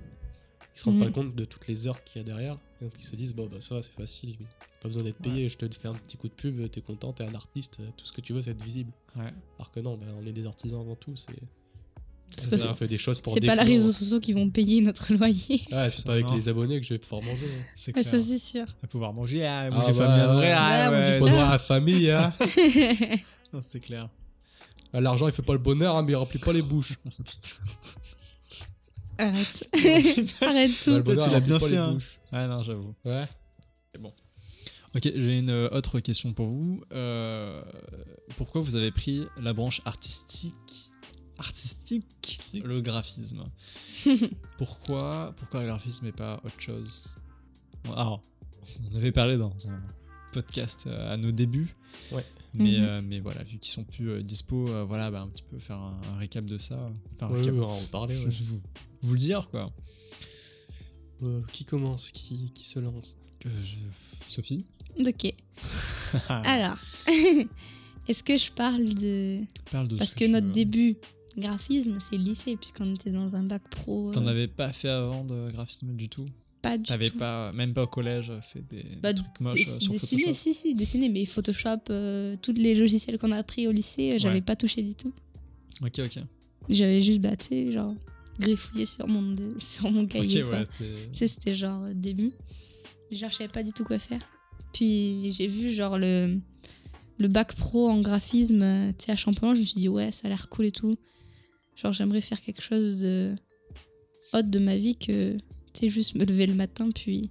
Speaker 3: Ils se rendent pas
Speaker 2: Mm.
Speaker 3: compte de toutes les heures qu'il y a derrière. Et donc ils se disent, bon, bah ça va, c'est facile. Pas besoin d'être payé, je te fais un petit coup de pub, t'es content, t'es un artiste, euh, tout ce que tu veux, c'est être visible.
Speaker 1: ouais.
Speaker 3: Alors que non, bah, on est des artisans avant tout, c'est.
Speaker 1: C'est
Speaker 3: On
Speaker 1: ça.
Speaker 3: fait des choses pour
Speaker 2: C'est pas les
Speaker 3: découvrir.
Speaker 2: réseaux sociaux qui vont payer notre loyer.
Speaker 3: Ouais, c'est pas avec
Speaker 1: Non.
Speaker 3: les abonnés que je vais pouvoir manger. hein.
Speaker 1: C'est
Speaker 2: Ah,
Speaker 1: clair.
Speaker 2: ça, c'est sûr.
Speaker 1: À pouvoir manger, ah,
Speaker 3: Ah,
Speaker 1: manger
Speaker 3: ouais,
Speaker 1: famille à vrai,
Speaker 3: ouais.
Speaker 1: ah,
Speaker 2: Ouais,
Speaker 1: ouais.
Speaker 2: manger
Speaker 3: Faut
Speaker 2: ça.
Speaker 3: droit à la famille, hein.
Speaker 1: Non, C'est clair.
Speaker 3: Ah, L'argent, il fait pas le bonheur, hein, mais il remplit pas les bouches.
Speaker 2: Arrête. Arrête
Speaker 3: Bah,
Speaker 2: tout.
Speaker 3: le bonheur,
Speaker 1: tu l'as
Speaker 3: il
Speaker 1: bien
Speaker 3: remplit pas
Speaker 1: fait,
Speaker 3: les
Speaker 1: hein.
Speaker 3: bouches.
Speaker 1: Ah, non, j'avoue.
Speaker 3: Ouais.
Speaker 1: Ok, j'ai une euh, autre question pour vous. Euh, pourquoi vous avez pris la branche artistique Artistique Le graphisme. pourquoi, pourquoi le graphisme et pas autre chose Alors, on avait parlé dans un podcast euh, à nos débuts.
Speaker 3: Ouais.
Speaker 1: Mais,
Speaker 2: Mhm.
Speaker 1: euh, mais voilà, vu qu'ils sont plus euh, dispo, euh, voilà, bah, un petit peu faire un, un récap de ça. Enfin, un
Speaker 3: Ouais,
Speaker 1: récap.
Speaker 3: ouais, on va en parler.
Speaker 1: Je-
Speaker 3: ouais.
Speaker 1: je vous, vous le dire, quoi.
Speaker 3: Euh, qui commence qui, qui se lance
Speaker 1: Que je- Sophie
Speaker 2: Ok. Alors, est-ce que je parle de.
Speaker 1: Parle de
Speaker 2: Parce
Speaker 1: ce
Speaker 2: que
Speaker 1: tu
Speaker 2: notre
Speaker 1: veux.
Speaker 2: début graphisme, c'est lycée, puisqu'on était dans un bac pro. euh,
Speaker 1: T'en avais pas fait avant de graphisme du tout
Speaker 2: pas du
Speaker 1: T'avais
Speaker 2: tout.
Speaker 1: pas, même pas au collège, fait des,
Speaker 2: Bah,
Speaker 1: des trucs moches euh,
Speaker 2: Dess-
Speaker 1: sur
Speaker 2: dessiner,
Speaker 1: Photoshop
Speaker 2: si, si, dessiner, mais Photoshop, euh, tous les logiciels qu'on a appris au lycée, euh, j'avais
Speaker 1: Ouais.
Speaker 2: pas touché du tout.
Speaker 1: Ok, ok.
Speaker 2: J'avais juste, bah, tu sais, genre, griffouillé sur mon, sur mon
Speaker 1: Ok,
Speaker 2: cahier. quoi.
Speaker 1: ouais, t'es-
Speaker 2: Tu sais, c'était genre euh, début. Genre, je savais pas du tout quoi faire. Puis j'ai vu genre le, le bac pro en graphisme, euh, tu sais, à Champollion. Je me suis dit, ouais, ça a l'air cool et tout. Genre, j'aimerais faire quelque chose de haute de ma vie que, tu sais, juste me lever le matin, puis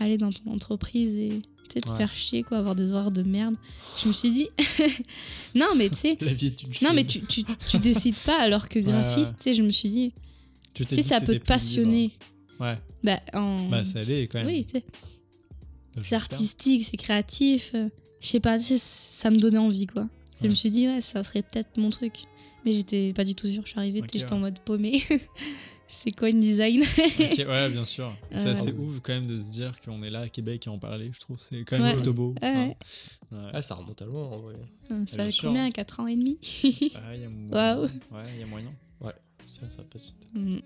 Speaker 2: aller dans ton entreprise et, tu sais, te
Speaker 1: Ouais.
Speaker 2: faire chier, quoi, avoir des horaires de merde. Je me suis dit, non, mais tu sais,
Speaker 3: La vie est une
Speaker 2: non, mais
Speaker 3: chaîne.
Speaker 2: tu, tu, tu décides pas, alors que
Speaker 1: ouais.
Speaker 2: graphiste, tu sais, je me suis dit,
Speaker 1: Tu
Speaker 2: tu
Speaker 1: t'es
Speaker 2: sais,
Speaker 1: dit
Speaker 2: ça
Speaker 1: que
Speaker 2: peut
Speaker 1: c'était plus
Speaker 2: te
Speaker 1: libre.
Speaker 2: passionner.
Speaker 1: Ouais,
Speaker 2: Bah, en...
Speaker 1: bah ça l'est quand même.
Speaker 2: oui, tu sais.
Speaker 1: Je
Speaker 2: C'est
Speaker 1: l'espère.
Speaker 2: artistique, c'est créatif. euh, Je sais pas, c'est- ça me donnait envie, quoi. Je
Speaker 1: Ouais.
Speaker 2: me suis dit, ouais, ça serait peut-être mon truc. Mais j'étais pas du tout sûre. Je suis arrivée,
Speaker 1: Ok,
Speaker 2: t'sais, j'étais
Speaker 1: ouais.
Speaker 2: en mode paumée. c'est quoi une design
Speaker 1: Ok, ouais, bien sûr. C'est
Speaker 2: Euh.
Speaker 1: assez ouf quand même de se dire qu'on est là à Québec et en parler. Je trouve que c'est quand même
Speaker 2: Ouais.
Speaker 1: plutôt beau.
Speaker 2: Ouais.
Speaker 1: Enfin, ouais.
Speaker 3: Ah, ça remonte à loin en vrai.
Speaker 2: Ça
Speaker 1: bien
Speaker 2: fait
Speaker 1: sûr.
Speaker 2: combien à 4 ans et demi
Speaker 1: Ah, y a moyen.
Speaker 2: Waouh.
Speaker 1: Ouais, y a moyen.
Speaker 3: Ça, ça passe vite.
Speaker 2: Mm.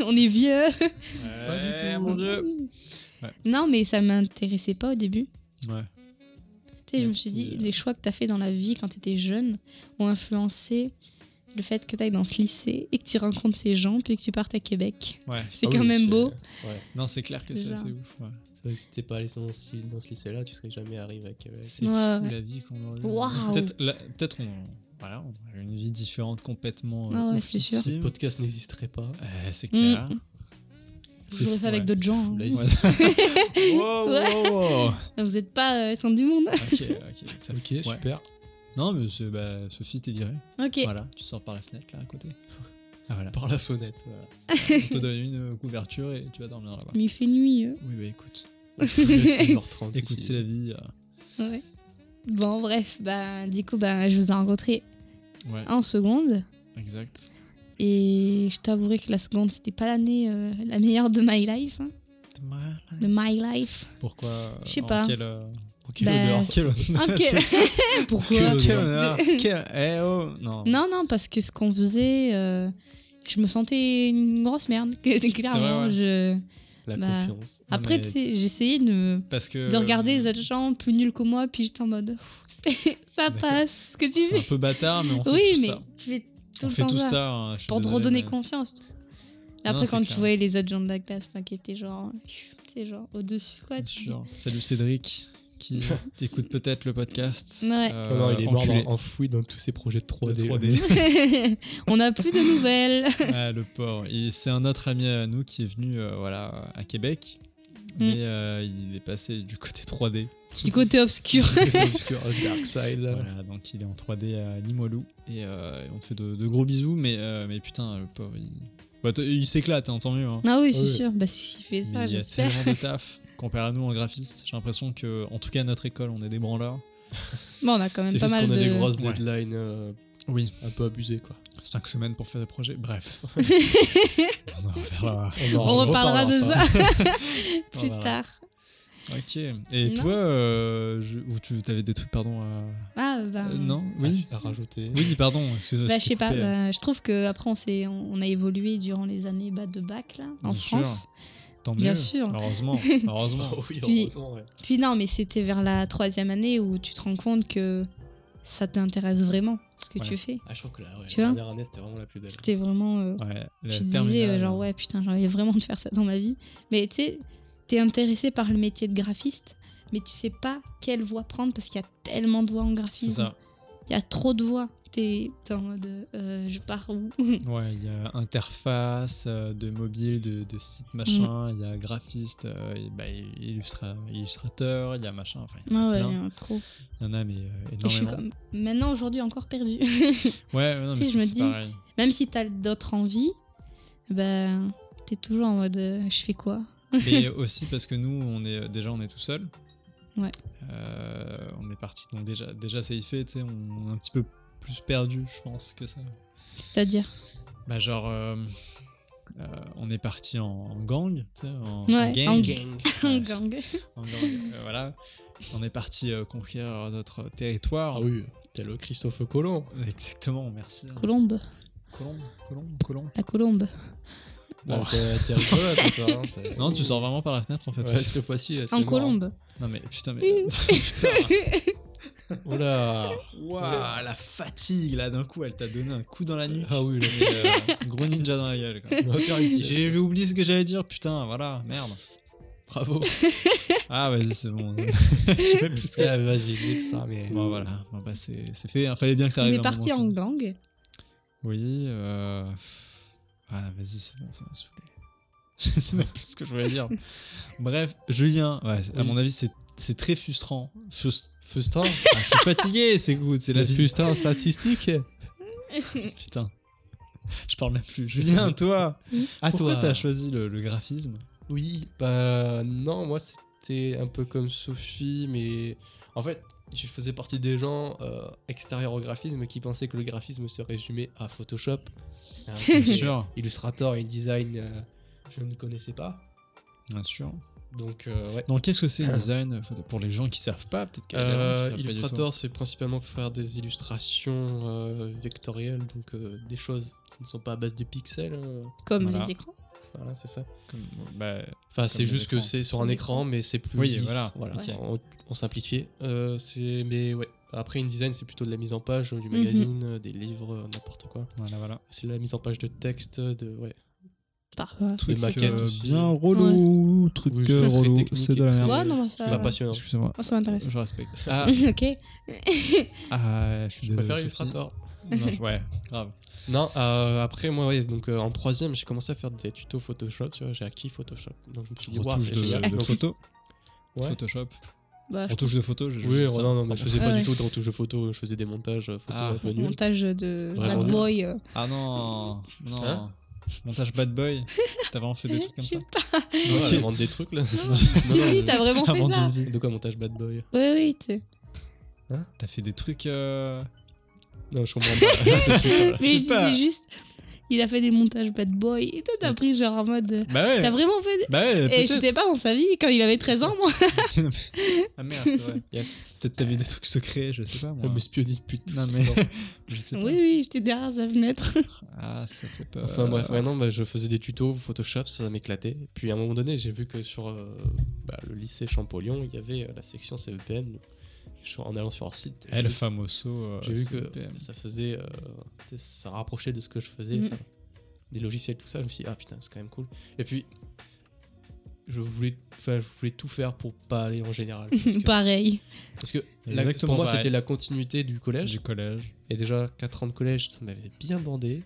Speaker 2: On est vieux.
Speaker 1: Ouais,
Speaker 3: tout.
Speaker 1: Eh, mon dieu. Ouais.
Speaker 2: Non, mais ça m'intéressait pas au début.
Speaker 1: Ouais.
Speaker 2: Tu sais, je
Speaker 1: Mais
Speaker 2: me suis
Speaker 1: puis,
Speaker 2: dit,
Speaker 1: euh,
Speaker 2: les choix que t'as fait dans la vie quand t'étais jeune ont influencé le fait que t'ailles dans ce lycée et que tu rencontres ces gens, puis que tu partes à Québec.
Speaker 1: Ouais.
Speaker 2: C'est
Speaker 3: Ah
Speaker 2: quand
Speaker 3: oui,
Speaker 2: même beau.
Speaker 3: Ouais.
Speaker 1: Non, c'est clair que c'est
Speaker 2: Déjà.
Speaker 1: assez ouf. Ouais.
Speaker 3: C'est vrai que si t'étais pas allé dans ce, dans ce lycée-là, tu serais jamais arrivé à Québec.
Speaker 1: C'est
Speaker 2: Ouais,
Speaker 1: fou
Speaker 2: ouais.
Speaker 1: la vie qu'on aurait. eu.
Speaker 2: Waouh.
Speaker 1: Peut-être, la- peut-être on, voilà, on aurait eu une vie différente complètement. euh,
Speaker 2: Ah ouais, c'est sûr. Mm.
Speaker 1: oufissime.
Speaker 3: Le podcast n'existerait pas.
Speaker 1: Euh, c'est clair.
Speaker 2: Je voudrais
Speaker 1: fou,
Speaker 2: ça avec
Speaker 1: ouais.
Speaker 2: d'autres Mmh, gens. hein.
Speaker 3: la
Speaker 1: Ouais. wow, wow, wow.
Speaker 2: Vous n'êtes pas euh, centre du monde.
Speaker 1: Ok, ok. Ça
Speaker 3: Ok,
Speaker 1: fait- ouais.
Speaker 3: super.
Speaker 1: Non, mais c'est- bah, Sophie, t'es virée.
Speaker 2: Ok.
Speaker 1: Voilà, tu sors par la fenêtre là à côté. Ah voilà,
Speaker 3: Par la fenêtre. Voilà.
Speaker 1: on te donne une euh, couverture et tu vas dormir là-bas.
Speaker 2: Mais il fait nuit. euh.
Speaker 1: Oui, bah écoute,
Speaker 3: h 30
Speaker 1: écoute, c'est la vie. euh,
Speaker 2: Ouais. Bon, bref, bah, du coup, bah, je vous ai rencontré
Speaker 1: Ouais,
Speaker 2: en seconde.
Speaker 1: exact.
Speaker 2: Et je t'avouerai que la seconde, c'était pas l'année euh, la meilleure de my life. hein. De my life.
Speaker 1: Pourquoi euh,
Speaker 2: Je sais
Speaker 1: en
Speaker 2: pas.
Speaker 1: Quel, euh,
Speaker 3: Quel
Speaker 2: Bah,
Speaker 3: odeur.
Speaker 2: c'est-
Speaker 1: quel honneur.
Speaker 2: Ok. Pourquoi
Speaker 1: Quel honneur. Quel- Eh oh Non,
Speaker 2: Non, non, parce que ce qu'on faisait, euh, je me sentais une grosse merde. Clairement,
Speaker 1: ouais.
Speaker 2: je.
Speaker 3: La
Speaker 2: Bah,
Speaker 3: confiance.
Speaker 1: Non,
Speaker 2: Après,
Speaker 1: mais-
Speaker 2: tu sais, j'essayais de me.
Speaker 1: parce que.
Speaker 2: de regarder les autres gens plus nuls que moi, puis j'étais en mode c'est- ça
Speaker 1: D'accord.
Speaker 2: passe, ce que tu
Speaker 1: C'est un
Speaker 2: fais.
Speaker 1: peu bâtard, mais on fait
Speaker 2: Oui,
Speaker 1: tout
Speaker 2: mais
Speaker 1: ça.
Speaker 2: tu fais tout
Speaker 1: on
Speaker 2: le
Speaker 1: fait
Speaker 2: temps
Speaker 1: tout
Speaker 2: ça,
Speaker 1: ça. hein, je suis
Speaker 2: pour te
Speaker 1: désolé,
Speaker 2: redonner
Speaker 1: mais-
Speaker 2: confiance. Et
Speaker 1: Non,
Speaker 2: après,
Speaker 1: c'est
Speaker 2: quand
Speaker 1: clair.
Speaker 2: tu voyais les autres gens de la classe enfin, qui étaient genre, t'es genre au-dessus, quoi. tu dis,
Speaker 1: Genre, salut Cédric, qui t'écoute peut-être le podcast.
Speaker 2: Ouais.
Speaker 1: Euh,
Speaker 3: Oh non, non, il est mort
Speaker 1: enculé.
Speaker 3: dans- enfoui dans tous ses projets de 3D.
Speaker 1: De 3D.
Speaker 2: On n'a plus de nouvelles.
Speaker 1: Ah, le port. Et c'est un autre ami à nous qui est venu euh, voilà, à Québec, mais euh, il est passé du côté 3D.
Speaker 2: Mm. du côté obscur.
Speaker 3: Très obscur, euh, Dark Side. là.
Speaker 1: Voilà, donc il est en 3D à Limoilou. Et euh, on te fait de, de gros bisous, mais, euh, mais putain, le pauvre, il, Bah, t- il s'éclate, hein, tant mieux. hein.
Speaker 2: Ah oui, c'est
Speaker 3: Ouais.
Speaker 2: sûr. Bah, si il fait ça,
Speaker 1: Mais il y a
Speaker 2: j'espère.
Speaker 1: tellement de taf comparé à nous en graphiste. J'ai l'impression que, en tout cas, à notre école, on est des branleurs.
Speaker 2: Bon, on a quand même
Speaker 3: C'est
Speaker 2: pas
Speaker 3: juste
Speaker 2: mal
Speaker 3: qu'on a
Speaker 2: de.
Speaker 3: des grosses
Speaker 1: Ouais.
Speaker 3: deadlines euh,
Speaker 1: Oui,
Speaker 3: un peu abusées, quoi.
Speaker 1: 5 semaines pour faire des projets. Bref. on en reparlera.
Speaker 3: On, en
Speaker 2: On reparlera de
Speaker 3: pas.
Speaker 2: ça
Speaker 1: On
Speaker 2: plus
Speaker 1: verra.
Speaker 2: tard.
Speaker 1: Ok. Et
Speaker 2: Non.
Speaker 1: toi, euh, je- ou tu avais des trucs, pardon, à.
Speaker 2: Ah, bah.
Speaker 1: Euh, non, oui.
Speaker 3: Oui. À rajouter.
Speaker 1: Oui, pardon, excuse-moi.
Speaker 2: Bah,
Speaker 1: je
Speaker 2: je
Speaker 1: t'ai
Speaker 2: sais pas,
Speaker 1: coupé.
Speaker 2: bah, je trouve que après on, s'est- on on a évolué durant les années bah, de bac là, en
Speaker 1: Bien sûr.
Speaker 2: France.
Speaker 1: Tant
Speaker 2: bien
Speaker 1: mieux.
Speaker 2: sûr.
Speaker 1: Heureusement, heureusement.
Speaker 3: Oh oui,
Speaker 2: Puis-
Speaker 3: heureusement, ouais.
Speaker 2: Puis non, mais c'était vers la troisième année où tu te rends compte que ça t'intéresse vraiment ce que
Speaker 1: Ouais.
Speaker 2: tu fais.
Speaker 3: Ah, je trouve que la, ouais,
Speaker 2: Tu
Speaker 3: la
Speaker 2: vois
Speaker 3: dernière année, c'était vraiment la plus belle.
Speaker 2: C'était vraiment. euh,
Speaker 1: Ouais, la
Speaker 2: tu te disais
Speaker 1: terminale.
Speaker 2: euh, genre ouais putain j'ai envie vraiment de faire ça dans ma vie. Mais tu sais, t'es intéressé par le métier de graphiste, mais tu sais pas quelle voie prendre parce qu'il y a tellement de voies en
Speaker 1: C'est
Speaker 2: graphisme.
Speaker 1: ça.
Speaker 2: Il y a trop de voies. T'es t'es en mode euh, je pars où
Speaker 1: Ouais, il y a interface, euh, de mobile, de, de site machin,
Speaker 2: Mm.
Speaker 1: il y a graphiste, euh, et bah, illustra- illustrateur, il y a machin, enfin, il y en
Speaker 2: Ah
Speaker 1: a
Speaker 2: ouais, il y
Speaker 1: plein.
Speaker 2: en a trop.
Speaker 1: Il y en a, mais euh,
Speaker 2: Et je suis
Speaker 1: énormément.
Speaker 2: comme maintenant aujourd'hui encore perdue.
Speaker 1: Ouais, non, mais
Speaker 2: Tu sais, je
Speaker 1: c'est
Speaker 2: me
Speaker 1: c'est
Speaker 2: dis-
Speaker 1: pareil.
Speaker 2: même si t'as d'autres envies, ben t'es toujours en mode euh, je fais quoi
Speaker 1: Mais aussi parce que nous, on est déjà, on est tout seul.
Speaker 2: Ouais.
Speaker 1: Euh, on est parti, donc déjà, déjà c'est y fait, tu sais, on est un petit peu plus perdu, je pense, que ça.
Speaker 2: C'est-à-dire
Speaker 1: Bah genre, euh, euh, on est parti en, en gang, tu sais, en,
Speaker 2: Ouais,
Speaker 1: en
Speaker 2: en
Speaker 1: gang.
Speaker 3: Gang.
Speaker 2: un gang.
Speaker 1: En gang, euh, voilà. On est parti euh, conquérir notre territoire.
Speaker 3: Ah oui, tel le Christophe Colomb.
Speaker 1: Exactement, merci.
Speaker 2: Colombe.
Speaker 1: Colombe, colombe, colombe.
Speaker 2: La colombe.
Speaker 1: Bon.
Speaker 3: Bah, t'es t'es rigolote, toi. hein, t'es-
Speaker 1: Non, tu sors vraiment par la fenêtre en fait.
Speaker 3: Ouais, cette fois-ci, c'est
Speaker 2: En
Speaker 3: marrant.
Speaker 2: colombe.
Speaker 1: Non mais putain, mais.
Speaker 2: Oui.
Speaker 1: putain.
Speaker 3: Oula
Speaker 1: Waouh, la fatigue là d'un coup, elle t'a donné un coup dans la nuque.
Speaker 3: Ah oui, là,
Speaker 1: Mais, euh, gros ninja dans la gueule. quoi.
Speaker 3: on va faire une sieste.
Speaker 1: J'ai oublié ce que j'allais dire, putain, voilà, merde.
Speaker 3: Bravo.
Speaker 1: Ah vas-y, c'est bon. Je sais même plus ce que-
Speaker 3: Ah, Vas-y, nique ça, mais.
Speaker 1: Bon voilà, Bon, bah, c'est c'est fait, il fallait bien que ça
Speaker 2: On
Speaker 1: arrive. à
Speaker 2: est
Speaker 1: un
Speaker 2: parti
Speaker 1: moment,
Speaker 2: en
Speaker 1: je
Speaker 2: gang.
Speaker 1: pense. Oui, euh... Ah vas-y, c'est bon, ça m'a saoulé. Je sais même plus ce que je voulais dire. Bref, Julien, ouais, à
Speaker 3: Oui.
Speaker 1: mon avis, c'est c'est très frustrant. Frust-
Speaker 3: Fustin
Speaker 1: Ah, je suis fatigué, c'est good, c'est la
Speaker 3: Le
Speaker 1: vie.
Speaker 3: Fustin statistique
Speaker 1: Putain. Je parle même plus. Julien, toi,
Speaker 3: À
Speaker 1: pourquoi
Speaker 3: toi
Speaker 1: t'as choisi le, le graphisme
Speaker 3: Oui, bah non, moi c'était un peu comme Sophie, mais en fait, je faisais partie des gens euh, extérieurs au graphisme qui pensaient que le graphisme se résumait à Photoshop, à un côté
Speaker 1: sûr.
Speaker 3: Illustrator et design, euh, je ne connaissais pas.
Speaker 1: Bien sûr.
Speaker 3: Donc, euh, ouais.
Speaker 1: Donc, qu'est-ce que c'est le design photo Pour les gens qui savent pas, peut-être qu'il y a des gens qui
Speaker 3: Euh,
Speaker 1: savent pas du
Speaker 3: Illustrator, c'est principalement pour faire des illustrations euh, vectorielles, donc euh, des choses qui ne sont pas à base de pixels. hein.
Speaker 2: Comme
Speaker 1: Voilà.
Speaker 2: les écrans.
Speaker 3: Voilà, c'est ça.
Speaker 1: tout. Comme- bah,
Speaker 3: Enfin, c'est
Speaker 1: les
Speaker 3: juste que
Speaker 1: écrans.
Speaker 3: c'est sur un écran, mais c'est plus
Speaker 1: Oui,
Speaker 3: lisse.
Speaker 1: voilà.
Speaker 2: Ok.
Speaker 3: On, on simplifie. Euh, c'est, mais ouais. Après, InDesign, c'est plutôt de la mise en page euh,
Speaker 2: Mhm.
Speaker 3: du magazine, euh, des livres, euh, n'importe quoi.
Speaker 1: voilà, voilà.
Speaker 3: C'est de la mise en page de texte, de ouais.
Speaker 2: Parfois.
Speaker 1: Truc
Speaker 3: maquettes
Speaker 1: euh,
Speaker 3: aussi.
Speaker 1: bien relou, truc
Speaker 3: Oui,
Speaker 1: euh,
Speaker 3: c'est très
Speaker 1: relou,
Speaker 3: technique
Speaker 1: c'est
Speaker 3: et
Speaker 1: de la
Speaker 3: très-
Speaker 1: merde.
Speaker 2: Ouais, non, ça.
Speaker 3: Pas passionnant.
Speaker 1: Excusez-moi,
Speaker 2: Moi, ça m'intéresse.
Speaker 1: je respecte. Ah,
Speaker 2: ok.
Speaker 1: ah, je suis
Speaker 3: Je préfère
Speaker 1: désolé, Sophie.
Speaker 3: Illustrator.
Speaker 1: Non, je- Ouais, grave.
Speaker 3: Non, euh, après moi, ouais, donc euh, en troisième, j'ai commencé à faire des tutos Photoshop. Tu vois, j'ai acquis Photoshop. Donc je me suis dit, waouh,
Speaker 1: Retouche
Speaker 3: c'est génial.
Speaker 1: de, de
Speaker 3: Donc,
Speaker 1: photo,
Speaker 3: Ouais.
Speaker 1: Photoshop.
Speaker 2: Bah, je
Speaker 1: Retouche de photo, j'ai
Speaker 3: Oui, oh,
Speaker 1: juste ça.
Speaker 3: non, non, mais je faisais
Speaker 2: Ah
Speaker 3: pas
Speaker 2: ouais.
Speaker 3: du tout de retouche de photo. Je faisais des montages euh, photo
Speaker 1: Ah.
Speaker 3: un peu
Speaker 2: trouve
Speaker 3: nuls.
Speaker 2: montage de
Speaker 3: Vraiment
Speaker 2: Bad
Speaker 3: nul.
Speaker 2: Boy. euh,
Speaker 1: Ah non, non.
Speaker 3: Hein
Speaker 1: Montage bad boy, t'as vraiment fait des trucs comme
Speaker 2: je
Speaker 1: ça
Speaker 2: sais pas.
Speaker 3: Ouais,
Speaker 1: Ok.
Speaker 3: on invente des trucs là.
Speaker 2: Si,
Speaker 3: non,
Speaker 2: si,
Speaker 3: mais-
Speaker 2: t'as vraiment fait
Speaker 1: Avant
Speaker 2: ça.
Speaker 1: d'une vie.
Speaker 3: De quoi montage bad boy
Speaker 2: Oui, oui. t'es-
Speaker 1: T'as fait des trucs. euh,
Speaker 3: Non, je comprends pas. Tout de suite,
Speaker 1: sais
Speaker 2: Mais je
Speaker 1: pas.
Speaker 2: disais juste, il a fait des montages Bad Boy. Et toi, t'as pris genre en mode. euh,
Speaker 1: Bah ouais.
Speaker 2: T'as vraiment fait. des-
Speaker 1: Bah ouais.
Speaker 2: Et
Speaker 1: peut-être.
Speaker 2: j'étais pas dans sa vie quand il avait 13 ans, moi.
Speaker 1: ah merde, c'est vrai.
Speaker 3: voilà. Yes. Oh,
Speaker 1: Peut-être t'as vu des trucs secrets, je sais pas moi.
Speaker 3: Elle me spionner depuis tout
Speaker 1: Non,
Speaker 3: ce
Speaker 1: mais-
Speaker 3: temps.
Speaker 1: Je sais pas.
Speaker 2: Oui, oui, j'étais derrière sa fenêtre.
Speaker 1: Ah, ça fait peur.
Speaker 3: Enfin bref, ouais, non, bah, je faisais des tutos Photoshop, ça m'éclatait. Puis à un moment donné, j'ai vu que sur euh, bah, le lycée Champollion, il y avait euh, la section CEPM. Je suis- En allant sur leur site, j'ai
Speaker 1: Eh, le
Speaker 3: vu-
Speaker 1: famoso. euh,
Speaker 3: j'ai vu
Speaker 1: CPM.
Speaker 3: que ça faisait. euh, ça rapprochait de ce que je faisais.
Speaker 2: Mm.
Speaker 3: enfin, Des logiciels, tout ça. Je me suis dit, ah putain, c'est quand même cool. Et puis, je voulais, enfin, je voulais tout faire pour pas aller en général. Parce que,
Speaker 2: Pareil.
Speaker 3: parce que la-
Speaker 1: Exactement
Speaker 3: pour moi,
Speaker 1: pareil.
Speaker 3: c'était la continuité du collège.
Speaker 1: Du collège.
Speaker 3: Et déjà, 4 ans de collège, ça m'avait bien bandé.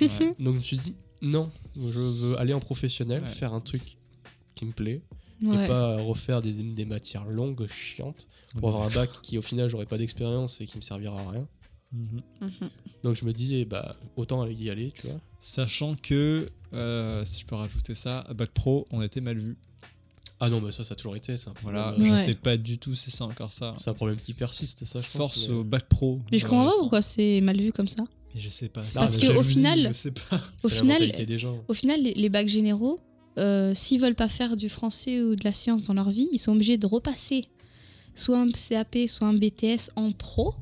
Speaker 1: Ouais.
Speaker 3: Donc je me suis dit, non, je veux aller en professionnel,
Speaker 1: Ouais.
Speaker 3: faire un truc qui me plaît, et
Speaker 2: Ouais.
Speaker 3: pas refaire des, des matières longues, chiantes, pour avoir un bac qui au final j'aurai pas d'expérience et qui me servira à rien.
Speaker 1: Mhm.
Speaker 2: Mhm.
Speaker 3: Donc je me dis, eh bah, autant y aller, tu vois.
Speaker 1: Sachant que, euh, si je peux rajouter ça, à Bac Pro, on était mal vu.
Speaker 3: Ah non, mais ça, ça a toujours été, c'est un problème,
Speaker 1: Voilà,
Speaker 3: euh,
Speaker 1: je
Speaker 2: Ouais.
Speaker 1: sais pas du tout si c'est encore ça.
Speaker 3: c'est un problème qui persiste, ça, je
Speaker 1: Force
Speaker 3: pense. mais-
Speaker 1: au Bac Pro.
Speaker 2: Mais je comprends pas pourquoi c'est mal vu comme ça.
Speaker 1: Mais je sais pas.
Speaker 3: Parce
Speaker 1: la
Speaker 3: que, au
Speaker 1: jalousie,
Speaker 2: final-
Speaker 1: Je sais pas.
Speaker 2: Au
Speaker 3: C'est la
Speaker 2: final,
Speaker 3: mentalité des gens.
Speaker 2: Au final, les, les bacs généraux, euh, s'ils veulent pas faire du français ou de la science dans leur vie, ils sont obligés de repasser soit un CAP, soit un BTS en pro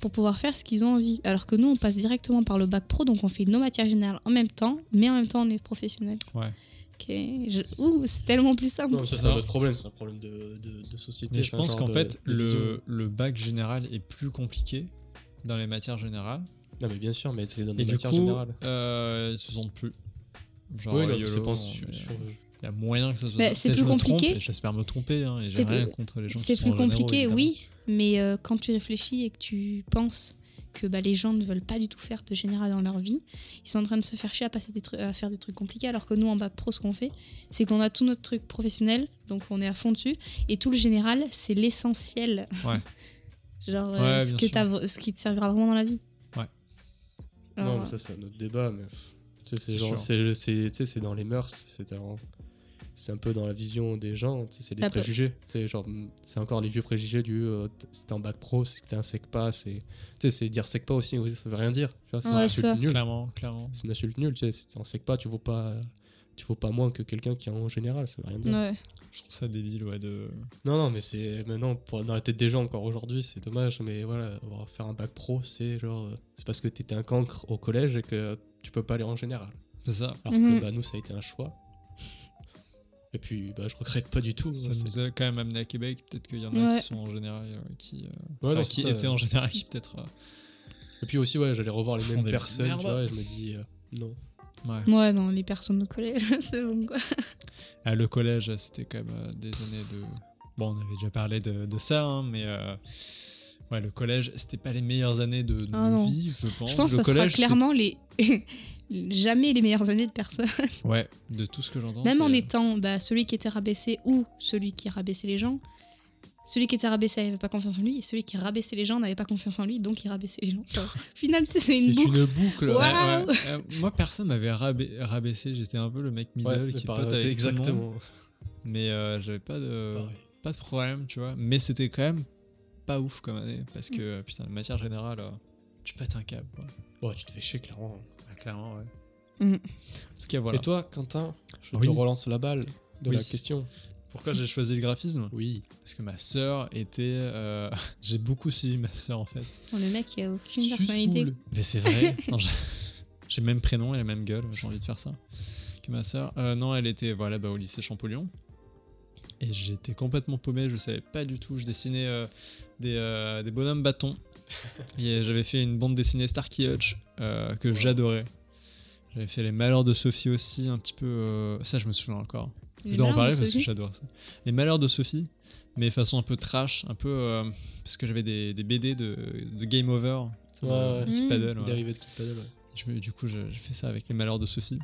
Speaker 2: pour pouvoir faire ce qu'ils ont envie. Alors que nous, on passe directement par le bac pro, donc on fait nos matières générales en même temps, mais en même temps, on est professionnel.
Speaker 1: Ouais.
Speaker 2: Ok. Je- Ouh, c'est tellement plus simple.
Speaker 3: Non, mais ça, c'est un autre problème, c'est un problème de, de- de société.
Speaker 1: Mais je
Speaker 3: enfin,
Speaker 1: pense
Speaker 3: genre
Speaker 1: qu'en
Speaker 3: de-
Speaker 1: fait,
Speaker 3: de vision.
Speaker 1: le, le bac général est plus compliqué dans les matières générales.
Speaker 3: Non, mais bien sûr, mais c'est dans
Speaker 1: Et
Speaker 3: des
Speaker 1: du
Speaker 3: matières
Speaker 1: coup,
Speaker 3: générales.
Speaker 1: euh, ils se sentent plus. Genre, euh,
Speaker 3: Oui, non,
Speaker 1: YOLO,
Speaker 3: mais c'est pas
Speaker 1: on
Speaker 3: sur-
Speaker 1: est-
Speaker 3: sur-
Speaker 1: Il y a moyen que ça soit.
Speaker 2: Bah, c'est
Speaker 1: Peut-être
Speaker 2: plus
Speaker 1: je me trompe,
Speaker 2: compliqué.
Speaker 1: et J'espère me tromper, hein, et j'ai
Speaker 2: C'est plus-
Speaker 1: rien contre les gens qui
Speaker 2: C'est
Speaker 1: sont
Speaker 2: plus
Speaker 1: en généraux,
Speaker 2: compliqué,
Speaker 1: évidemment.
Speaker 2: oui, mais euh, quand tu réfléchis et que tu penses que bah, les gens ne veulent pas du tout faire de général dans leur vie, ils sont en train de se faire chier à, passer des trucs, à faire des trucs compliqués, alors que nous, en bac pro, ce qu'on fait, c'est qu'on a tout notre truc professionnel, donc on est à fond dessus, et tout le général, c'est l'essentiel.
Speaker 1: Ouais.
Speaker 2: Genre euh,
Speaker 1: Ouais,
Speaker 2: ce,
Speaker 1: bien
Speaker 2: que
Speaker 1: sûr.
Speaker 2: t'as v- ce qui te servira vraiment dans la vie.
Speaker 1: Ouais.
Speaker 2: Alors,
Speaker 3: non, mais ça, c'est un autre débat, mais. pff, Tu sais, c'est
Speaker 1: C'est
Speaker 3: genre,
Speaker 1: sûr.
Speaker 3: c'est- c'est tu sais, c'est dans les mœurs, c'est un- c'est un peu dans la vision des gens, tu sais, c'est des
Speaker 2: La pe-
Speaker 3: préjugés. Tu sais, genre, mm, c'est encore les vieux préjugés du euh, t- c'est un bac pro, c'est que t'es un secpa, c'est. Tu sais, c'est dire secpa aussi, oui, ça veut rien dire. Tu vois, c'est une
Speaker 2: Ouais,
Speaker 3: insulte
Speaker 2: ça.
Speaker 3: nulle.
Speaker 1: Clairement, clairement.
Speaker 3: C'est une insulte nulle, tu sais, c'est en secpa, tu vaux pas. Tu vaux pas moins que quelqu'un qui est en général, ça veut rien dire.
Speaker 2: Ouais.
Speaker 1: Je trouve ça débile, ouais, de.
Speaker 3: Non, non, mais c'est maintenant pour, dans la tête des gens encore aujourd'hui, c'est dommage, mais voilà, avoir- faire un bac pro, c'est genre, euh, c'est parce que t'étais un cancre au collège et que tu peux pas aller en général.
Speaker 1: C'est ça.
Speaker 3: Alors
Speaker 2: Mhm.
Speaker 3: que bah, nous, ça a été un choix. Et puis, bah, je regrette pas du tout.
Speaker 1: Ça
Speaker 3: C'est-
Speaker 1: nous a quand même amené à Québec. Peut-être qu'il y en a
Speaker 2: Ouais.
Speaker 1: qui sont en général, euh, qui, euh,
Speaker 3: Ouais, non,
Speaker 1: enfin,
Speaker 3: c'est
Speaker 1: qui
Speaker 3: ça.
Speaker 1: étaient en général, qui peut-être. euh,
Speaker 3: Et puis aussi, ouais, j'allais revoir les
Speaker 1: Font
Speaker 3: mêmes
Speaker 1: des
Speaker 3: personnes,
Speaker 1: merdes.
Speaker 3: tu vois, et je me dis, euh, non.
Speaker 1: ouais.
Speaker 2: Ouais, non, les personnes au collège, c'est bon quoi.
Speaker 1: Ah, le collège, c'était quand même euh, des années de. Bon, on avait déjà parlé de, de ça, hein, mais euh, ouais, le collège, c'était pas les meilleures années de, de
Speaker 2: Ah
Speaker 1: nos
Speaker 2: non.
Speaker 1: vies, je pense.
Speaker 2: Je pense
Speaker 1: le
Speaker 2: que ce sera
Speaker 1: collège,
Speaker 2: clairement les. Jamais les meilleures années de personne.
Speaker 1: c'est- Ouais, de tout ce que j'entends.
Speaker 2: Même en
Speaker 1: c'est- euh,
Speaker 2: étant bah, celui qui était rabaissé ou celui qui rabaissait les gens, celui qui était rabaissé n'avait pas confiance en lui, et celui qui rabaissait les gens n'avait pas confiance en lui, donc il rabaissait les gens. Au final, tu sais, c'est
Speaker 3: C'est
Speaker 2: une boucle.
Speaker 3: une boucle.
Speaker 1: Ouais,
Speaker 2: Waouh
Speaker 1: ouais. Euh, moi, personne m'avait rabais- rabaissé. J'étais un peu le mec middle
Speaker 3: Ouais,
Speaker 1: qui
Speaker 3: c'est
Speaker 1: est
Speaker 3: pareil,
Speaker 1: pote
Speaker 3: c'est
Speaker 1: avec tout le monde,
Speaker 3: exactement.
Speaker 1: mais euh, j'avais pas de,
Speaker 3: pareil.
Speaker 1: pas de problème, tu vois. Mais c'était quand même pas ouf comme année, parce que euh, putain, la matière générale, euh, tu pètes un câble. quoi.
Speaker 3: Ouais, tu te fais chier, clairement.
Speaker 1: Ah, clairement, ouais.
Speaker 2: Mm.
Speaker 1: En tout cas, voilà.
Speaker 3: Et toi, Quentin, je
Speaker 1: Oui.
Speaker 3: te relance la balle de
Speaker 1: Oui.
Speaker 3: la question.
Speaker 1: Pourquoi j'ai choisi le graphisme
Speaker 3: Oui.
Speaker 1: Parce que ma sœur était. euh, J'ai beaucoup suivi ma sœur en fait.
Speaker 2: Bon, le mec, il a aucune personnalité.
Speaker 3: Suscool.
Speaker 1: Mais c'est vrai. Non, j'ai- J'ai le même prénom et la même gueule. J'ai envie de faire ça que ma sœur. Euh, non, elle était voilà bah, au lycée Champollion. Et j'étais complètement paumé. Je savais pas du tout. Je dessinais euh, des, euh, des bonhommes bâtons. Et j'avais fait une bande dessinée Starkey Hutch euh, que j'adorais. J'avais fait les Malheurs de Sophie aussi, un petit peu. euh, Ça, je me souviens encore.
Speaker 2: Il
Speaker 1: Je
Speaker 2: est
Speaker 1: dois en
Speaker 2: marrant,
Speaker 1: parler
Speaker 2: ce
Speaker 1: parce que
Speaker 2: sujet.
Speaker 1: j'adore ça. Les malheurs de Sophie, mais façon un peu trash, un peu. euh, parce que j'avais des, des BD de, de Game Over, tu sais,
Speaker 3: Ouais,
Speaker 1: dans
Speaker 3: ouais.
Speaker 1: Kid
Speaker 2: Mm.
Speaker 1: Paddle, ouais.
Speaker 3: Dérivé de Kid Paddle, ouais.
Speaker 1: Je me- du coup, je- j'ai fait ça avec les malheurs de Sophie.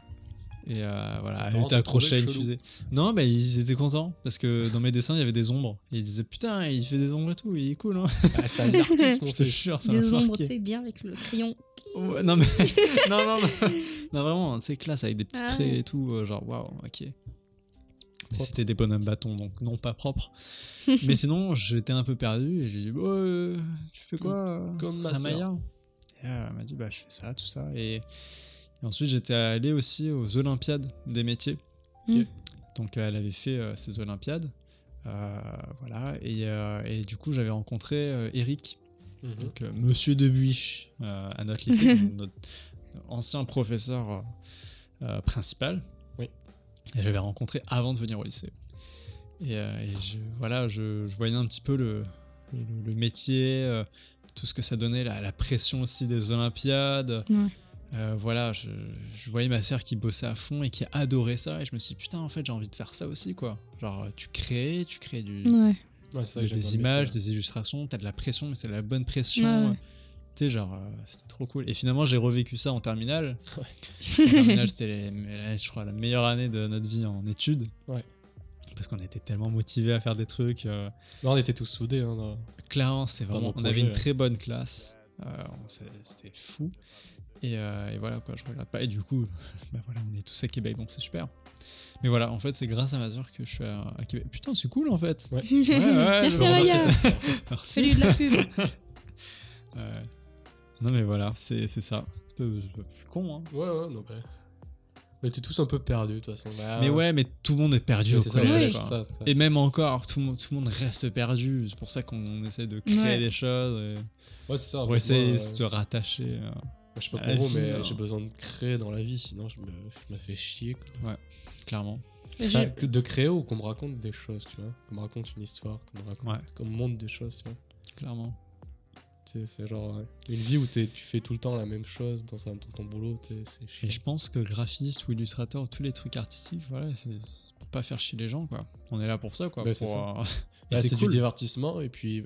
Speaker 1: Et euh, voilà,
Speaker 3: Tes
Speaker 1: elle
Speaker 3: parents
Speaker 1: était
Speaker 3: t'ont
Speaker 1: accrochée à
Speaker 3: trouvé
Speaker 1: une fusée.
Speaker 3: chelou.
Speaker 1: Non, bah ils étaient contents parce que dans mes dessins, il y avait des ombres. Et ils disaient putain, il fait des ombres et tout, il est cool, hein.
Speaker 3: Ah, c'est un artiste, mon
Speaker 1: Je te
Speaker 3: truc.
Speaker 1: jure, ça m'a
Speaker 2: Des ombres, tu
Speaker 1: marqué.
Speaker 2: sais, bien avec le crayon.
Speaker 1: Ouais, non, mais. non, non, non. Non, vraiment, tu sais, classe avec des petits
Speaker 2: Ah
Speaker 1: traits
Speaker 2: ouais.
Speaker 1: et tout, euh, genre waouh, ok. Mais
Speaker 3: Propre.
Speaker 1: c'était des bonhommes bâtons, donc non pas propre. Mais sinon, j'étais un peu perdu et j'ai dit, Bon, euh, tu fais quoi euh,
Speaker 3: Comme ma
Speaker 1: à
Speaker 3: sœur.
Speaker 1: Maya Et Elle m'a dit, bah, je fais ça, tout ça. Et, et ensuite, j'étais allé aussi aux Olympiades des métiers.
Speaker 2: Mm.
Speaker 1: Donc, euh, elle avait fait euh, ces Olympiades. Euh, voilà. Et, euh, et du coup, j'avais rencontré euh, Eric,
Speaker 3: Mhm.
Speaker 1: donc euh, Monsieur Debuiche, euh, à notre lycée, donc notre ancien professeur euh, euh, principal.
Speaker 3: Oui.
Speaker 1: Et j'avais rencontré avant de venir au lycée. Et, euh, et je, voilà, je, je voyais un petit peu le, le, le métier, euh, tout ce que ça donnait, la, la pression aussi des Olympiades.
Speaker 2: Ouais.
Speaker 1: Euh, voilà, je, je voyais ma sœur qui bossait à fond et qui adorait ça. Et je me suis dit, putain, en fait, j'ai envie de faire ça aussi, quoi. Genre, tu crées, tu crées du,
Speaker 2: Ouais.
Speaker 3: Ouais, c'est ça que
Speaker 1: mais
Speaker 3: j'aime
Speaker 1: des
Speaker 3: bien le métier,
Speaker 1: images,
Speaker 3: ouais.
Speaker 1: des illustrations, t'as de la pression, mais c'est de la bonne pression.
Speaker 2: Ouais, ouais.
Speaker 1: Tu sais, genre, euh, c'était trop cool. Et finalement, j'ai revécu ça en terminale.
Speaker 3: Ouais.
Speaker 1: Parce qu'en terminale, c'était, les- la- je crois, la meilleure année de notre vie en études.
Speaker 3: Ouais.
Speaker 1: Parce qu'on était tellement motivés à faire des trucs. euh,
Speaker 3: Là, on était tous soudés. hein, dans-
Speaker 1: Clairement, c'est
Speaker 3: Dans
Speaker 1: vraiment.
Speaker 3: nos
Speaker 1: on avait
Speaker 3: projets,
Speaker 1: une
Speaker 3: ouais.
Speaker 1: très bonne classe. Euh, on s'est- c'était fou. Et, euh, et voilà, quoi, je regarde pas. Et du coup, bah voilà, on est tous à Québec, donc c'est super. Mais voilà, en fait, c'est grâce à ma sœur que je suis à, à Québec. Putain, c'est cool en fait.
Speaker 3: Ouais.
Speaker 1: Ouais, ouais,
Speaker 2: Merci
Speaker 1: je-
Speaker 2: à Maya.
Speaker 1: Merci. Merci.
Speaker 2: Celui de la pub.
Speaker 1: Ouais. Non mais voilà, c'est c'est ça. C'est pas, c'est pas plus con. Hein.
Speaker 3: Ouais, ouais, non, bah. On était tous un peu perdus, de toute façon. Bah,
Speaker 1: Mais ouais, mais tout le monde est perdu
Speaker 3: ouais,
Speaker 1: au
Speaker 3: c'est ça, ouais,
Speaker 1: collège.
Speaker 3: c'est
Speaker 1: quoi.
Speaker 3: ça, c'est ça.
Speaker 1: Et même encore, tout le monde, tout le monde reste perdu. C'est pour ça qu'on on essaie de créer
Speaker 2: Ouais.
Speaker 1: des choses.
Speaker 3: Ouais, c'est ça.
Speaker 1: Et
Speaker 3: en
Speaker 1: on
Speaker 3: fait,
Speaker 1: essaie
Speaker 3: moi,
Speaker 1: de
Speaker 3: euh,
Speaker 1: se rattacher. euh.
Speaker 3: moi, je sais
Speaker 1: à
Speaker 3: pas
Speaker 1: la
Speaker 3: pour vous,
Speaker 1: vie,
Speaker 3: mais
Speaker 1: hein.
Speaker 3: j'ai besoin de créer dans la vie, sinon je me, je me fais chier. quoi.
Speaker 1: clairement.
Speaker 2: J'ai-
Speaker 3: Enfin, que de créer ou qu'on me raconte des choses, tu vois. Qu'on me raconte une histoire, qu'on me, raconte-
Speaker 1: Ouais.
Speaker 3: qu'on me montre des choses, tu vois.
Speaker 1: Clairement.
Speaker 3: Tu sais, C'est genre ouais. une vie où t'es- tu fais tout le temps la même chose dans, un- dans ton boulot, tu sais, c'est
Speaker 1: Et
Speaker 3: chiant.
Speaker 1: je pense que graphiste ou illustrateur, tous les trucs artistiques, voilà, c'est c'est pour pas faire chier les gens, quoi. On est là pour ça, quoi.
Speaker 3: Bah,
Speaker 1: pour,
Speaker 3: c'est ça.
Speaker 1: euh, et
Speaker 3: Bah,
Speaker 1: c'est
Speaker 3: c'est
Speaker 1: cool.
Speaker 3: du divertissement et puis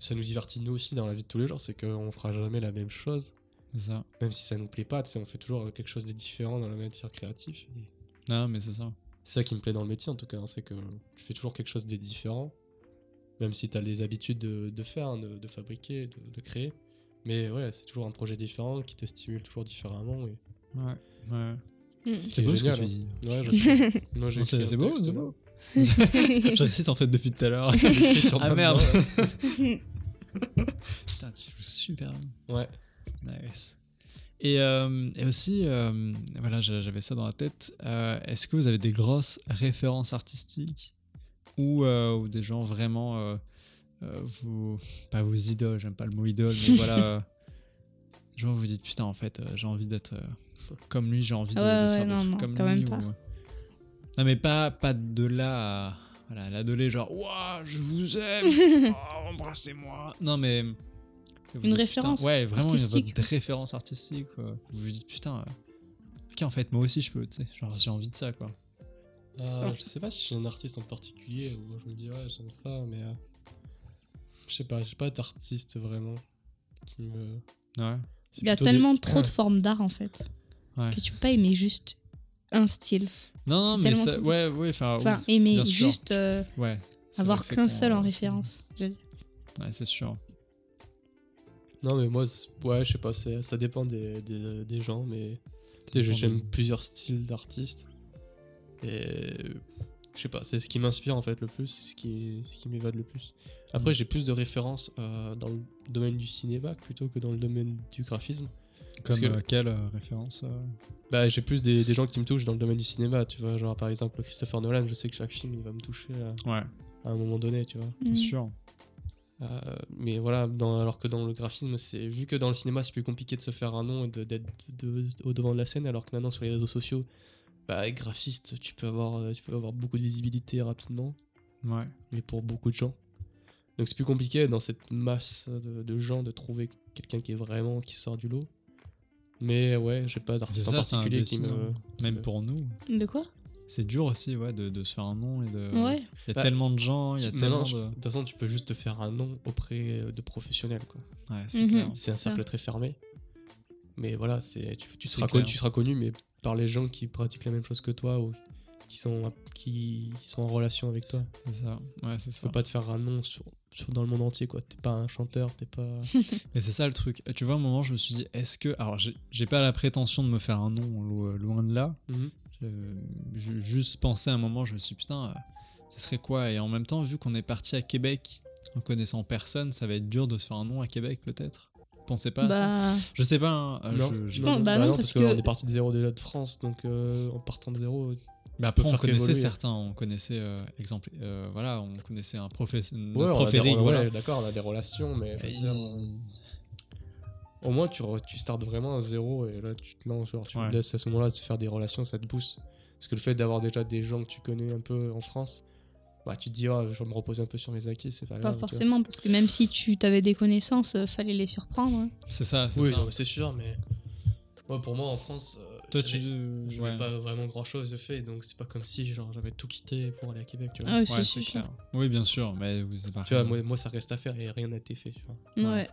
Speaker 3: ça nous divertit nous aussi dans la vie de tous les jours, c'est qu'on fera jamais la même chose.
Speaker 1: C'est ça.
Speaker 3: Même si ça nous plaît pas, tu sais, on fait toujours quelque chose de différent dans la matière créative. Et
Speaker 1: Non, mais c'est ça.
Speaker 3: C'est ça qui me plaît dans le métier en tout cas, hein, c'est que tu fais toujours quelque chose de différent, même si t'as les habitudes de, de faire, hein, de, de fabriquer, de, de créer. Mais ouais, c'est toujours un projet différent qui te stimule toujours différemment. Et
Speaker 1: Ouais. Ouais.
Speaker 2: Mm.
Speaker 1: C'est beau ce que
Speaker 3: génial,
Speaker 1: tu
Speaker 3: hein.
Speaker 1: dis.
Speaker 3: Ouais, je sais. Moi, j'ai
Speaker 1: Non, c'est-
Speaker 3: écrit un
Speaker 1: c'est beau,
Speaker 3: texte,
Speaker 1: c'est
Speaker 3: là.
Speaker 1: beau. J'insiste en fait depuis tout à l'heure.
Speaker 3: J'ai écrit sur
Speaker 1: Ah,
Speaker 3: ma
Speaker 1: merde.
Speaker 3: main,
Speaker 1: Putain, tu joues super bien.
Speaker 3: ouais. Ouais.
Speaker 1: Nice. Et, euh, et aussi, euh, voilà, j'a- j'avais ça dans la tête. euh, Est-ce que vous avez des grosses références artistiques ou, euh, ou des gens vraiment euh, euh, vos, pas vos idoles, j'aime pas le mot idole, mais voilà, euh, genre vous dites putain en fait, euh, j'ai envie d'être euh, comme lui, j'ai envie de,
Speaker 2: Ouais,
Speaker 1: de
Speaker 2: ouais,
Speaker 1: faire des
Speaker 2: non,
Speaker 1: trucs
Speaker 2: non,
Speaker 1: comme
Speaker 2: quand
Speaker 1: lui.
Speaker 2: même pas.
Speaker 1: ou- euh. Non mais pas pas de là, à, voilà, à l'adolé genre ouah, je vous aime, oh, embrassez-moi. Non mais vous dites,
Speaker 2: référence
Speaker 1: putain, ouais, vraiment une
Speaker 2: artistique.
Speaker 1: votre référence artistique. Quoi. Vous vous dites putain, euh, ok en fait moi aussi je peux, tu sais, genre j'ai envie de ça quoi.
Speaker 3: Euh, je sais pas si j'ai un artiste en particulier ou je me dis ouais j'aime ça mais euh, je sais pas j'ai pas d'artiste vraiment qui me
Speaker 1: Ouais.
Speaker 3: c'est
Speaker 2: Il y a
Speaker 3: plutôt des-
Speaker 2: tellement trop de formes d'art en fait
Speaker 1: Ouais.
Speaker 2: que tu peux pas aimer juste un style.
Speaker 1: Non non
Speaker 2: C'est
Speaker 1: mais
Speaker 2: tellement
Speaker 1: ça,
Speaker 2: cool.
Speaker 1: ouais ouais enfin
Speaker 2: Enfin,
Speaker 1: oui,
Speaker 2: aimer
Speaker 1: bien sûr.
Speaker 2: juste euh,
Speaker 1: ouais. c'est
Speaker 2: avoir
Speaker 1: vrai que c'est
Speaker 2: qu'un
Speaker 1: con,
Speaker 2: seul en
Speaker 1: euh,
Speaker 2: référence. je veux dire.
Speaker 1: Ouais c'est sûr.
Speaker 3: non mais moi c'est- ouais je sais pas c'est- ça dépend des, des, des gens mais tu sais,
Speaker 1: dépend
Speaker 3: j'aime
Speaker 1: des-
Speaker 3: plusieurs styles d'artistes et je sais pas c'est ce qui m'inspire en fait le plus c'est ce qui ce qui m'évade le plus après
Speaker 1: Mm.
Speaker 3: j'ai plus de références euh, dans le domaine du cinéma plutôt que dans le domaine du graphisme
Speaker 1: Comme
Speaker 3: que-
Speaker 1: euh, quelle euh, référence euh,
Speaker 3: Bah, j'ai plus des, des gens qui me touchent dans le domaine du cinéma, tu vois. Genre, par exemple, Christopher Nolan, je sais que chaque film, il va me toucher à,
Speaker 1: Ouais
Speaker 3: à un moment donné, tu vois.
Speaker 1: c'est
Speaker 2: Mm.
Speaker 1: sûr.
Speaker 3: Euh, mais voilà, dans- alors que dans le graphisme, c'est vu que dans le cinéma, c'est plus compliqué de se faire un nom et de- d'être de- de- au devant de la scène, alors que maintenant, sur les réseaux sociaux, bah, graphiste, tu peux avoir, euh, tu peux avoir beaucoup de visibilité rapidement,
Speaker 1: Ouais.
Speaker 3: mais pour beaucoup de gens. Donc, c'est plus compliqué dans cette masse de, de gens de trouver quelqu'un qui est vraiment, qui sort du lot. Mais ouais, j'ai pas d'artiste en
Speaker 1: ça, c'est un
Speaker 3: particulier qui
Speaker 1: dessin,
Speaker 3: me. qui
Speaker 1: Même
Speaker 3: me-
Speaker 1: pour nous,
Speaker 2: De quoi
Speaker 1: c'est dur aussi ouais de, de se faire un nom et de.
Speaker 2: Ouais.
Speaker 1: Il y a
Speaker 3: Bah,
Speaker 1: tellement de gens, il y a
Speaker 3: Maintenant,
Speaker 1: tellement
Speaker 3: je-
Speaker 1: de.
Speaker 3: de toute façon, tu peux juste te faire un nom auprès euh, de professionnels. Quoi.
Speaker 1: Ouais c'est
Speaker 2: Mhm.
Speaker 1: clair.
Speaker 3: C'est un
Speaker 2: Ça.
Speaker 3: cercle très fermé. Mais voilà, c'est tu, tu
Speaker 1: C'est
Speaker 3: seras
Speaker 1: clair.
Speaker 3: connu, tu seras connu, mais par les gens qui pratiquent la même chose que toi ou qui sont, qui sont en relation avec toi.
Speaker 1: C'est ça. Ouais c'est
Speaker 2: Ah.
Speaker 3: Tu
Speaker 1: ça.
Speaker 3: peux pas te faire un nom sur, sur- dans le monde entier. quoi. T'es pas un chanteur, t'es pas.
Speaker 1: Mais c'est ça le truc. Tu vois, à un moment, je me suis dit, est-ce que. Alors, j'ai- j'ai pas la prétention de me faire un nom, lo- loin de là.
Speaker 3: Mhm.
Speaker 1: Euh, je- juste pensé à un moment, je me suis dit, putain, euh, ce serait quoi Et en même temps, vu qu'on est parti à Québec en connaissant personne, ça va être dur de se faire un nom à Québec, peut-être Pensez pas à ça
Speaker 2: Bah,
Speaker 1: Je sais pas. hein, euh,
Speaker 3: Non,
Speaker 1: je- je-
Speaker 2: pense- bah non, parce
Speaker 3: qu'on
Speaker 2: que-
Speaker 3: est parti de zéro déjà de France, donc euh, en partant de zéro.
Speaker 1: Bah, après,
Speaker 3: peut
Speaker 1: on
Speaker 3: faire
Speaker 1: connaissait
Speaker 3: qu'évoluer.
Speaker 1: certains. On connaissait, euh, exemple, euh, voilà, on connaissait un professeur.
Speaker 3: Ouais, on a des-
Speaker 1: proférique,
Speaker 3: ouais,
Speaker 1: voilà.
Speaker 3: d'accord, on a des relations, mais. faut
Speaker 1: Et
Speaker 3: dire, euh,
Speaker 1: il-
Speaker 3: Au moins, tu, re- tu startes vraiment à zéro et là, tu te lances. genre, tu
Speaker 1: Ouais.
Speaker 3: te laisses à ce moment-là te faire des relations, ça te booste. Parce que le fait d'avoir déjà des gens que tu connais un peu en France, bah, tu te dis, Ah, je vais me reposer un peu sur mes acquis, c'est pas,
Speaker 2: pas
Speaker 3: grave. tu vois.
Speaker 2: forcément, parce que même si tu avais des connaissances, euh, fallait les surprendre. hein.
Speaker 1: C'est ça, c'est
Speaker 3: Ah, Oui,
Speaker 1: ça.
Speaker 3: non, mais c'est sûr, mais ouais, pour moi, en France, euh,
Speaker 1: Toi,
Speaker 3: j'avais-
Speaker 1: tu.
Speaker 3: j'avais
Speaker 1: ouais.
Speaker 3: pas vraiment grand-chose de fait, donc c'est pas comme si genre, j'avais tout quitté pour aller à Québec. Tu vois,
Speaker 2: Ah,
Speaker 1: Ouais,
Speaker 2: si,
Speaker 1: c'est
Speaker 2: si, si.
Speaker 1: clair. Oui, bien sûr, mais vous avez pas
Speaker 3: Tu vois,
Speaker 1: raison.
Speaker 3: moi, moi, ça reste à faire et rien n'a été fait. Tu vois.
Speaker 2: Ouais.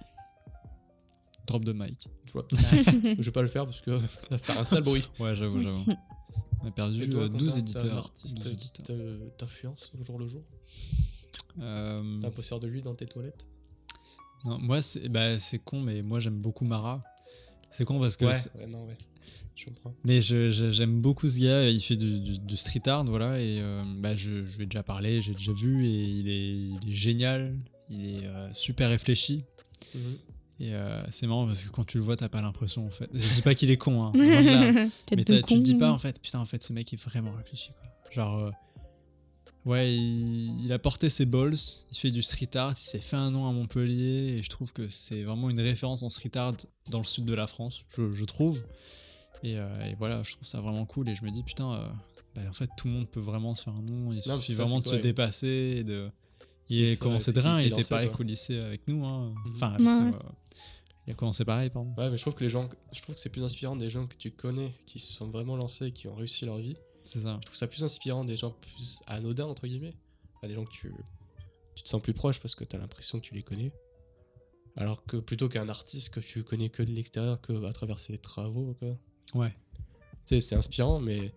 Speaker 1: Drop de mic.
Speaker 3: Je, vois- je vais pas le faire parce que ça va faire un sale bruit.
Speaker 1: Ouais, j'avoue, j'avoue. On a perdu
Speaker 3: Et toi,
Speaker 1: euh,
Speaker 3: Quentin,
Speaker 1: 12
Speaker 3: t'as
Speaker 1: éditeurs.
Speaker 3: Un artiste euh,
Speaker 1: 12
Speaker 3: qui
Speaker 1: éditeurs.
Speaker 3: te- t'influence au jour le jour
Speaker 1: Euh,
Speaker 3: T'as un poster de lui dans tes toilettes
Speaker 1: non, moi, c'est bah, c'est con, mais moi, j'aime beaucoup Mara. C'est con parce que. c'est-
Speaker 3: ouais, non, ouais. Je comprends.
Speaker 1: Mais je- je- j'aime beaucoup ce gars. Il fait du, du- du street art, voilà. Et euh, bah, je, je lui ai déjà parlé, j'ai déjà vu. Et il est, il est génial. Il est euh, super réfléchi. Et euh, c'est marrant parce que quand tu le vois, t'as pas l'impression, en fait. Je dis pas qu'il est con, hein. loin de là.
Speaker 2: Tête
Speaker 1: Mais
Speaker 2: de
Speaker 1: t'as- tu te dis
Speaker 2: con.
Speaker 1: pas hein. en fait, putain, en fait, ce mec est vraiment réfléchi. Quoi. Genre, euh, ouais, il, il a porté ses balls, il fait du street art, il s'est fait un nom à Montpellier, et je trouve que c'est vraiment une référence en street art dans le sud de la France, je, je trouve. Et, euh, et voilà, je trouve ça vraiment cool, et je me dis, putain, euh, bah, en fait, tout le monde peut vraiment se faire un nom, il
Speaker 3: mais
Speaker 1: suffit
Speaker 3: c'est ça,
Speaker 1: vraiment
Speaker 3: c'est
Speaker 1: de se
Speaker 3: correct.
Speaker 1: dépasser et de. Il
Speaker 3: C'est
Speaker 1: est
Speaker 3: ça,
Speaker 1: commencé
Speaker 3: c'est
Speaker 1: de rien,
Speaker 3: qu'il
Speaker 1: il
Speaker 3: s'est
Speaker 1: était
Speaker 3: lancé,
Speaker 1: pareil
Speaker 3: quoi.
Speaker 1: qu'au lycée avec nous. hein.
Speaker 3: Mhm.
Speaker 1: Enfin, avec
Speaker 2: Ouais,
Speaker 1: nous,
Speaker 2: ouais.
Speaker 1: euh, il a commencé pareil, pardon.
Speaker 3: Ouais, mais je trouve que les gens, je trouve que c'est plus inspirant des gens que tu connais, qui se sont vraiment lancés, qui ont réussi leur vie.
Speaker 1: C'est ça.
Speaker 3: Je trouve ça plus inspirant des gens plus anodins, entre guillemets. Enfin, des gens que tu, tu te sens plus proche parce que t'as l'impression que tu les connais. Alors que plutôt qu'un artiste que tu connais que de l'extérieur, que à travers ses travaux, quoi.
Speaker 1: Ouais.
Speaker 3: Tu sais, c'est inspirant, mais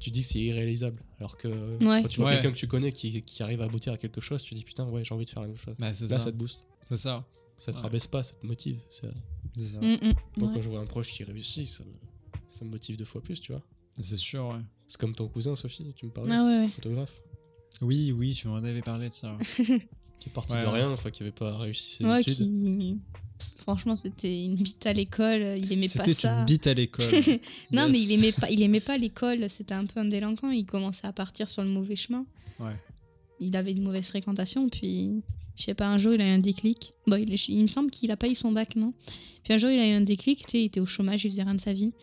Speaker 3: tu dis que c'est irréalisable. Alors que
Speaker 2: Ouais.
Speaker 3: quand tu vois
Speaker 1: Ouais.
Speaker 3: quelqu'un que tu connais qui, qui arrive à aboutir à quelque chose, tu dis putain, ouais, j'ai envie de faire la même chose.
Speaker 1: Bah, c'est
Speaker 3: Là,
Speaker 1: ça.
Speaker 3: ça te booste.
Speaker 1: C'est ça.
Speaker 3: Ça te
Speaker 1: Ouais.
Speaker 3: rabaisse pas, ça te motive. Ça...
Speaker 1: C'est ça.
Speaker 2: Mm, mm,
Speaker 3: Moi,
Speaker 2: ouais.
Speaker 3: quand je vois un proche qui réussit, ça me, ça me motive deux fois plus, tu vois.
Speaker 1: C'est sûr, ouais.
Speaker 3: C'est comme ton cousin, Sophie, tu me parlais.
Speaker 2: Ah ouais, ouais.
Speaker 3: Photographe.
Speaker 1: Oui, oui, tu m'en avais parlé de ça.
Speaker 3: Qui est parti
Speaker 1: Ouais,
Speaker 3: de
Speaker 1: ouais.
Speaker 3: rien, enfin, qui avait pas réussi ses
Speaker 2: Ouais,
Speaker 3: études.
Speaker 2: qui- Franchement, c'était une bite à l'école. Il aimait pas
Speaker 1: C'était
Speaker 2: ça.
Speaker 1: une bite à l'école.
Speaker 2: Non, mais il
Speaker 1: Yes.
Speaker 2: aimait pas, il aimait pas l'école. C'était un peu un délinquant. Il commençait à partir sur le mauvais chemin.
Speaker 1: Ouais.
Speaker 2: Il avait une mauvaise fréquentation. Puis, je sais pas, un jour, il a eu un déclic. Bon, il, il me semble qu'il a pas eu son bac, non Puis un jour, il a eu un déclic. Tu sais, il était au chômage, il faisait rien de sa vie.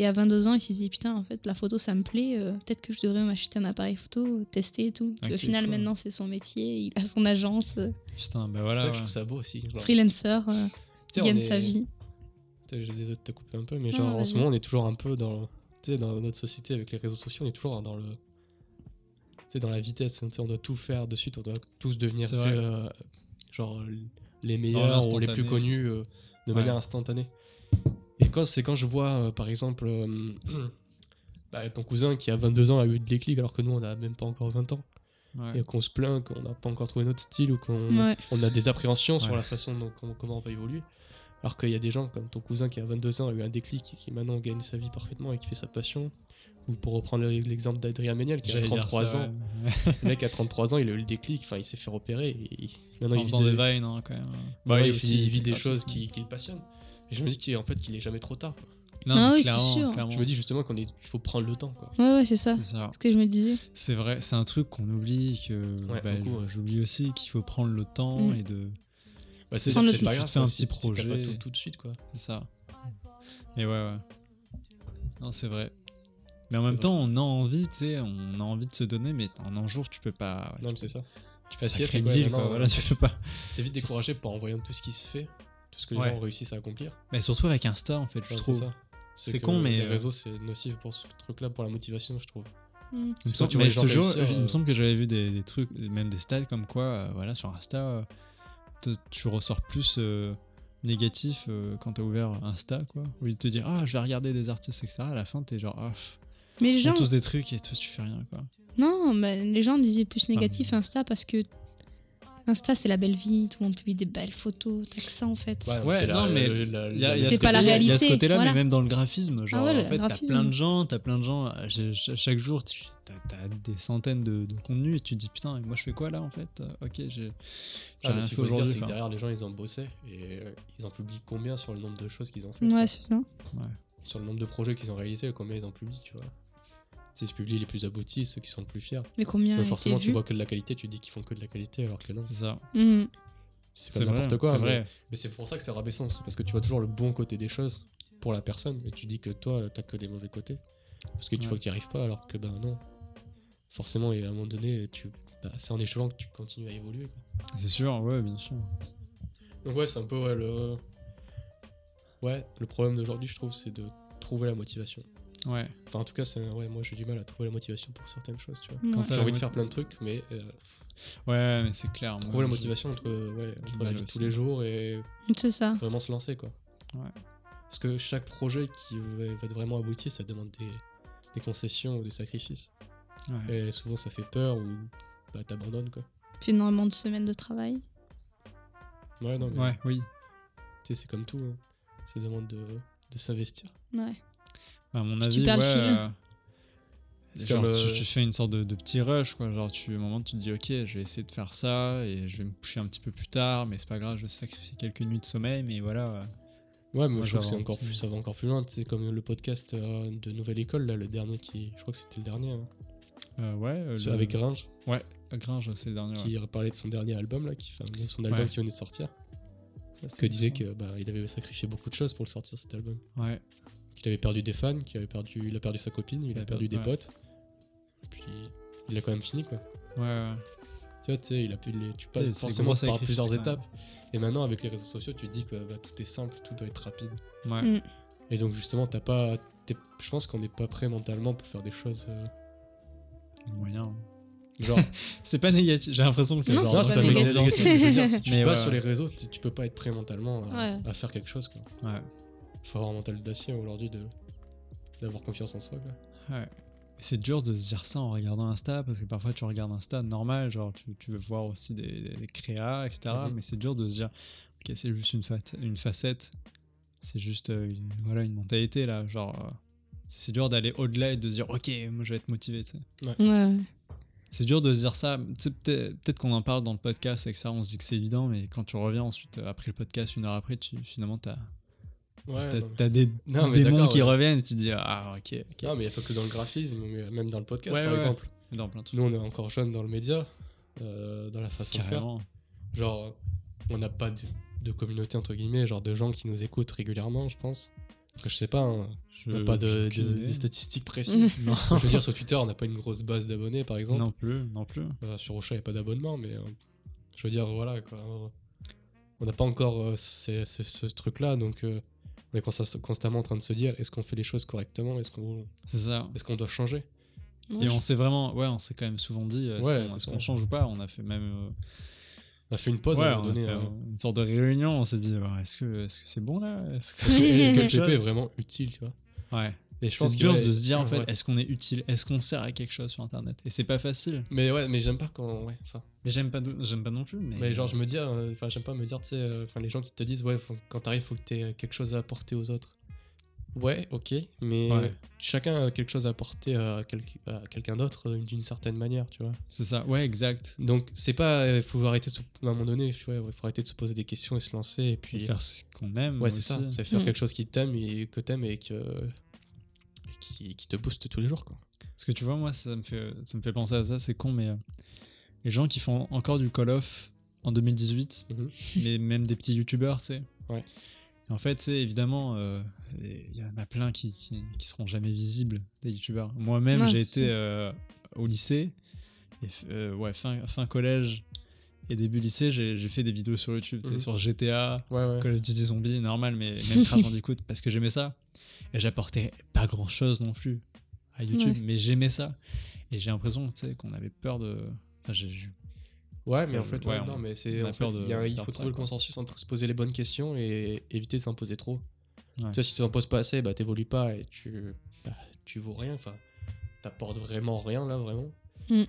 Speaker 2: Et à 22 ans, il s'est dit Putain, en fait, la photo, ça me plaît. euh, Peut-être que je devrais m'acheter un appareil photo, tester et tout. Puis au
Speaker 1: Inquiète
Speaker 2: final,
Speaker 1: pas.
Speaker 2: maintenant, c'est son métier. Il a son agence, euh,
Speaker 1: Putain, bah
Speaker 3: C'est ça
Speaker 1: voilà.
Speaker 3: que je
Speaker 1: ouais.
Speaker 3: trouve ça beau aussi. genre,
Speaker 2: freelancer, euh,
Speaker 3: tu sais, on
Speaker 2: gagne
Speaker 3: est-
Speaker 2: sa vie.
Speaker 3: Putain, Je suis désolé de te couper un peu, mais
Speaker 2: Non,
Speaker 3: genre en
Speaker 2: vas-y.
Speaker 3: ce moment, on est toujours un peu dans, tu sais, dans notre société avec les réseaux sociaux, on est toujours dans le, tu sais, dans la vitesse. tu sais, on doit tout faire de suite, on doit tous devenir
Speaker 1: C'est vrai.
Speaker 3: euh, genre les meilleurs ou les
Speaker 1: l'instantané.
Speaker 3: plus connus euh, de
Speaker 1: Ouais.
Speaker 3: manière instantanée. Et quand c'est quand je vois euh, par exemple euh, bah, ton cousin qui a 22 ans a eu le déclic alors que nous on a même pas encore 20 ans
Speaker 1: Ouais.
Speaker 3: et qu'on se plaint qu'on n'a pas encore trouvé notre style ou qu'on
Speaker 2: Ouais.
Speaker 3: on a des appréhensions sur
Speaker 1: Ouais.
Speaker 3: la façon dont com- comment on va évoluer. Alors qu'il y a des gens comme ton cousin qui a 22 ans a eu un déclic et qui maintenant gagne sa vie parfaitement et qui fait sa passion. Ou pour reprendre l'exemple d'Adrien Méniel qui a
Speaker 1: J'allais dire
Speaker 3: 33
Speaker 1: ça,
Speaker 3: ans.
Speaker 1: ouais.
Speaker 3: Le mec à 33 ans, il a eu le déclic, enfin il s'est fait repérer. Et... il- Maintenant
Speaker 1: en
Speaker 3: il vit
Speaker 1: faisant des
Speaker 3: des,
Speaker 1: vines, hein, quand même.
Speaker 3: Ouais, il vit- il vit
Speaker 1: fait
Speaker 3: des
Speaker 1: pas
Speaker 3: choses
Speaker 1: tout.
Speaker 3: qui, qui le passionnent. Et je me dis qu'en fait qu'il est jamais trop tard. quoi.
Speaker 1: Non,
Speaker 2: Ah
Speaker 1: mais
Speaker 2: oui, c'est
Speaker 1: clairement,
Speaker 2: sûr.
Speaker 1: clairement.
Speaker 3: Je me dis justement qu'on est- qu'il faut prendre le temps. Quoi.
Speaker 2: Ouais, ouais, c'est ça.
Speaker 1: C'est ça.
Speaker 2: Ce que je me disais.
Speaker 1: C'est vrai, c'est un truc qu'on oublie, que
Speaker 3: Ouais,
Speaker 1: bah,
Speaker 3: beaucoup, ouais.
Speaker 1: j'oublie aussi qu'il faut prendre le temps
Speaker 2: Mm.
Speaker 1: et de.
Speaker 3: Bah, c'est
Speaker 2: Prendre
Speaker 3: que
Speaker 2: le temps.
Speaker 3: c'est pas
Speaker 1: Tu te
Speaker 3: grave.
Speaker 1: fais un
Speaker 3: quoi,
Speaker 1: petit
Speaker 3: si- si t'as
Speaker 1: projet.
Speaker 3: pas tout, tout de suite quoi.
Speaker 1: C'est ça. Et ouais, ouais. Non, c'est vrai. Mais en
Speaker 3: C'est
Speaker 1: même
Speaker 3: vrai.
Speaker 1: temps, on a envie, tu sais, on a envie de se donner, mais en un jour, tu peux pas.
Speaker 3: Non mais c'est ça. Tu
Speaker 1: tu
Speaker 3: passes
Speaker 1: peux pas
Speaker 3: c'est
Speaker 1: créer une
Speaker 3: quoi,
Speaker 1: ville,
Speaker 3: maintenant,
Speaker 1: quoi. Voilà, tu peux pas.
Speaker 3: T'es vite découragé
Speaker 1: C'est-
Speaker 3: par en voyant tout ce qui se fait, tout ce que les
Speaker 1: Ouais.
Speaker 3: gens réussissent à accomplir.
Speaker 1: Mais surtout avec Insta, en fait, je
Speaker 3: Ouais,
Speaker 1: trouve.
Speaker 3: C'est ça.
Speaker 1: C'est
Speaker 3: que
Speaker 1: con, mais,
Speaker 3: Les
Speaker 1: euh,
Speaker 3: réseaux, c'est nocif pour ce truc-là, pour la motivation, je trouve.
Speaker 2: Mm.
Speaker 1: Il me
Speaker 3: Parce que
Speaker 1: semble,
Speaker 3: tu vois
Speaker 1: mais
Speaker 3: les
Speaker 1: je
Speaker 3: gens
Speaker 1: te jure,
Speaker 3: réussir,
Speaker 1: je- il
Speaker 3: euh,
Speaker 1: me semble que j'avais vu des, des trucs, même des stats comme quoi, euh, voilà, sur Insta, euh, te- tu ressors plus euh, négatif euh, quand t'as ouvert Insta, quoi. Où ils te disent, ah, je vais regarder des artistes, etc. À la fin, t'es genre, ah, pff,
Speaker 2: Mais les
Speaker 1: ils font
Speaker 2: gens,
Speaker 1: tous des trucs et toi, tu fais rien, quoi.
Speaker 2: non, mais les gens disaient plus négatif Insta parce que Insta c'est la belle vie, tout le monde publie des belles photos, tout ça en fait.
Speaker 3: Ouais,
Speaker 1: Ouais,
Speaker 3: c'est la-
Speaker 1: non, mais
Speaker 3: le- la-
Speaker 1: Il y a- il y a
Speaker 3: le-
Speaker 2: C'est
Speaker 1: ce
Speaker 2: pas la
Speaker 1: côté- Il y a ce
Speaker 2: réalité,
Speaker 1: côté-là,
Speaker 2: voilà.
Speaker 1: mais même dans le graphisme, genre,
Speaker 2: Ah ouais, le
Speaker 1: en fait, t'as
Speaker 2: graphisme.
Speaker 1: plein de gens, t'as plein de gens, euh, j'ai- ch- chaque jour, tu- t'as t'as des centaines de, de contenus et tu te dis, putain, moi, je fais quoi là, en fait Euh, Ok, j'ai j'ai
Speaker 3: Ah, mais
Speaker 1: rien
Speaker 3: ce
Speaker 1: fait
Speaker 3: qu'il faut se dire,
Speaker 1: aujourd'hui.
Speaker 3: c'est que
Speaker 1: quoi.
Speaker 3: derrière, les gens, ils ont bossé et euh, ils en publient combien sur le nombre de choses qu'ils ont fait
Speaker 2: Ouais, c'est ça.
Speaker 3: Sur le nombre de projets qu'ils ont réalisés, combien ils en publient, tu vois Si ils publient les plus aboutis, ceux qui sont le plus fiers.
Speaker 2: Mais combien
Speaker 3: Mais
Speaker 2: a été
Speaker 3: Bah, forcément, tu
Speaker 2: vu
Speaker 3: vois que de la qualité, tu dis qu'ils font que de la qualité, alors que non,
Speaker 1: C'est ça.
Speaker 2: Mhm.
Speaker 3: c'est
Speaker 1: C'est
Speaker 3: pas
Speaker 1: vrai,
Speaker 3: n'importe quoi.
Speaker 1: C'est
Speaker 3: mais-
Speaker 1: vrai.
Speaker 3: Mais c'est pour ça que c'est rabaissant, c'est parce que tu vois toujours le bon côté des choses pour la personne, et tu dis que toi, t'as que des mauvais côtés. Parce que tu
Speaker 1: Ouais.
Speaker 3: vois que tu arrives pas, alors que ben non. Forcément, et à un moment donné, tu, bah, c'est en échouant que tu continues à évoluer. quoi.
Speaker 1: C'est sûr, ouais, bien sûr.
Speaker 3: Donc ouais, c'est un peu ouais, le... Ouais, le problème d'aujourd'hui, je trouve, c'est de trouver la motivation.
Speaker 1: Ouais.
Speaker 3: Enfin, en tout cas, c'est, ouais, moi, j'ai du mal à trouver la motivation pour certaines choses, tu vois.
Speaker 2: Ouais.
Speaker 1: Quand
Speaker 3: J'ai
Speaker 1: la
Speaker 3: envie de
Speaker 1: moti-
Speaker 3: faire plein de trucs, mais euh,
Speaker 1: Ouais, mais c'est clair.
Speaker 3: trouver
Speaker 1: moi,
Speaker 3: la
Speaker 1: je-
Speaker 3: motivation entre, ouais, entre la
Speaker 1: mal
Speaker 3: vie de
Speaker 1: aussi.
Speaker 3: tous les jours et
Speaker 2: C'est ça.
Speaker 3: vraiment se lancer quoi.
Speaker 1: Ouais.
Speaker 3: Parce que chaque projet qui va va être vraiment abouti, ça demande des, des concessions ou des sacrifices.
Speaker 1: Ouais.
Speaker 3: Et souvent ça fait peur ou bah t'abandonnes quoi.
Speaker 2: Puis énormément de semaines de travail.
Speaker 3: Ouais non mais
Speaker 1: Ouais, oui.
Speaker 3: tu sais c'est comme tout, hein. ça demande de, de s'investir.
Speaker 2: Ouais.
Speaker 1: Bah, à mon
Speaker 2: tu
Speaker 1: avis,
Speaker 2: perds le
Speaker 1: ouais,
Speaker 2: fil.
Speaker 1: euh,
Speaker 3: C'est
Speaker 1: genre,
Speaker 3: comme,
Speaker 1: tu,
Speaker 3: euh,
Speaker 1: tu fais une sorte de, de petit rush, quoi. Genre, tu, à un moment, tu te dis, ok, je vais essayer de faire ça et je vais me coucher un petit peu plus tard, mais c'est pas grave, je vais sacrifier quelques nuits de sommeil, mais voilà.
Speaker 3: Ouais mais
Speaker 1: Moi,
Speaker 3: je
Speaker 1: j'avais
Speaker 3: trouve que c'est
Speaker 1: un
Speaker 3: encore
Speaker 1: petit-
Speaker 3: plus, ça va encore plus loin. C'est comme le podcast euh, de Nouvelle École là, le dernier qui, je crois que c'était le dernier, hein.
Speaker 1: Euh, ouais, euh,
Speaker 3: Celui
Speaker 1: le- euh,
Speaker 3: avec Gringe
Speaker 1: Gringe, c'est le dernier. ouais.
Speaker 3: qui parlait de son dernier album là, qui, enfin, de son album
Speaker 1: Ouais.
Speaker 3: qui venait de sortir,
Speaker 1: Ça, c'est
Speaker 3: que disait
Speaker 1: ça.
Speaker 3: que bah il avait sacrifié beaucoup de choses pour le sortir cet album.
Speaker 1: Ouais,
Speaker 3: qu'il avait perdu des fans, qu'il avait perdu, il a perdu sa copine, il,
Speaker 1: Il
Speaker 3: a
Speaker 1: a perdu-
Speaker 3: perdu des
Speaker 1: ouais.
Speaker 3: potes. Puis il a quand même fini quoi.
Speaker 1: ouais, ouais.
Speaker 3: Tu vois, tu sais, il a pu les- tu passes
Speaker 1: C'est- c'est
Speaker 3: forcément
Speaker 1: gros
Speaker 3: par
Speaker 1: sacrifice,
Speaker 3: plusieurs
Speaker 1: ouais.
Speaker 3: étapes. Et maintenant avec les réseaux sociaux, tu te dis que bah, tout est simple, tout doit être rapide.
Speaker 1: Ouais.
Speaker 2: Mm.
Speaker 3: Et donc justement, t'as pas, t'es- je pense qu'on n'est pas prêt mentalement pour faire des choses euh,
Speaker 1: Les
Speaker 2: Mm.
Speaker 1: moyens.
Speaker 3: genre.
Speaker 1: C'est pas négatif, j'ai l'impression que.
Speaker 2: Non,
Speaker 1: genre,
Speaker 2: c'est pas
Speaker 1: une
Speaker 2: négatif.
Speaker 1: bonne
Speaker 3: mais je
Speaker 1: idée.
Speaker 3: veux dire, si tu
Speaker 1: Mais
Speaker 3: vas
Speaker 1: ouais.
Speaker 3: sur les réseaux, tu tu peux pas être prêt mentalement à,
Speaker 2: Ouais.
Speaker 3: à faire quelque chose. Quoi.
Speaker 1: Ouais.
Speaker 3: Faut avoir un mental d'acier aujourd'hui de d'avoir confiance en soi. quoi.
Speaker 1: Ouais. C'est dur de se dire ça en regardant Insta, parce que parfois tu regardes Insta normal, genre tu, tu veux voir aussi des, des- des créas, etc.
Speaker 3: Mhm.
Speaker 1: Mais c'est dur de se dire, ok, c'est juste une, fat- une facette, c'est juste euh, une- voilà, une mentalité là, genre euh, C'est dur d'aller au-delà et de se dire, ok, moi je vais être motivé, tu sais.
Speaker 2: Ouais, ouais.
Speaker 1: C'est dur de se dire ça. Tu sais, Peut-être peut-être qu'on en parle dans le podcast et que ça, on se dit que c'est évident, mais quand tu reviens ensuite, euh, après le podcast, une heure après, tu, finalement, t'as
Speaker 3: Ouais,
Speaker 1: t'as-
Speaker 3: non, mais-
Speaker 1: t'as des
Speaker 3: Non, mais
Speaker 1: démons
Speaker 3: d'accord,
Speaker 1: qui
Speaker 3: ouais.
Speaker 1: reviennent et tu dis, ah, ok, ok.
Speaker 3: Non, mais il n'y a pas que dans le graphisme, mais même dans le podcast,
Speaker 1: Ouais,
Speaker 3: par
Speaker 1: ouais.
Speaker 3: exemple.
Speaker 1: Dans plein de trucs.
Speaker 3: Nous, on est encore jeunes dans le média, euh, dans la façon de
Speaker 1: Carrément.
Speaker 3: faire. Genre, euh, on n'a pas de, de communauté, entre guillemets, genre de gens qui nous écoutent régulièrement, je pense. Parce que je sais pas, hein,
Speaker 1: Je,
Speaker 3: on n'a pas de,
Speaker 1: Euh, j'ai aucune
Speaker 3: de-
Speaker 1: idée.
Speaker 3: des statistiques précises.
Speaker 1: Non.
Speaker 3: je veux dire, sur Twitter, on n'a pas une grosse base d'abonnés, par exemple.
Speaker 1: non plus, non plus.
Speaker 3: Euh, sur Ocha, il n'y a pas d'abonnement, mais euh, je veux dire, voilà, quoi. Euh, On n'a pas encore euh, ces- ce, ce truc-là, donc euh, on est consta- constamment en train de se dire est-ce qu'on fait les choses correctement Est-ce qu'on
Speaker 1: C'est ça.
Speaker 3: est qu'on doit changer
Speaker 2: Ouais,
Speaker 1: Et
Speaker 2: je-
Speaker 1: on s'est vraiment, ouais, on s'est quand même souvent dit, euh, est-ce
Speaker 3: Ouais,
Speaker 1: qu'on-
Speaker 3: c'est
Speaker 1: est-ce
Speaker 3: ça.
Speaker 1: qu'on change ou pas On a fait même. euh,
Speaker 3: On a fait une pause
Speaker 1: ouais,
Speaker 3: à un
Speaker 1: on
Speaker 3: moment
Speaker 1: a
Speaker 3: donné.
Speaker 1: fait,
Speaker 3: hein.
Speaker 1: euh, une sorte de réunion, on s'est dit, alors, est-ce que est-ce que c'est bon là Est-ce que,
Speaker 3: Est-ce que, est-ce que le
Speaker 1: quelque
Speaker 3: PP est
Speaker 1: chose
Speaker 3: vraiment utile, tu vois
Speaker 1: Ouais.
Speaker 3: Et je pense
Speaker 1: C'est
Speaker 3: qu'il
Speaker 1: dur
Speaker 3: va-
Speaker 1: de se dire en fait,
Speaker 3: Ouais.
Speaker 1: est-ce qu'on est utile Est-ce qu'on sert à quelque chose sur Internet Et c'est pas facile.
Speaker 3: Mais ouais, mais j'aime pas quand. Ouais, enfin.
Speaker 1: Mais j'aime pas, de- j'aime pas non plus. Mais,
Speaker 3: Mais genre, je me dis, euh, enfin, j'aime pas me dire, tu sais, euh, enfin, les gens qui te disent, ouais, faut- quand t'arrives, faut que t'aies quelque chose à apporter aux autres. Ouais, ok, mais
Speaker 1: Ouais.
Speaker 3: chacun a quelque chose à apporter à, quel- à quelqu'un d'autre euh, d'une certaine manière, tu vois.
Speaker 1: C'est ça. Ouais, exact.
Speaker 3: Donc, c'est pas, il faut arrêter de se- à un moment donné, tu vois, ouais, faut arrêter de se poser des questions et se lancer, et
Speaker 1: Puis
Speaker 3: puis.
Speaker 1: faire ce qu'on aime.
Speaker 3: ouais, c'est
Speaker 1: aussi.
Speaker 3: ça, c'est faire
Speaker 2: Mm.
Speaker 3: quelque chose qui t'aime et que t'aimes et que. et qui, qui te booste tous les jours, quoi.
Speaker 1: Parce que tu vois, moi, ça me fait, ça me fait penser à ça. C'est con, mais euh, les gens qui font encore du Call of en 2018,
Speaker 3: Mhm.
Speaker 1: mais même des petits youtubeurs, tu sais.
Speaker 3: Ouais.
Speaker 1: Et En fait, tu sais, évidemment, euh, il y en a plein qui, qui, qui seront jamais visibles, des youtubeurs. Moi-même,
Speaker 2: Ouais,
Speaker 1: j'ai
Speaker 2: c'est
Speaker 1: été
Speaker 2: ça.
Speaker 1: euh, au lycée, et, f- euh, ouais, fin, fin collège et début lycée, j'ai j'ai fait des vidéos sur YouTube, tu sais,
Speaker 3: Mhm.
Speaker 1: sur GTA,
Speaker 3: Ouais, ouais.
Speaker 1: Call of Duty Zombie, normal, mais même Crash Bandicoot, parce que j'aimais ça. Et j'apportais pas grand chose non plus à YouTube,
Speaker 2: Ouais.
Speaker 1: mais j'aimais ça. Et j'ai l'impression, tu sais, qu'on avait peur de. Enfin, j'ai j'ai-
Speaker 3: Ouais, mais en
Speaker 1: Euh,
Speaker 3: fait,
Speaker 1: ouais,
Speaker 3: ouais,
Speaker 1: on-
Speaker 3: non, mais c'est
Speaker 1: on a
Speaker 3: en fait,
Speaker 1: peur de
Speaker 3: il y a- il
Speaker 1: perdre
Speaker 3: faut
Speaker 1: ça,
Speaker 3: trouver le
Speaker 1: quoi.
Speaker 3: consensus entre se poser les bonnes questions et éviter de s'imposer trop.
Speaker 1: Ouais.
Speaker 3: Tu vois, si tu t'imposes pas assez, bah t'évolues pas et tu bah, tu vaux rien. Enfin, t'apportes vraiment rien là, vraiment.
Speaker 2: Mm.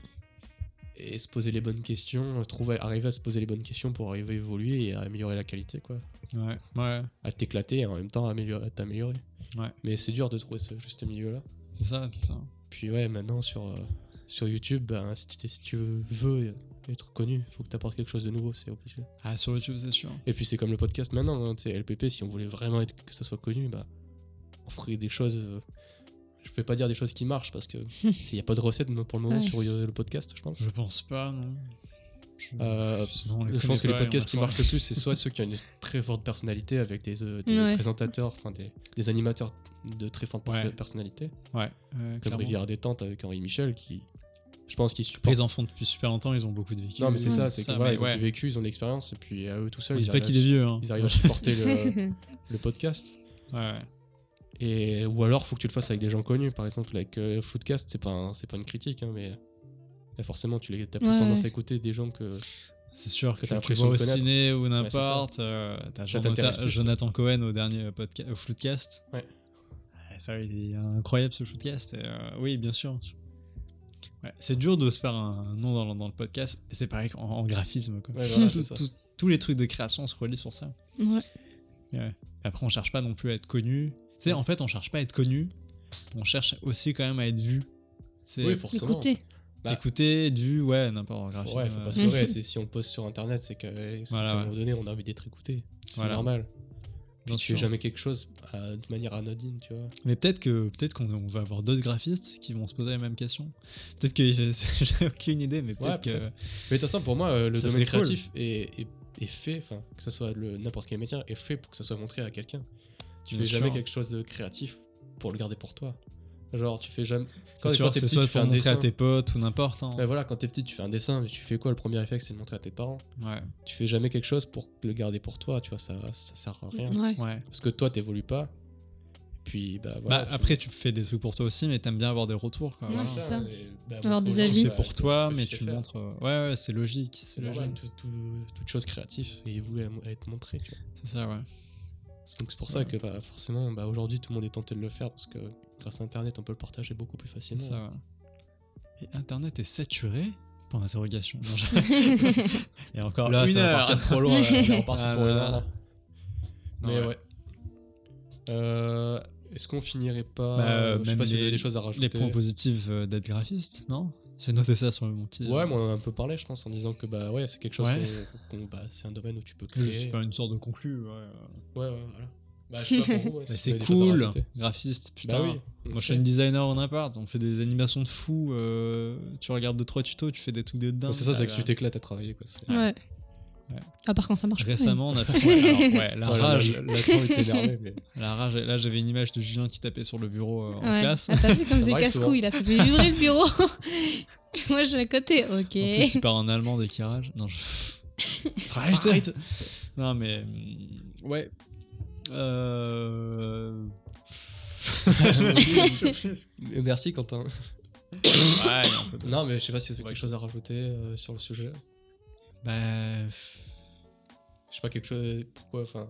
Speaker 3: Et se poser les bonnes questions, trouver, arriver à se poser les bonnes questions pour arriver à évoluer et à améliorer la qualité, quoi.
Speaker 1: Ouais, ouais.
Speaker 3: À t'éclater et en même temps à améliorer- à t'améliorer.
Speaker 1: Ouais.
Speaker 3: Mais c'est dur de trouver ce juste milieu là.
Speaker 1: C'est ça, c'est ça.
Speaker 3: Puis ouais, maintenant sur, euh, sur YouTube, ben, si, tu t'es- si tu veux être connu, faut que t'apportes quelque chose de nouveau, c'est obligé.
Speaker 1: Ah, sur YouTube, c'est sûr.
Speaker 3: Et puis c'est comme le podcast maintenant, hein, tu sais, LPP, si on voulait vraiment être- que ça soit connu, bah, on ferait des choses. euh, je peux pas dire des choses qui marchent parce que il n'y a pas de recette mais pour le moment
Speaker 2: Ouais.
Speaker 3: sur euh, le podcast, je pense.
Speaker 1: Je pense pas, non. Je,
Speaker 3: Euh,
Speaker 1: sinon, Mmh. on les
Speaker 3: je pense que
Speaker 1: connaît
Speaker 3: les
Speaker 1: pas et
Speaker 3: podcasts
Speaker 1: on
Speaker 3: qui
Speaker 1: va
Speaker 3: marchent
Speaker 1: faire-
Speaker 3: le plus, c'est soit ceux qui ont une très forte personnalité avec des, euh, des
Speaker 2: Ouais.
Speaker 3: présentateurs, enfin des, des animateurs de très forte perso-
Speaker 1: Ouais.
Speaker 3: personnalité,
Speaker 1: Ouais, ouais,
Speaker 3: comme
Speaker 1: clairement.
Speaker 3: Rivière Détente avec Henri Michel, qui, je pense, qu'ils supportent.
Speaker 1: Les enfants, depuis super longtemps, ils ont beaucoup de vécu.
Speaker 3: Non, mais c'est
Speaker 2: Ouais.
Speaker 3: ça, c'est que voilà,
Speaker 1: mais
Speaker 3: ils ont
Speaker 1: ouais.
Speaker 3: du vécu, ils ont de l'expérience, et puis à eux tout
Speaker 1: On
Speaker 3: seuls,
Speaker 1: dit
Speaker 3: ils
Speaker 1: pas
Speaker 3: arrivent,
Speaker 1: qu'il est
Speaker 3: à,
Speaker 1: vieux, hein.
Speaker 3: ils arrivent à supporter le- le podcast.
Speaker 1: Ouais,
Speaker 3: Et, ou alors, faut que tu le fasses avec des gens connus. Par exemple, avec euh, Floodcast, c'est pas, un- c'est pas une critique, hein, mais mais forcément, tu les, as plus
Speaker 2: Ouais,
Speaker 3: tendance
Speaker 2: ouais.
Speaker 3: à écouter des gens que.
Speaker 1: c'est sûr que,
Speaker 3: Que
Speaker 1: tu
Speaker 3: t'as l'impression
Speaker 1: vois au
Speaker 3: de connaître.
Speaker 1: ciné ou
Speaker 3: c'est
Speaker 1: n'importe. euh, T'as
Speaker 3: Ça
Speaker 1: Jonathan-
Speaker 3: t'intéresse plus,
Speaker 1: Jonathan Cohen au dernier podcast, au Floodcast.
Speaker 3: Ouais.
Speaker 1: Ah, Ça, il est incroyable ce Floodcast. et, euh, oui, bien sûr. Ouais, c'est dur de se faire un nom dans, le- dans le podcast. et C'est pareil en, en graphisme. Quoi.
Speaker 3: Ouais, voilà,
Speaker 1: Tout-
Speaker 3: c'est ça.
Speaker 1: tout- tous les trucs de création se relient sur ça.
Speaker 2: Ouais.
Speaker 1: Après, on cherche pas non plus à être connu. Tu sais, en fait, on cherche pas à être connu. On cherche aussi quand même à être vu. C'est
Speaker 3: Oui, forcément.
Speaker 2: Écoutez.
Speaker 3: Bah.
Speaker 1: écouter, être vu, ouais, n'importe
Speaker 3: Faut-
Speaker 1: quoi.
Speaker 3: ouais, faut pas se
Speaker 2: euh,
Speaker 3: leurrer. c'est- si on poste sur internet, c'est que euh, c'est
Speaker 1: Voilà,
Speaker 3: qu'à
Speaker 1: ouais.
Speaker 3: un moment donné, on a envie d'être écouté. C'est
Speaker 1: Voilà.
Speaker 3: normal.
Speaker 1: Bien
Speaker 3: Tu fais
Speaker 1: sûr.
Speaker 3: jamais quelque chose euh, de manière anodine, tu vois.
Speaker 1: Mais peut-être que peut-être qu'on on va avoir d'autres graphistes qui vont se poser la même question. Peut-être que j'ai aucune idée, mais
Speaker 3: Ouais,
Speaker 1: peut-être que
Speaker 3: peut-être. Mais de toute façon, pour moi, euh, le
Speaker 1: Ça
Speaker 3: domaine
Speaker 1: serait cool.
Speaker 3: créatif est, est- est fait, enfin, que ce soit le- n'importe quel métier, est fait pour que ça soit montré à quelqu'un. Tu
Speaker 1: Bien
Speaker 3: fais jamais
Speaker 1: sûr.
Speaker 3: quelque chose de créatif pour le garder pour toi. Genre, tu fais jamais.
Speaker 1: c'est
Speaker 3: Quand-
Speaker 1: sûr,
Speaker 3: quand t'es
Speaker 1: c'est
Speaker 3: petit,
Speaker 1: soit
Speaker 3: tu fais
Speaker 1: pour
Speaker 3: un
Speaker 1: montrer à
Speaker 3: dessin.
Speaker 1: tes potes ou n'importe. hein.
Speaker 3: Ben voilà, quand t'es petit, tu fais un dessin, mais tu fais quoi Le premier effet, c'est de le montrer à tes parents.
Speaker 1: Ouais,
Speaker 3: Tu fais jamais quelque chose pour le garder pour toi, tu vois, ça, ça sert à rien.
Speaker 2: Ouais.
Speaker 1: ouais.
Speaker 3: Parce que toi, t'évolues pas. Puis, bah voilà.
Speaker 1: bah,
Speaker 3: tu-
Speaker 1: après, tu fais des trucs pour toi aussi, mais t'aimes bien avoir des retours. Quoi.
Speaker 2: Ouais,
Speaker 1: Voilà.
Speaker 2: c'est ça.
Speaker 3: et, bah,
Speaker 2: Avoir
Speaker 3: montre
Speaker 2: des
Speaker 3: aux gens,
Speaker 2: avis.
Speaker 1: Tu
Speaker 3: bah,
Speaker 1: fais pour
Speaker 3: ce
Speaker 1: toi,
Speaker 3: que
Speaker 1: mais
Speaker 3: sais
Speaker 1: tu
Speaker 3: faire.
Speaker 1: montres. euh, Ouais, ouais, c'est logique. C'est
Speaker 3: C'est normal,
Speaker 1: logique.
Speaker 3: tout, tout- toute chose créative est vouée à mo- à être montrée, tu vois.
Speaker 1: C'est ça, ouais.
Speaker 3: Donc c'est pour ça que bah, forcément, bah, aujourd'hui, tout le monde est tenté de le faire parce que grâce à Internet, on peut le partager beaucoup plus
Speaker 1: C'est
Speaker 3: facilement.
Speaker 1: ça, ouais. Et Internet est saturé Point d'interrogation. Non, je- Et encore
Speaker 3: Là,
Speaker 1: une
Speaker 3: ça va
Speaker 1: heure.
Speaker 3: partir trop loin. là. On est reparti
Speaker 1: Ah
Speaker 3: pour une
Speaker 1: là
Speaker 3: heure,
Speaker 1: là.
Speaker 3: là. Mais
Speaker 1: Ouais.
Speaker 3: ouais. Euh, Est-ce qu'on finirait pas
Speaker 1: Bah,
Speaker 3: euh, Je sais
Speaker 1: même
Speaker 3: pas si vous avez
Speaker 1: les-
Speaker 3: des choses à rajouter.
Speaker 1: Les points positifs euh, d'être graphiste, non J'ai noté ça sur euh, mon petit.
Speaker 3: Ouais, mais on en a un peu parlé, je pense, en disant que bah ouais, c'est quelque chose
Speaker 1: Ouais.
Speaker 3: qu'on, qu'on- bah, c'est un domaine où tu peux créer.
Speaker 1: Juste faire une sorte de conclu. ouais.
Speaker 3: Ouais, ouais, voilà. Bah, je sais pas pour vous,
Speaker 1: Bah,
Speaker 3: ouais, si vous
Speaker 1: c'est
Speaker 3: avez des choses à
Speaker 1: cool,
Speaker 3: rajouter.
Speaker 1: graphiste,
Speaker 3: Bah
Speaker 1: putain.
Speaker 3: oui.
Speaker 1: Moi, je suis une designer en appart, on fait des animations de fou. euh, tu regardes 2-3 tutos, tu fais des trucs de dingue.
Speaker 3: C'est ça, c'est
Speaker 1: Ah,
Speaker 3: que tu t'éclates à travailler. Quoi. c'est-
Speaker 2: Ouais.
Speaker 1: Ouais.
Speaker 2: Ah, par contre, ça marche pas,
Speaker 1: Récemment, on a fait. Ouais, alors, ouais, la
Speaker 3: Voilà,
Speaker 1: rage.
Speaker 3: La, la, la tante est énervée, mais
Speaker 1: La rage. Là, j'avais une image de Julien qui tapait sur le bureau euh, en
Speaker 2: mais- Ouais.
Speaker 1: classe.
Speaker 2: Ah, t'as vu comme c'est
Speaker 3: m'arrive souvent.
Speaker 2: casse-couille, là. Ça fait vibrer le bureau. Moi, je suis à côté. Ok.
Speaker 1: En plus, il part en allemand dès qu'il rage. Non, je. Rage, t'arrêtes. Non, mais. hum, Ouais. Euh.
Speaker 3: Euh, Merci, Quentin.
Speaker 1: Ouais, non, on peut pas.
Speaker 3: Non, mais je sais pas si vous avez quelque chose à rajouter euh, sur le sujet.
Speaker 1: Bah. pff,
Speaker 3: Je sais pas, quelque chose. Pourquoi, enfin.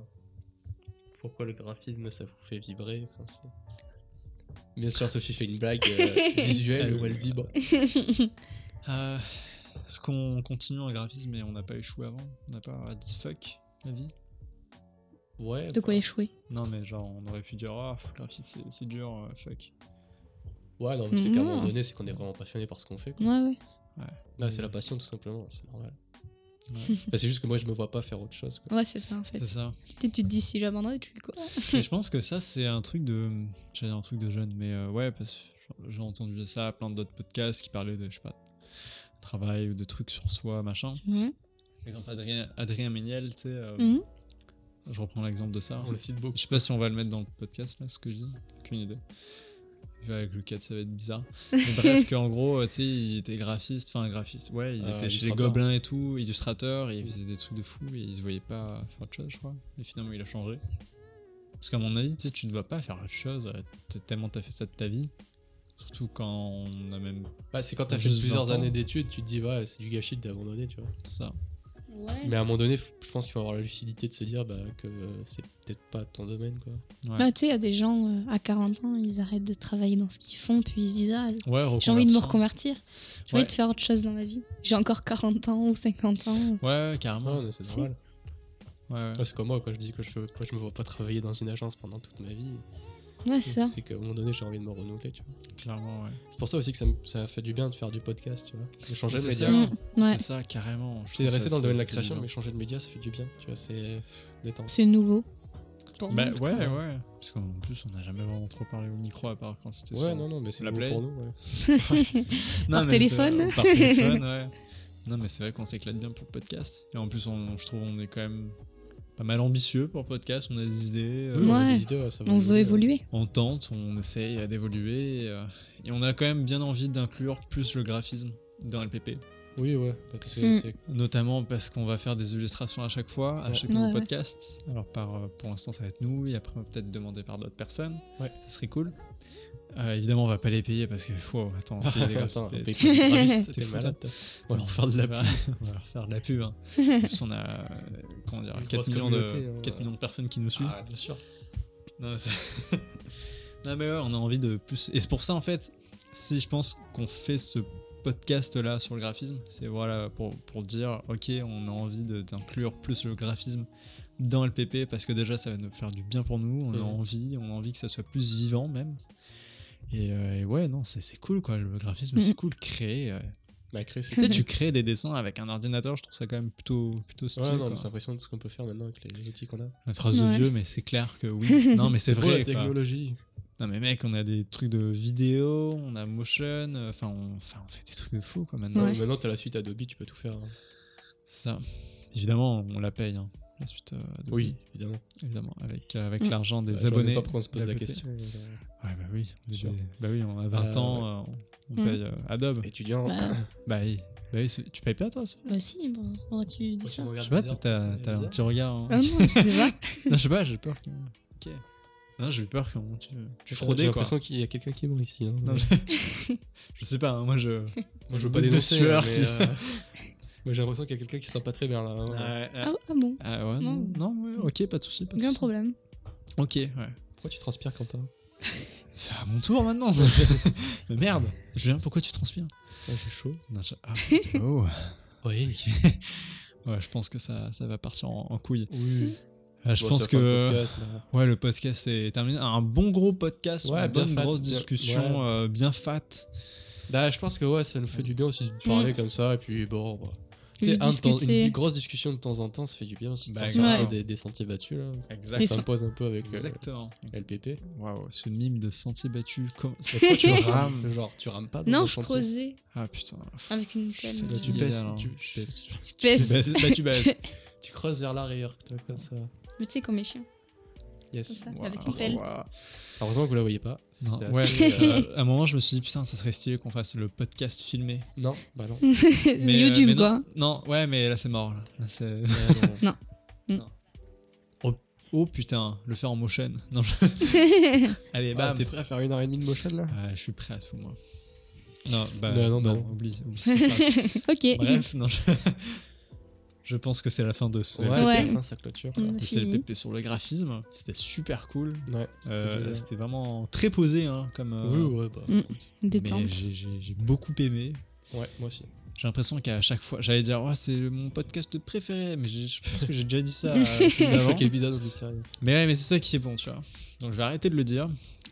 Speaker 3: Pourquoi le graphisme, ça vous fait vibrer enfin, c'est- Bien sûr, Sophie fait une blague euh, visuelle où elle vibre.
Speaker 1: euh, Est-ce qu'on continue en graphisme et on n'a pas échoué avant On n'a pas dit fuck la vie
Speaker 3: Ouais.
Speaker 2: De quoi
Speaker 3: bah,
Speaker 2: échouer
Speaker 1: Non, mais genre, on aurait pu dire Ah, pff, graphisme, c'est- c'est dur, euh, fuck.
Speaker 3: Ouais, non, mais c'est qu'à un
Speaker 2: Non.
Speaker 3: moment donné, c'est qu'on est vraiment passionné par ce qu'on fait. quoi.
Speaker 2: Ouais, ouais.
Speaker 3: Non, c'est la passion, tout simplement, c'est normal.
Speaker 1: Ouais.
Speaker 3: Bah, c'est juste que moi, je me vois pas faire autre chose. quoi.
Speaker 2: Ouais, c'est ça, en fait.
Speaker 1: C'est ça.
Speaker 2: Tu te dis, si j'abandonne, tu fais quoi
Speaker 1: Et je pense que ça, c'est un truc de. J'allais dire un truc de jeune, mais euh, ouais, parce que j'ai entendu ça à plein d'autres podcasts qui parlaient de, je sais pas, de travail ou de trucs sur soi, machin.
Speaker 2: Ouais.
Speaker 1: Par exemple, Adrien, Adrien Méniel, tu sais, euh,
Speaker 2: Mhm.
Speaker 1: je reprends l'exemple de ça.
Speaker 3: Ah, On le cite beaucoup.
Speaker 1: Je sais pas si on va le mettre dans le podcast, là, ce que je dis. Aucune idée. Vu Avec le 4, ça va être bizarre. Mais bref, qu'en gros, euh, tu sais, il était graphiste, enfin graphiste, ouais, il
Speaker 3: Euh,
Speaker 1: était chez les
Speaker 3: illustrateur.
Speaker 1: Gobelins et tout, illustrateur, et il faisait des trucs de fou, et il se voyait pas faire autre chose, je crois. Et finalement, il a changé. Parce qu'à mon avis, tu sais, tu ne vas pas faire autre chose, euh, t'as tellement t'as fait ça de ta vie. Surtout quand on a même
Speaker 3: Bah, c'est quand t'as fait
Speaker 1: Juste
Speaker 3: plusieurs
Speaker 1: 20 ans.
Speaker 3: années d'études, tu te dis, ouais, c'est du gâchis d'abandonner, tu vois.
Speaker 1: ça.
Speaker 2: Ouais.
Speaker 3: Mais à un moment donné, f- je pense qu'il faut avoir la lucidité de se dire bah, que euh, c'est peut-être pas ton domaine, quoi.
Speaker 1: Ouais,
Speaker 2: Bah, tu sais, il y a des gens euh, à 40 ans, ils arrêtent de travailler dans ce qu'ils font, puis ils se disent Ah,
Speaker 1: Ouais,
Speaker 2: j'ai envie de me
Speaker 1: reconversion.
Speaker 2: reconvertir. J'ai envie de faire autre chose dans ma vie. J'ai encore 40 ans ou 50 ans.
Speaker 1: Ouais, ouais,
Speaker 3: Ouais, Ah,
Speaker 1: carrément.
Speaker 3: non, c'est
Speaker 2: Si.
Speaker 3: normal.
Speaker 1: Ouais, ouais.
Speaker 3: Ouais, c'est comme moi, quand je dis que je, que je me vois pas travailler dans une agence pendant toute ma vie,
Speaker 2: Ouais, c'est ça.
Speaker 3: c'est qu'à un moment donné, j'ai envie de me renouveler, tu vois.
Speaker 1: clairement, ouais.
Speaker 3: C'est pour ça aussi que ça me ça m'a fait du bien de faire du podcast, tu vois. De changer de
Speaker 1: C'est
Speaker 3: média.
Speaker 1: ça.
Speaker 2: Mm, Ouais,
Speaker 1: C'est ça, carrément. Je
Speaker 3: C'est
Speaker 1: trouve
Speaker 3: resté
Speaker 1: ça-
Speaker 3: dans le domaine de
Speaker 1: ça fait
Speaker 3: la
Speaker 1: du
Speaker 3: création,
Speaker 1: bien.
Speaker 3: mais changer de média, ça fait du bien, tu vois, c'est détente.
Speaker 2: c'est nouveau. Pour
Speaker 1: Bah
Speaker 2: nous,
Speaker 1: ouais,
Speaker 3: cas.
Speaker 1: ouais. Parce qu'en plus, on n'a jamais vraiment trop parlé au micro à part quand c'était
Speaker 3: Ouais,
Speaker 1: sur-
Speaker 3: non, non, mais c'est
Speaker 1: la
Speaker 3: nouveau
Speaker 1: Play.
Speaker 3: pour nous, ouais.
Speaker 1: Non,
Speaker 2: Par
Speaker 1: mais c'est- euh,
Speaker 2: téléphone.
Speaker 1: Par téléphone, ouais. Non, mais c'est vrai qu'on s'éclate bien pour le podcast. Et en plus, on, je trouve on est quand même pas mal ambitieux pour le podcast. On a des idées, euh,
Speaker 3: Oui, on a
Speaker 2: Ouais.
Speaker 3: des idées, ouais, ça va
Speaker 2: On veut évoluer.
Speaker 1: on tente, on essaye d'évoluer. euh, et on a quand même bien envie d'inclure plus le graphisme dans LPP.
Speaker 3: Oui, ouais, parce que
Speaker 2: Mm.
Speaker 3: c'est
Speaker 1: Notamment parce qu'on va faire des illustrations à chaque fois, à
Speaker 3: Ouais.
Speaker 1: chaque nouveau
Speaker 2: Ouais, ouais.
Speaker 1: podcast. Alors par, euh, pour l'instant, ça va être nous, et après on va peut-être demander par d'autres personnes.
Speaker 3: Ouais.
Speaker 1: Ça serait cool. Euh, évidemment, on va pas les payer parce que, wow, attends, payer des
Speaker 3: Attends,
Speaker 1: graphistes,
Speaker 3: un
Speaker 1: t'es-
Speaker 3: pays pour les gravistes,
Speaker 1: t'es
Speaker 3: t'es
Speaker 1: fou,
Speaker 3: malade. toi. On va leur
Speaker 1: faire de
Speaker 3: la
Speaker 1: pub. on va leur faire de la pub. hein. En plus, on a euh, comment dire,
Speaker 3: Une
Speaker 1: 4,
Speaker 3: grosse
Speaker 1: millions de,
Speaker 3: communauté, hein.
Speaker 1: 4 millions de personnes qui nous suivent.
Speaker 3: Ah, bien sûr.
Speaker 1: Non, mais c'est- Non, mais ouais, on a envie de plus. Et c'est pour ça, en fait, si je pense qu'on fait ce podcast-là sur le graphisme, c'est voilà, pour, pour dire, ok, on a envie de- d'inclure plus le graphisme dans LPP parce que déjà, ça va nous faire du bien pour nous. On a
Speaker 3: Mhm.
Speaker 1: envie, on a envie que ça soit plus vivant, même. Et, euh, et ouais, non, c'est- c'est cool, quoi. Le graphisme,
Speaker 2: Mhm.
Speaker 1: c'est cool. Créer. euh.
Speaker 3: Bah, Chris,
Speaker 1: Tu sais, tu crées des dessins avec un ordinateur, je trouve ça quand même plutôt, plutôt stylé.
Speaker 3: Ouais, non,
Speaker 1: quoi.
Speaker 3: mais c'est impressionnant ce qu'on peut faire maintenant avec les outils qu'on a.
Speaker 1: Une phrase de
Speaker 2: Ouais.
Speaker 1: vieux, mais c'est clair que oui. Non, mais c'est
Speaker 3: Pour la
Speaker 1: vrai. quoi.
Speaker 3: technologie.
Speaker 1: Non mais mec, on a des trucs de vidéo, on a motion, euh, enfin on, enfin, on fait des trucs de fou quoi maintenant.
Speaker 2: Ouais.
Speaker 3: Non, mais Maintenant, t'as la suite Adobe, tu peux tout faire. hein.
Speaker 1: Ça, évidemment, on la paye. hein, La suite euh, Adobe,
Speaker 3: évidemment.
Speaker 1: évidemment, avec euh, avec
Speaker 2: Ouais.
Speaker 1: l'argent des
Speaker 3: Bah, je vois même
Speaker 1: abonnés.
Speaker 3: pas pourquoi on se pose la
Speaker 1: d'Adobe.
Speaker 3: question.
Speaker 1: Ouais bah oui, on est
Speaker 3: Sûr.
Speaker 1: des- bah oui, on a 20
Speaker 3: Euh,
Speaker 1: ans, euh, on
Speaker 2: Mm.
Speaker 1: paye euh, Adobe.
Speaker 3: Étudiant.
Speaker 2: Bah,
Speaker 1: Bah oui, bah oui, c'est- tu payes pas toi ça
Speaker 2: Bah, si, bah, pourquoi tu dis ça
Speaker 1: Je sais pas, t'as t'as- t'as un petit regard. hein.
Speaker 2: Ah non, je sais pas.
Speaker 1: non, je sais pas, j'ai peur. Que... Ok. Non, j'ai eu peur que mon- tu tu fraudais
Speaker 3: J'ai
Speaker 1: quoi.
Speaker 3: l'impression qu'il y a quelqu'un qui est mort ici. hein.
Speaker 1: Non, mais- Je sais pas, hein, moi je.
Speaker 3: Moi, je veux
Speaker 1: une
Speaker 3: pas
Speaker 1: goutte de
Speaker 3: dénoncer.
Speaker 1: sueur
Speaker 3: mais,
Speaker 1: qui-
Speaker 3: euh, mais j'ai l'impression qu'il y a quelqu'un qui sent pas très bien là. hein.
Speaker 2: Ah, ah bon,
Speaker 1: Ah ouais, non,
Speaker 2: Non.
Speaker 1: non, ouais, ok, pas de soucis. Pas de
Speaker 2: aucun
Speaker 1: soucis.
Speaker 2: problème.
Speaker 1: Ok, ouais.
Speaker 3: Pourquoi tu transpires, Quentin
Speaker 1: C'est à mon tour maintenant. Mais merde, Julien, pourquoi tu transpires
Speaker 3: Ah, J'ai chaud.
Speaker 1: Non, je- ah, putain, oh.
Speaker 3: Oui.
Speaker 1: Ouais, je pense que ça, ça va partir en, en couille.
Speaker 3: Oui.
Speaker 1: Euh, je
Speaker 3: Bon,
Speaker 1: pense
Speaker 3: c'est la fin
Speaker 1: que
Speaker 3: du podcast, là.
Speaker 1: ouais, le podcast est terminé. Un bon gros podcast,
Speaker 3: Ouais,
Speaker 1: une
Speaker 3: bien
Speaker 1: bonne
Speaker 3: fat,
Speaker 1: grosse
Speaker 3: bien-
Speaker 1: discussion, euh, bien fat.
Speaker 3: Bah, je pense que ouais, ça nous fait du bien aussi de parler comme ça. Et puis, bon, bah, tu sais,
Speaker 2: De
Speaker 3: un de temps-
Speaker 2: discuter.
Speaker 3: une grosse discussion de temps en temps, ça fait du bien aussi de
Speaker 1: Bah,
Speaker 3: sortir un peu
Speaker 2: grave.
Speaker 3: des, des sentiers battus. Là.
Speaker 1: Exactement.
Speaker 3: Ça me pose un peu avec euh,
Speaker 1: Exactement.
Speaker 3: LPP.
Speaker 1: Waouh, ce mime de sentier battu. Comme...
Speaker 3: Mais toi, tu rames, genre, tu rames pas. dans
Speaker 2: Non,
Speaker 3: le
Speaker 2: je
Speaker 3: sentier.
Speaker 2: creusais
Speaker 1: Ah putain.
Speaker 2: avec une canne.
Speaker 3: Bah, tu
Speaker 1: Fatigué,
Speaker 3: baisses,
Speaker 1: là,
Speaker 3: tu,
Speaker 1: hein.
Speaker 3: tu baisses.
Speaker 2: Je baisse.
Speaker 1: baisses, bah, tu baisses.
Speaker 3: Tu creuses vers l'arrière, toi, comme ça.
Speaker 2: Mais tu sais, comme mes chiens, comme
Speaker 3: Yes.
Speaker 2: ça,
Speaker 1: Waouh,
Speaker 2: avec une pelle.
Speaker 1: waouh.
Speaker 3: Heureusement que vous la voyez pas. C'est
Speaker 1: Non, ouais,
Speaker 3: assez, euh,
Speaker 1: à un moment, je me suis dit, putain, ça serait stylé qu'on fasse le podcast filmé.
Speaker 3: non, bah non.
Speaker 1: Mais, euh,
Speaker 2: YouTube,
Speaker 1: mais
Speaker 2: quoi.
Speaker 1: non, non, ouais, mais là, c'est mort. Là. Là, c'est-
Speaker 3: Ouais, non.
Speaker 1: oh putain, le faire en motion. Non, je- Allez,
Speaker 3: Ah,
Speaker 1: bam.
Speaker 3: T'es prêt à faire une heure et demie de motion là
Speaker 1: Ah, je suis prêt à tout, moi. Non, bah,
Speaker 3: Non,
Speaker 1: non,
Speaker 3: non, bah non.
Speaker 1: oublie. oublie cette phrase.
Speaker 2: ok.
Speaker 1: Bref, non, je... je pense que c'est la fin de ce
Speaker 3: Ouais,
Speaker 1: LPP.
Speaker 3: c'est
Speaker 2: Ouais.
Speaker 3: la fin, ça clôture. quoi.
Speaker 2: Mm.
Speaker 1: De ce
Speaker 2: Fini.
Speaker 1: LPP sur le graphisme. C'était super cool.
Speaker 3: Ouais, ça fait
Speaker 1: Euh,
Speaker 3: plaisir.
Speaker 1: C'était vraiment très posé, hein, comme. euh,
Speaker 3: Oui, ouais, bah.
Speaker 2: Mm.
Speaker 3: écoute.
Speaker 1: Mais
Speaker 2: Détente.
Speaker 1: j'ai j'ai- j'ai beaucoup aimé.
Speaker 2: Mm.
Speaker 3: Ouais, moi aussi.
Speaker 1: J'ai l'impression qu'à chaque fois, j'allais dire, ouais, c'est mon podcast préféré, mais j'ai- je pense que j'ai déjà dit ça. à celui
Speaker 3: À
Speaker 1: d'avant.
Speaker 3: chaque épisode, on dit ça.
Speaker 1: Mais ouais, mais c'est ça qui est bon, tu vois. Donc je vais arrêter de le dire.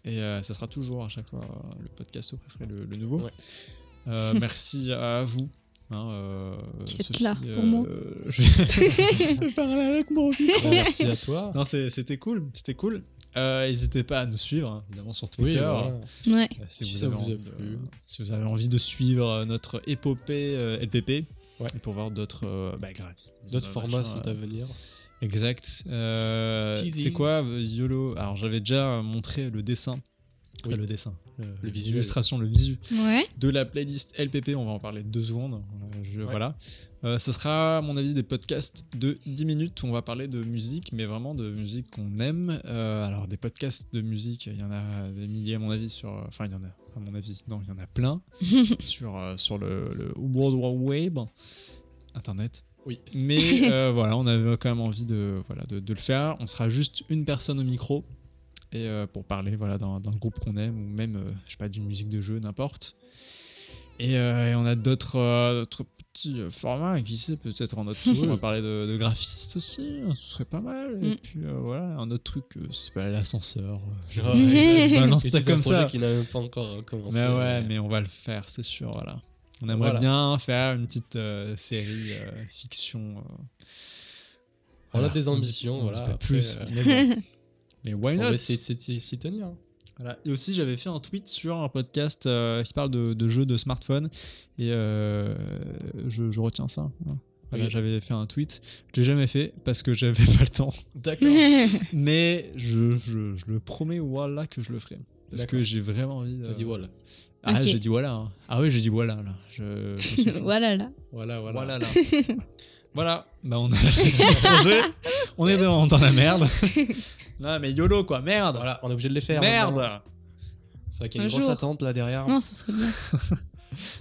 Speaker 1: Et euh, ça sera toujours à chaque fois euh, le podcast préféré, le, le nouveau.
Speaker 3: Ouais.
Speaker 1: Euh, merci à vous. Hein, euh,
Speaker 2: Qui êtes
Speaker 1: Sophie,
Speaker 2: là pour
Speaker 1: euh,
Speaker 2: moi.
Speaker 1: je vais parler avec mon micro.
Speaker 3: Bah, Merci à toi.
Speaker 1: Non, c'est- c'était cool. C'était cool. Euh, N'hésitez pas à nous suivre, hein, évidemment, sur Twitter.
Speaker 3: voilà.
Speaker 2: Ouais.
Speaker 1: Euh, Si,
Speaker 3: Si
Speaker 1: vous
Speaker 3: ça
Speaker 1: avez
Speaker 3: vous a
Speaker 1: envie
Speaker 3: plu.
Speaker 1: de, si vous avez envie de suivre euh, notre épopée euh, LPP
Speaker 3: Ouais.
Speaker 1: et pour voir d'autres euh, bah, graphistes,
Speaker 3: D'autres
Speaker 1: euh,
Speaker 3: formats
Speaker 1: machins,
Speaker 3: sont à venir.
Speaker 1: Exact. Euh,
Speaker 3: Teasing.
Speaker 1: c'est quoi euh, YOLO Alors j'avais déjà montré le dessin.
Speaker 3: Oui.
Speaker 1: Enfin, le dessin.
Speaker 3: Le visuel.
Speaker 1: L'illustration, le visu.
Speaker 2: Ouais.
Speaker 1: De la playlist LPP, on va en parler deux secondes. Euh, je-
Speaker 3: Ouais.
Speaker 1: Voilà. Euh, ce sera, à mon avis, des podcasts de 10 minutes où on va parler de musique, mais vraiment de musique qu'on aime. Euh, alors, des podcasts de musique, il y en a des milliers, à mon avis, sur. euh, Enfin, il y en a, à mon avis, non, il y en a plein sur, euh, sur le, le World Wide Web, Internet.
Speaker 3: Oui.
Speaker 1: Mais euh, voilà, on avait quand même envie de, voilà, de, de le faire. On sera juste une personne au micro et euh, pour parler voilà, d'un d'un groupe qu'on aime ou même, euh, je sais pas, d'une musique de jeu, n'importe. Et, euh, et on a d'autres euh, d'autres petits euh, formats, qui sait, peut-être en notre tour. on va parler de, de graphistes aussi, hein, ce serait pas mal. Et
Speaker 2: Mm.
Speaker 1: puis euh, voilà, un autre truc, euh, c'est pas l'ascenseur. euh, je-
Speaker 3: Ah,
Speaker 1: je balance
Speaker 3: Et
Speaker 1: ça
Speaker 3: c'est un
Speaker 1: comme
Speaker 3: projet
Speaker 1: ça.
Speaker 3: qui n'a même pas encore commencé.
Speaker 1: Mais ouais, mais on va le faire, c'est sûr, voilà. On aimerait
Speaker 3: Voilà.
Speaker 1: bien faire une petite euh, série euh, fiction. euh,
Speaker 3: On
Speaker 1: voilà.
Speaker 3: a des ambitions,
Speaker 1: On dit- on dit
Speaker 3: voilà.
Speaker 1: pas
Speaker 3: Après,
Speaker 1: plus,
Speaker 3: euh,
Speaker 1: mais, bon. Mais why
Speaker 3: on
Speaker 1: not
Speaker 3: va essayer de s'y- s'y s'y tenir.
Speaker 1: Voilà. Et aussi, j'avais fait un tweet sur un podcast euh, qui parle de, de jeux de smartphone, et euh, je, je retiens ça. Voilà. Voilà,
Speaker 3: Oui.
Speaker 1: J'avais fait un tweet, je l'ai jamais fait parce que j'avais pas le temps,
Speaker 3: D'accord.
Speaker 2: ouais,
Speaker 1: mais je, je- je le promets, voilà, que je le ferai. Parce que
Speaker 3: D'accord.
Speaker 1: j'ai vraiment envie. de-
Speaker 3: Vas-y, voilà.
Speaker 1: Ah,
Speaker 2: Ok.
Speaker 1: j'ai dit voilà. hein. Ah oui, j'ai dit voilà. Là. Je, je suis-
Speaker 2: voilà, là.
Speaker 3: Voilà, voilà.
Speaker 1: Voilà, là. voilà. Bah, on a lâché tout le projet. On est dans, dans la merde. non, mais YOLO, quoi. Merde.
Speaker 3: Voilà, on est obligé de les faire. hein. maintenant.
Speaker 1: Merde.
Speaker 3: C'est vrai qu'il y a une
Speaker 2: Un
Speaker 3: grosse
Speaker 2: jour.
Speaker 3: attente là derrière.
Speaker 2: Non, ce serait bien.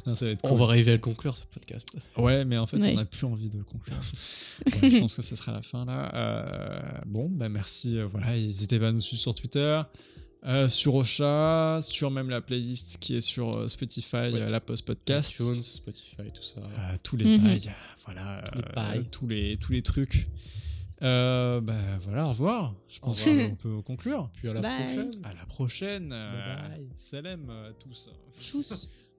Speaker 1: Non, ça va être
Speaker 3: On
Speaker 1: cool.
Speaker 3: va arriver à le conclure ce podcast.
Speaker 1: Ouais, mais en fait,
Speaker 2: Ouais.
Speaker 1: on n'a plus envie de le conclure. Ouais, je pense que ça sera la fin, là. Euh, bon, bah, merci. euh, Voilà, n'hésitez pas à nous suivre sur Twitter. euh, sur Ocha, sur même la playlist qui est sur euh, Spotify, euh, la post podcast.
Speaker 3: iTunes, Spotify, tout ça.
Speaker 1: Euh, tous les
Speaker 2: Mhm.
Speaker 1: bails, voilà,
Speaker 3: Tous les
Speaker 1: euh,
Speaker 3: bails.
Speaker 1: tous les tous les trucs. Euh, bah voilà, au revoir. Je
Speaker 3: Au
Speaker 1: pense
Speaker 2: revoir.
Speaker 1: qu'on peut conclure.
Speaker 3: Puis à la
Speaker 2: Bye.
Speaker 3: prochaine.
Speaker 1: À la prochaine. euh,
Speaker 3: Bye bye.
Speaker 1: Salam euh, tous.
Speaker 2: Tchuss.